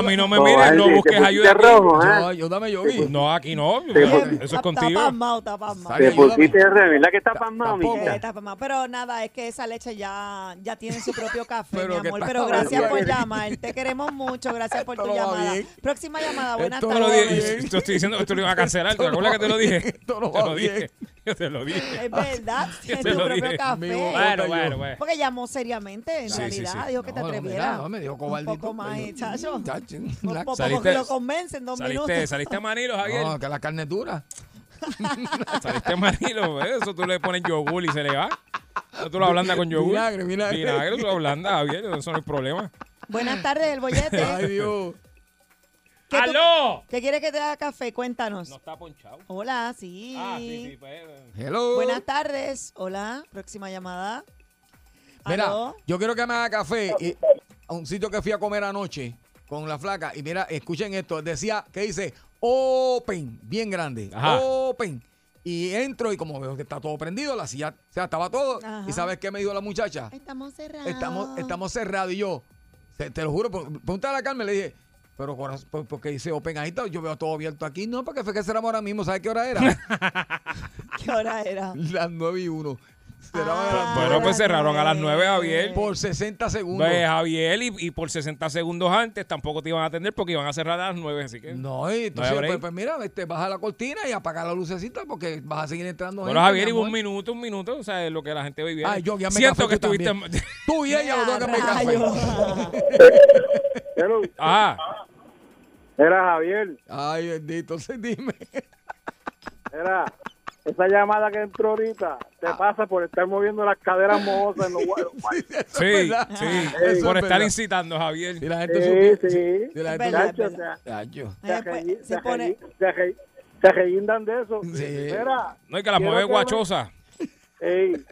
Speaker 3: mí no me
Speaker 8: Oh,
Speaker 3: miren. No
Speaker 8: Andy, te
Speaker 3: busques
Speaker 8: pusiste
Speaker 3: ayuda. aquí.
Speaker 8: rojo, ¿eh? Yo-
Speaker 2: ayúdame, yo.
Speaker 3: No, aquí no.
Speaker 8: Te
Speaker 3: Eso
Speaker 8: pusiste-
Speaker 3: es contigo.
Speaker 10: Mau, tapas Mau.
Speaker 8: Te pusiste de revés, la que está pasmado, mija.
Speaker 10: Eh, tapa Mau. Pero nada, es que esa leche ya, ya tiene su propio café,
Speaker 8: Pero
Speaker 10: mi
Speaker 8: que
Speaker 10: amor.
Speaker 8: está-
Speaker 10: Pero gracias por
Speaker 8: Bien.
Speaker 10: llamar. Te queremos mucho. Gracias por tu
Speaker 8: no va
Speaker 10: llamada.
Speaker 8: bien.
Speaker 10: Próxima llamada. Buenas
Speaker 3: Esto lo
Speaker 10: tardes.
Speaker 3: dije. Yo te estoy diciendo que esto lo iban a cancelar. ¿Te acuerdas que te lo dije? te lo dije. [LAUGHS] Yo te lo dije.
Speaker 10: [LAUGHS] Es
Speaker 3: [LAUGHS]
Speaker 10: verdad,
Speaker 3: Yo
Speaker 10: tiene
Speaker 3: te
Speaker 10: tu
Speaker 3: lo
Speaker 10: propio
Speaker 3: dije.
Speaker 10: café.
Speaker 3: Bueno, bueno, bueno.
Speaker 10: Porque llamó seriamente, en
Speaker 3: Sí, sí,
Speaker 10: realidad.
Speaker 3: sí.
Speaker 10: Dijo que te
Speaker 3: No, no,
Speaker 10: atreviera.
Speaker 3: mira, no, me dijo
Speaker 10: Un
Speaker 3: cobardito,
Speaker 10: poco más,
Speaker 3: me
Speaker 10: eh, chacho. [LAUGHS]
Speaker 2: la-
Speaker 10: Poco,
Speaker 3: Saliste-
Speaker 10: lo convence en dos
Speaker 3: Saliste,
Speaker 10: minutos.
Speaker 3: saliste a Manilo, Javier.
Speaker 2: No, que la carne es dura.
Speaker 3: Saliste a Manilo. ¿eh? Eso tú le pones yogur y se le va. Eso tú lo ablandas con yogur.
Speaker 2: Vinagre, vinagre.
Speaker 3: Vinagre, tú lo ablandas, Javier. Eso no es problema.
Speaker 10: Buenas tardes, el bollete.
Speaker 3: Ay, Dios.
Speaker 10: ¿Qué tú-
Speaker 3: ¡Aló!
Speaker 10: ¿Qué quieres que te haga café? Cuéntanos. No
Speaker 3: está ponchado.
Speaker 10: Hola, sí.
Speaker 3: Ah, sí, sí, pues.
Speaker 2: Hello.
Speaker 10: Buenas tardes. Hola, próxima llamada.
Speaker 2: Mira,
Speaker 10: ¿Aló?
Speaker 2: yo quiero que me haga café y- a un sitio que fui a comer anoche con la flaca. Y mira, escuchen esto. Decía que dice open, bien grande.
Speaker 3: Ajá.
Speaker 2: Open. Y entro y como veo que está todo prendido, la silla, o sea, estaba todo.
Speaker 10: Ajá.
Speaker 2: ¿Y sabes qué me dijo la muchacha?
Speaker 10: Estamos cerrados.
Speaker 2: Estamos,
Speaker 10: Ah.
Speaker 2: eh, estamos cerrados. Y yo, te, te lo juro, pre- pregúntale a la Carmen, le dije, pero corazón, ¿por- porque dice open ahí, está- yo veo todo abierto aquí. No, porque fue que cerramos ahora mismo. ¿Sabes qué hora era?
Speaker 10: [LAUGHS] ¿Qué hora era?
Speaker 2: [LAUGHS]
Speaker 10: Ah.
Speaker 2: Las 9 y 1.
Speaker 3: Bueno, pues cerraron a las
Speaker 10: eh,
Speaker 3: 9, Javier.
Speaker 2: Por 60 segundos.
Speaker 3: Pues, Javier, y, y por 60 segundos antes tampoco te iban a atender porque iban a cerrar a las 9, así que.
Speaker 2: No, y
Speaker 3: hay
Speaker 2: entonces,
Speaker 3: break.
Speaker 2: pues, pues mira, este, baja la cortina y apaga la lucecita porque vas a seguir entrando.
Speaker 3: Bueno,
Speaker 2: gente,
Speaker 3: Javier,
Speaker 2: mi
Speaker 3: y un
Speaker 2: amor.
Speaker 3: minuto, un minuto, o sea, es lo que la gente vivía.
Speaker 2: Ay, yo, ya me
Speaker 3: Siento
Speaker 2: café,
Speaker 3: que
Speaker 2: tú
Speaker 3: estuviste. [LAUGHS]
Speaker 2: también. Tú y ella, los dos que me
Speaker 3: Ah.
Speaker 8: Era Javier.
Speaker 2: Ay, bendito, se dime.
Speaker 8: Era esa llamada que entró ahorita. Te pasa por estar moviendo las caderas mohosas en los guayos.
Speaker 3: Ah. [LAUGHS] Sí, sí.
Speaker 8: Eso
Speaker 3: por estar
Speaker 8: es verdad.
Speaker 3: incitando, Javier.
Speaker 2: la
Speaker 8: Sí,
Speaker 2: supiera-
Speaker 8: sí.
Speaker 2: si- si la
Speaker 8: Es
Speaker 2: gente-
Speaker 8: verdad, es
Speaker 3: Eh,
Speaker 8: verdad.
Speaker 2: Chacho.
Speaker 8: Se reí- se
Speaker 10: pone-
Speaker 8: reí- se reí- se reguindan de eso. Mira,
Speaker 3: No, y que las
Speaker 8: quiero
Speaker 3: mueve
Speaker 8: que-
Speaker 3: guachosa.
Speaker 8: Ey,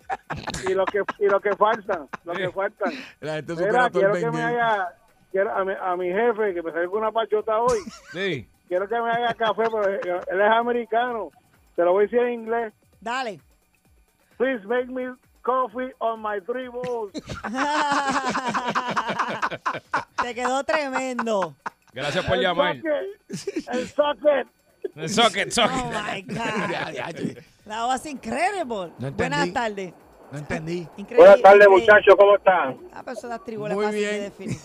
Speaker 8: y lo que y lo que faltan, lo que faltan.
Speaker 2: La gente
Speaker 8: Mira,
Speaker 3: supera todo el
Speaker 8: quiero que me
Speaker 3: dengue.
Speaker 8: haga quiero a mi, a mi jefe que me salió con una pachota hoy.
Speaker 3: Sí.
Speaker 8: Quiero que me haga café, pero él es americano. Te lo voy a decir en inglés.
Speaker 10: Dale.
Speaker 8: Please make me coffee on my three balls.
Speaker 10: [LAUGHS] Te quedó tremendo.
Speaker 3: Gracias por
Speaker 8: El
Speaker 3: llamar.
Speaker 8: socket, El socket.
Speaker 3: El socket, socket.
Speaker 10: Oh my God. La voz incredible.
Speaker 2: No entendí.
Speaker 10: Buenas tardes.
Speaker 2: No entendí.
Speaker 10: Increíble. Buenas tardes, muchachos,
Speaker 8: ¿cómo están?
Speaker 10: Ah, pero eso da tribola
Speaker 2: Muy
Speaker 10: fácil de
Speaker 2: bien.
Speaker 10: definir.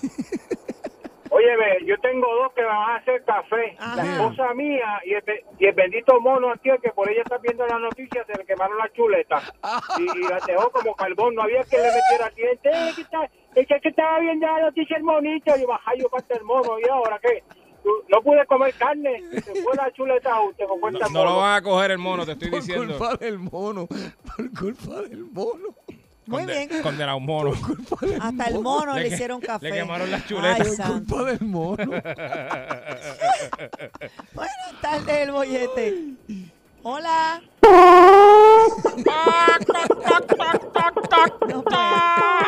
Speaker 8: Oye, Oye, ve, yo tengo dos que van a hacer café.
Speaker 10: Ajá.
Speaker 8: La esposa mía y el, be- y el bendito mono tío que por ella está viendo las noticias, se le quemaron la chuleta. Y, y la dejó como carbón. No había quien le metiera al cliente. "Eh, ¿qué tal? Es que, que estaba viendo la noticia el monito. Y yo, baja, yo parte el mono. ¿Y ahora qué? Tú- No pude comer carne. Se fue la chuleta. Usted con cuenta
Speaker 3: No,
Speaker 8: el
Speaker 3: no lo
Speaker 8: mono.
Speaker 3: van a coger el mono, te estoy diciendo.
Speaker 2: Por culpa del mono. Por
Speaker 8: [LAUGHS]
Speaker 2: culpa del mono.
Speaker 10: Muy bien.
Speaker 3: Condena a un mono.
Speaker 10: Hasta el mono le
Speaker 3: que-
Speaker 10: hicieron café.
Speaker 3: Le quemaron las
Speaker 10: Ay,
Speaker 3: chuletas.
Speaker 10: santo.
Speaker 2: Culpa del mono.
Speaker 10: Buenas tardes, el bollete. Hola.
Speaker 3: [LAUGHS]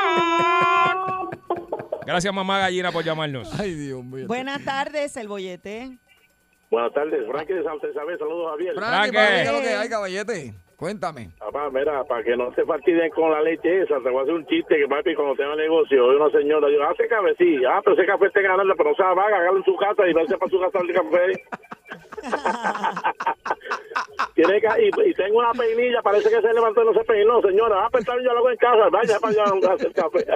Speaker 10: pues,
Speaker 3: Gracias, mamá gallina, por llamarnos.
Speaker 2: Ay, Dios mío.
Speaker 10: Buenas tardes, el bollete.
Speaker 16: Buenas tardes, Frankie de San Cesabé, saludos Javier.
Speaker 2: Frankie, papi, ¿qué es lo que
Speaker 10: Eh,
Speaker 2: hay, caballete? Cuéntame.
Speaker 16: Papá, mira, para que no se fastidien con la leche esa, te voy a hacer un chiste que papi cuando tenga negocio, hay una señora, yo, hace café, sí, ah, pero ese café está ganando, pero no sea vaga, hágalo en su casa y váyase para su casa el café. [LAUGHS] Tiene que, y, y tengo una peinilla, parece que se levantó y no se peinó, señora, ah, pero está bien, yo lo hago en casa, vaya para allá a hacer café.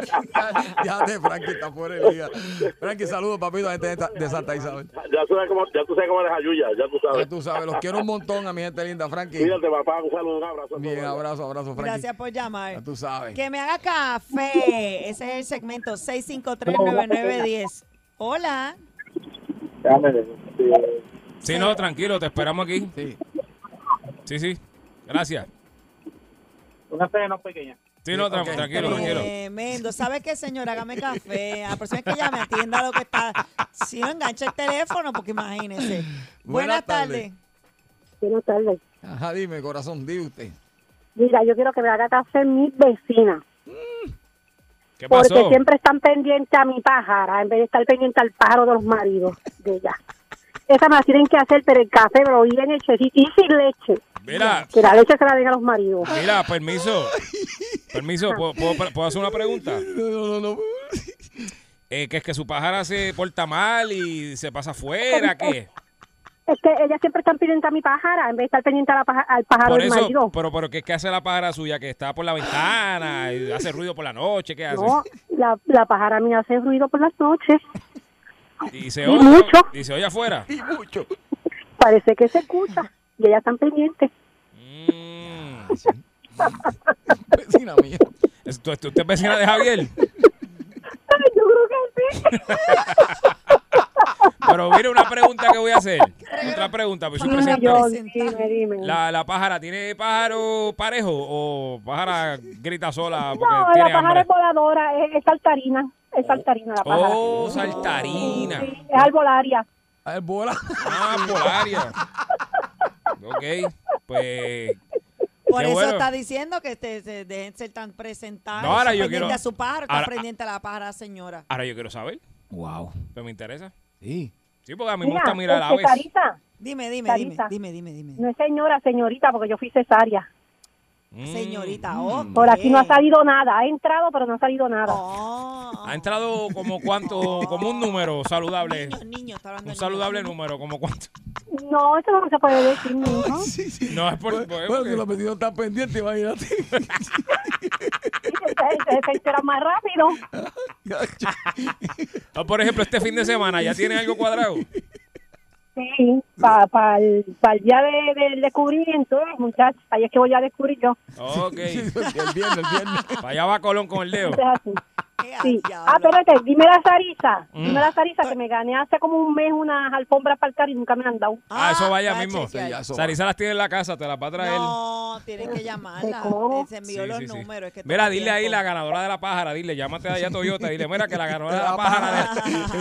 Speaker 2: [LAUGHS] Ya te, Frankie, está fuera de liga. Frankie, saludos, papito, a la gente de Sa- de Santa Isabel.
Speaker 16: Ya tú sabes cómo, ya tú sabes cómo eres Ayuya, ya tú sabes.
Speaker 2: Ya tú sabes, los quiero un montón a mi gente linda, Frankie.
Speaker 16: Cuídate, papá, un saludo, un abrazo.
Speaker 2: Bien, abrazo, abrazo, Frankie.
Speaker 10: Gracias por llamar.
Speaker 2: Ya tú sabes.
Speaker 10: Que me haga café. Ese es el segmento 6539910. Hola.
Speaker 3: Sí, no, tranquilo, te esperamos aquí. Sí. Sí, Gracias.
Speaker 8: Una cena no pequeña.
Speaker 3: Sí, no, tra- tranquilo, tranquilo.
Speaker 10: Tremendo. ¿Sabes eh, qué, señora? Hágame café. Ah, A la persona que llame, atienda lo que está. Si no, engancha el teléfono, porque imagínese. Buenas,
Speaker 2: Buenas
Speaker 10: tardes.
Speaker 17: Buenas tardes.
Speaker 2: Ajá, dime, corazón, di usted.
Speaker 17: Mira, yo quiero que me haga café mis vecinas.
Speaker 3: ¿Qué
Speaker 17: Porque siempre están pendientes a mi pájara en vez de estar pendiente al pájaro de los maridos de ella. Esa me la tienen que hacer, pero el café me lo viven hecho y y sin leche.
Speaker 3: Mira.
Speaker 17: Que la leche se la den a los maridos.
Speaker 3: Mira, permiso. Permiso, ¿puedo, puedo, puedo hacer una pregunta? Eh, que es que su pájara se porta mal y se pasa afuera, ¿qué?
Speaker 17: Es que ellas siempre están pendientes a mi pájara en vez de estar pendiente a la paja- al pájaro
Speaker 3: Por
Speaker 17: del
Speaker 3: eso,
Speaker 17: marido.
Speaker 3: pero, pero ¿qué es que hace la pájara suya que está por la ventana y hace ruido por la noche? ¿Qué hace?
Speaker 17: No, la, la pájara mía hace ruido por las noches.
Speaker 3: Y se
Speaker 17: y
Speaker 3: oye,
Speaker 17: mucho.
Speaker 3: y se oye afuera.
Speaker 17: Parece que se escucha y ellas están pendientes.
Speaker 2: Vecina mía.
Speaker 3: Es- ¿tú- tú- ¿Usted es vecina de Javier?
Speaker 17: Yo creo que sí.
Speaker 3: Pero mira una pregunta que voy a hacer. Otra pregunta, pues yo presento.
Speaker 17: Yo, dime, dime.
Speaker 3: La, la pájara, ¿tiene pájaro parejo o pájara grita sola porque
Speaker 17: No, la
Speaker 3: tiene
Speaker 17: pájara
Speaker 3: hambre?
Speaker 17: es voladora, es, es saltarina, es saltarina la pájara.
Speaker 3: Oh, saltarina.
Speaker 17: Sí, es arbolaria.
Speaker 3: [LAUGHS] Ah, polaria. Ok, pues...
Speaker 10: Por
Speaker 3: qué
Speaker 10: eso
Speaker 3: bueno.
Speaker 10: está diciendo que te, te- dejen ser tan presentables.
Speaker 3: No, ahora yo
Speaker 10: pendiente
Speaker 3: quiero-
Speaker 10: a su pájaro,
Speaker 3: ahora-
Speaker 10: está pendiente a la pájara, señora.
Speaker 3: Ahora yo quiero saber.
Speaker 2: Wow.
Speaker 3: Pero me interesa.
Speaker 2: Sí.
Speaker 3: Sí, porque a mí me
Speaker 17: Mira,
Speaker 3: gusta mirar
Speaker 17: este,
Speaker 3: aves.
Speaker 17: Sarita,
Speaker 10: Dime, dime,
Speaker 17: Sarita.
Speaker 10: dime, dime, dime.
Speaker 17: No es señora, señorita, porque yo fui cesárea.
Speaker 3: Mm.
Speaker 10: Señorita, oh.
Speaker 17: Por aquí no ha salido nada, ha entrado pero no ha salido nada.
Speaker 3: Ha entrado como cuánto, como un número saludable. un saludable número, como cuánto.
Speaker 17: No, eso no se puede
Speaker 3: [LAUGHS]
Speaker 17: decir, mijo.
Speaker 3: No, es por... por-
Speaker 2: Bueno, si los
Speaker 3: Pues
Speaker 2: vecinos están pendientes,
Speaker 8: [LAUGHS]
Speaker 2: imagínate.
Speaker 8: pues,
Speaker 17: Se, se entera más rápido.
Speaker 3: Ah, por ejemplo, este fin de semana, ¿ya tiene algo cuadrado?
Speaker 17: Sí, para el, pa el día de- del descubrimiento, eh, muchachos, ahí es que voy a descubrir yo.
Speaker 3: Ok. El
Speaker 2: viernes, el viernes.
Speaker 3: Para allá va Colón con el dedo.
Speaker 17: Eso
Speaker 10: Ah,
Speaker 17: es así.
Speaker 10: [LAUGHS]
Speaker 17: Sí. Ah, espérate, dime la Sarisa,
Speaker 3: Mm.
Speaker 17: dime la Sarisa que me gané hace como un mes unas alfombras para el carro y nunca me han dado.
Speaker 3: Ah, eso vaya mismo.
Speaker 2: chequear. Sí, ya eso va.
Speaker 3: Sarisa las tiene en la casa, te las va a traer.
Speaker 10: No, tienen que llamarla. Se envió
Speaker 3: Sí,
Speaker 10: los
Speaker 3: sí, sí.
Speaker 10: números. es que
Speaker 3: Mira,
Speaker 10: todo
Speaker 3: dile ahí la ganadora de la pájara, dile, llámate allá a Toyota, dile, mira que la ganadora
Speaker 2: [LAUGHS]
Speaker 3: de la pájara. de-
Speaker 17: Sí, te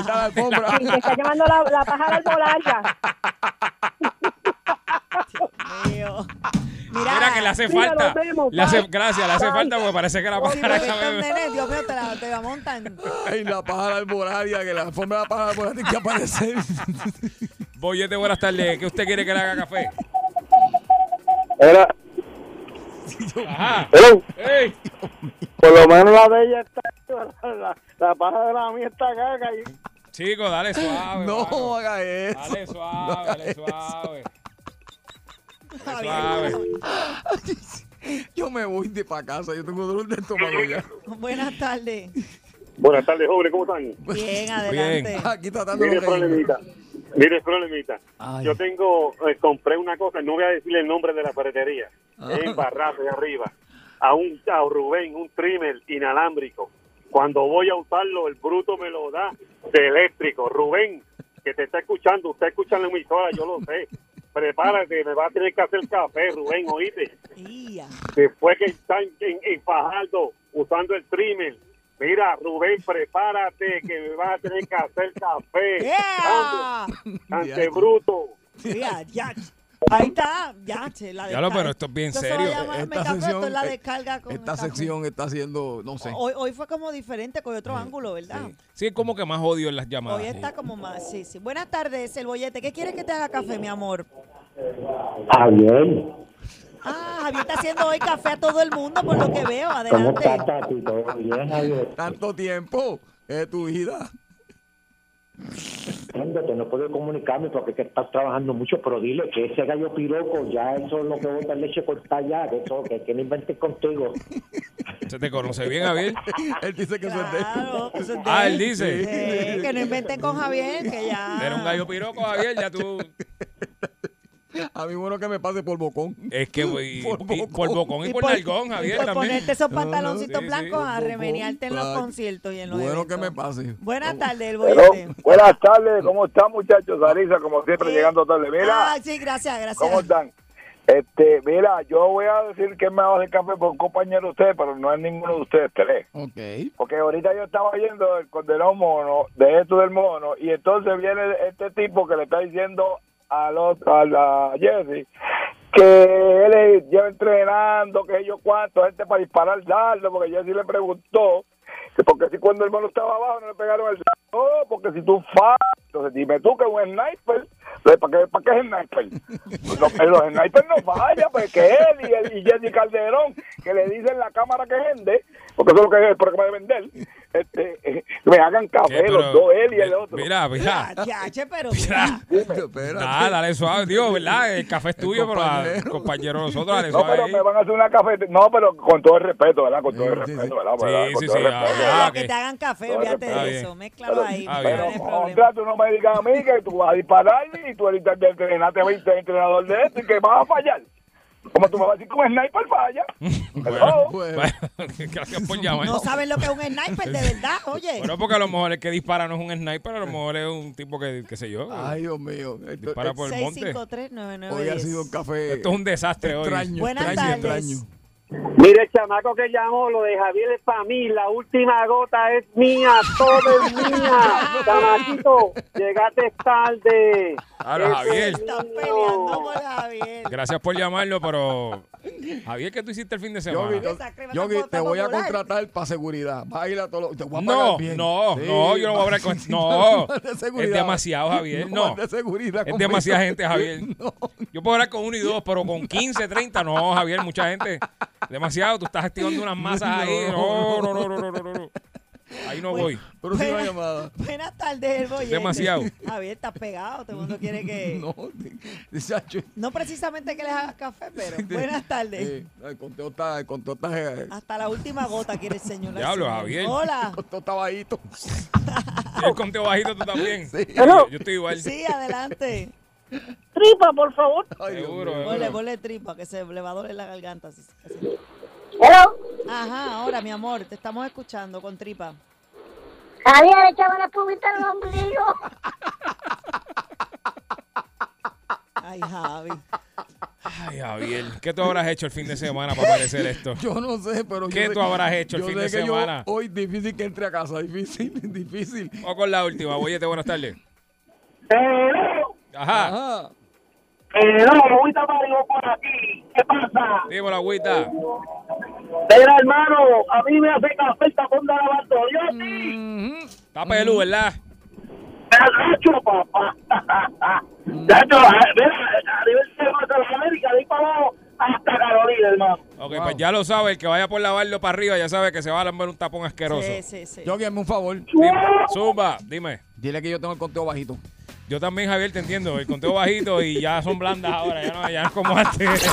Speaker 17: está llamando la, la pájara albolaria.
Speaker 10: Mira,
Speaker 3: Mira que le hace
Speaker 10: Mira,
Speaker 3: falta.
Speaker 10: nos vemos,
Speaker 3: Le hace-
Speaker 10: bye.
Speaker 3: gracias, le hace
Speaker 10: Bye.
Speaker 3: falta porque parece que la
Speaker 10: tiempo.
Speaker 3: pájara
Speaker 10: Ay,
Speaker 3: esa
Speaker 10: Nelson
Speaker 3: bebe.
Speaker 10: Nenet, Dios mío, te la, te la montan.
Speaker 2: Ay, la pájara albolaria, que la alfombra de la pájara albolaria tiene que aparecer.
Speaker 3: Boyete, buenas tardes. ¿Qué usted quiere que le haga café?
Speaker 18: Era,
Speaker 3: Ajá.
Speaker 18: era-
Speaker 3: Ey.
Speaker 18: por lo menos la de ella está, [LAUGHS] la, la, la paja de la mía está caga. Y,
Speaker 3: Chico, dale suave.
Speaker 18: No
Speaker 3: mano.
Speaker 2: haga eso.
Speaker 3: Dale suave,
Speaker 2: No haga
Speaker 3: dale
Speaker 2: eso.
Speaker 3: suave. Dale
Speaker 2: Ay,
Speaker 3: suave.
Speaker 2: Yo me voy de para casa, yo tengo dolor de estómago ya.
Speaker 10: Buenas tardes.
Speaker 16: Buenas tardes, jóvenes, ¿cómo están?
Speaker 10: Bien,
Speaker 16: adelante.
Speaker 2: Aquí tratando
Speaker 16: Mire el
Speaker 2: lo que-
Speaker 16: problemita. Mire el problemita.
Speaker 2: Ay.
Speaker 16: Yo tengo, eh, compré una cosa, no voy a decirle el nombre de la ferretería.
Speaker 2: Ah.
Speaker 16: Es En Barraza, de arriba. A un a Rubén, un trimmer inalámbrico. Cuando voy a usarlo, el bruto me lo da de eléctrico. Rubén, que te está escuchando, usted escucha en la emisora, yo lo sé. Prepárate, me va a tener que hacer café, Rubén, oíste. Después que están en, en Fajardo usando el trimmer. Mira, Rubén, prepárate, que me vas a tener que hacer café.
Speaker 10: ¡Ea!
Speaker 16: Ande,
Speaker 3: Ah,
Speaker 16: ante bruto.
Speaker 10: Ya, ya. Ahí está, ya, che, la
Speaker 3: Ya lo,
Speaker 10: descarga.
Speaker 3: pero esto es bien
Speaker 10: Esto se
Speaker 3: serio.
Speaker 10: va a llamar
Speaker 3: Esta
Speaker 10: Mecafé, esto es
Speaker 2: sección,
Speaker 10: la
Speaker 2: eh,
Speaker 10: descarga con
Speaker 2: Esta
Speaker 10: el café.
Speaker 2: sección está haciendo, no sé.
Speaker 10: Hoy, hoy fue como diferente, con otro ángulo, ¿verdad?
Speaker 3: Sí, es como que más odio en las llamadas.
Speaker 10: Hoy está como más, sí, sí. Buenas tardes, el bollete. ¿Qué quieres que te haga café, mi amor?
Speaker 19: Javier,
Speaker 10: Ah, Javier está haciendo hoy café a todo el mundo, por lo que veo.
Speaker 19: ¿cómo
Speaker 10: Adelante.
Speaker 19: estás, Tati? ¿Todo bien, Javier?
Speaker 2: Tanto tiempo de tu vida.
Speaker 19: Entiéndete, no puedo comunicarme porque es que estás trabajando mucho, pero dile que ese gallo piroco, ya eso es lo que bota leche cortada ya, que eso, que, que no inventes contigo.
Speaker 3: Se te conoce bien, Javier.
Speaker 2: [LAUGHS] él dice que
Speaker 10: Claro, eso es de
Speaker 3: Ah, él dice.
Speaker 10: Sí, que no inventen con Javier, que
Speaker 3: [LAUGHS]
Speaker 10: ya.
Speaker 3: Era un gallo piroco, Javier, ya tú.
Speaker 2: A mí bueno que me pase por bocón.
Speaker 3: Es que voy-
Speaker 2: [LAUGHS] Por
Speaker 3: y- y
Speaker 2: bocón.
Speaker 3: por bocón y por nalgón, Javier,
Speaker 10: Oh, por
Speaker 3: también.
Speaker 10: ponerte esos
Speaker 3: No, no,
Speaker 10: pantaloncitos
Speaker 3: sí, sí,
Speaker 10: blancos a
Speaker 3: por favor,
Speaker 10: remeniarte en los
Speaker 3: claro.
Speaker 10: conciertos y en los
Speaker 2: Bueno
Speaker 10: eventos.
Speaker 2: que me pase.
Speaker 10: Buenas tardes, el
Speaker 15: Hello.
Speaker 10: bollete.
Speaker 15: Buenas tardes, ¿cómo están muchachos? Arisa, como siempre, llegando tarde. Mira,
Speaker 10: Ah, sí, gracias, gracias.
Speaker 15: ¿cómo están? Este, mira, yo voy a decir que me va a hacer café por un compañero de ustedes, pero no es ninguno de ustedes tres.
Speaker 2: Ok.
Speaker 15: Porque ahorita yo estaba yendo el condenado mono, de esto del mono, y entonces viene este tipo que le está diciendo a, los, a la Jessy que él es- lleva entrenando, que yo cuánto, gente para disparar dardo, porque Jessy le preguntó que porque si cuando el mono estaba abajo no le pegaron el dardo, no, porque si tú fallas, entonces dime tú que un sniper, entonces, ¿para qué, para qué es sniper? Los, los snipers no fallan, pues que él y, el, y Jessy Calderón, que le dicen la cámara que vende, porque eso es lo que es el programa de vender, este, eh, me hagan café
Speaker 3: ¿Qué?
Speaker 15: los
Speaker 3: Eh, Pero-
Speaker 15: dos, él y el otro.
Speaker 3: Mira, mira.
Speaker 10: Ah, Ya, che, pero mira.
Speaker 3: Dale, dale suave, digo, ¿verdad? El café es tuyo, pero al compañero de nosotros, dale
Speaker 15: No,
Speaker 3: suave.
Speaker 15: pero
Speaker 3: ahí.
Speaker 15: me van a hacer una café. No, pero con todo el respeto, ¿verdad? Con todo el respeto, ¿verdad? ¿verdad?
Speaker 3: Sí,
Speaker 15: Con
Speaker 3: sí,
Speaker 15: todo el
Speaker 3: sí,
Speaker 15: respeto,
Speaker 3: ah,
Speaker 15: ¿verdad?
Speaker 3: ah, que
Speaker 10: te hagan café,
Speaker 15: Todo el
Speaker 10: olvídate
Speaker 15: respeto.
Speaker 10: de eso. Mézclalo ahí.
Speaker 3: Ah,
Speaker 10: no
Speaker 3: bien.
Speaker 10: hay problema.
Speaker 15: Contra, tú no me digas a mí que tú vas a dispararme y tú ahorita te entrenaste 20 entrenador de esto y que vas a fallar. Como tú me vas a decir que un sniper
Speaker 10: [LAUGHS]
Speaker 15: falla.
Speaker 3: Bueno, [LAUGHS] bueno, gracias por llamar.
Speaker 10: No saben lo que es un sniper, de verdad, oye.
Speaker 3: Bueno, porque a lo mejor el que dispara no es un sniper, a lo mejor es un tipo que, qué sé yo.
Speaker 2: Ay, Dios mío.
Speaker 3: Dispara por el monte.
Speaker 10: 6539910.
Speaker 2: Hoy ha sido un café.
Speaker 3: Esto es un desastre hoy.
Speaker 2: Extraño,
Speaker 10: Buenas
Speaker 2: extraño,
Speaker 10: tardes.
Speaker 2: extraño.
Speaker 20: Mire, el chamaco que llamó, lo de Javier es para mí. La última gota es mía, todo es mía. Chamaquito, llegaste tarde.
Speaker 3: Claro,
Speaker 20: Eso
Speaker 3: Javier.
Speaker 20: es
Speaker 10: Estás
Speaker 20: mío.
Speaker 10: peleando con Javier.
Speaker 3: Gracias por llamarlo, pero. Javier, ¿qué tú hiciste el fin de semana?
Speaker 2: Yogi, yo- Yogi, te voy a contratar para seguridad. Vas a ir a todos los. Te voy a pagar
Speaker 3: No,
Speaker 2: bien.
Speaker 3: no,
Speaker 2: Sí,
Speaker 3: no, yo no voy a hablar con.
Speaker 2: sí,
Speaker 3: No,
Speaker 2: más [LAUGHS] de
Speaker 3: es
Speaker 2: seguridad.
Speaker 3: demasiado,
Speaker 2: [LAUGHS]
Speaker 3: Javier. No,
Speaker 2: más de seguridad.
Speaker 3: es
Speaker 2: conmigo.
Speaker 3: demasiada gente, Javier.
Speaker 2: [LAUGHS]
Speaker 3: Yo puedo hablar con uno y dos, pero con 15, 30, no, Javier, mucha gente. Demasiado, tú estás activando unas masas ahí. No, no, no, no, no, no, no. Ahí no voy.
Speaker 2: Próxima llamada.
Speaker 10: Buenas tardes, el bollete.
Speaker 3: Demasiado.
Speaker 10: Javier, estás pegado. Todo el mundo quiere
Speaker 2: [LAUGHS]
Speaker 10: que.
Speaker 2: No, Sacho,
Speaker 10: No precisamente que les hagas café, pero buenas tardes.
Speaker 2: eh, el conteo está. El conteo está eh,
Speaker 10: Hasta la última gota quiere el señor.
Speaker 3: Diablo,
Speaker 10: Así.
Speaker 3: Javier.
Speaker 10: Hola.
Speaker 2: está bajito.
Speaker 3: El conteo bajito tú también.
Speaker 2: Hello.
Speaker 3: Yo, yo estoy igual.
Speaker 10: Sí, adelante.
Speaker 20: Tripa, por favor.
Speaker 3: Seguro,
Speaker 10: Ponle,
Speaker 3: seguro.
Speaker 10: ponle tripa, que se le va a doler la garganta. si- si-
Speaker 20: Hello.
Speaker 10: Ajá, ahora, mi amor, te estamos escuchando con tripa.
Speaker 20: Javier, echaba la pubita en el ombligo.
Speaker 10: Ay, Javi.
Speaker 3: Ay, Javier, ¿qué tú habrás hecho el fin de semana para parecer esto?
Speaker 2: [LAUGHS] Yo no sé, pero yo
Speaker 3: ¿Qué
Speaker 2: sé-
Speaker 3: tú habrás hecho el
Speaker 2: yo
Speaker 3: fin
Speaker 2: sé
Speaker 3: de
Speaker 2: que yo
Speaker 3: semana?
Speaker 2: hoy difícil que entre a casa, difícil, [LAUGHS] difícil.
Speaker 3: Vamos con la última. Boyete, buenas tardes. Ajá.
Speaker 2: Ajá.
Speaker 20: Eh, agüita Mario por aquí. ¿Qué pasa?
Speaker 3: Dime la agüita.
Speaker 20: Mira, hermano, a mí me hace café el tapón de lavatorio. Yo sí.
Speaker 3: Está pelú, ¿verdad?
Speaker 20: Está gacho, papá. [LAUGHS] Gacho, a- mira, a nivel de América, de ahí para abajo hasta Carolina, hermano.
Speaker 3: Ok, pues ya lo sabe. El que vaya por lavarlo para arriba ya sabe que se va a lamber un tapón asqueroso.
Speaker 10: Sí, sí, sí.
Speaker 2: Yogi, hazme un favor.
Speaker 3: Dime, Zumba, dime.
Speaker 2: Dile que yo tengo el conteo bajito.
Speaker 3: Yo también, Javier, te entiendo. El conteo bajito y ya son blandas ahora. Ya no, ya no es como antes.
Speaker 1: De 3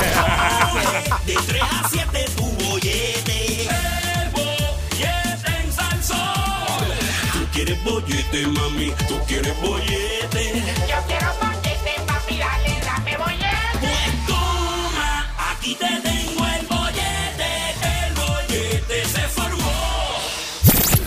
Speaker 1: a 7 tu bollete. El bollete en salsón. quieres bollete, mami, tú quieres bollete.
Speaker 6: Yo quiero bollete, papi, dale, dame bollete.
Speaker 1: Pues toma, aquí te tengo el bollete, el bollete se formó.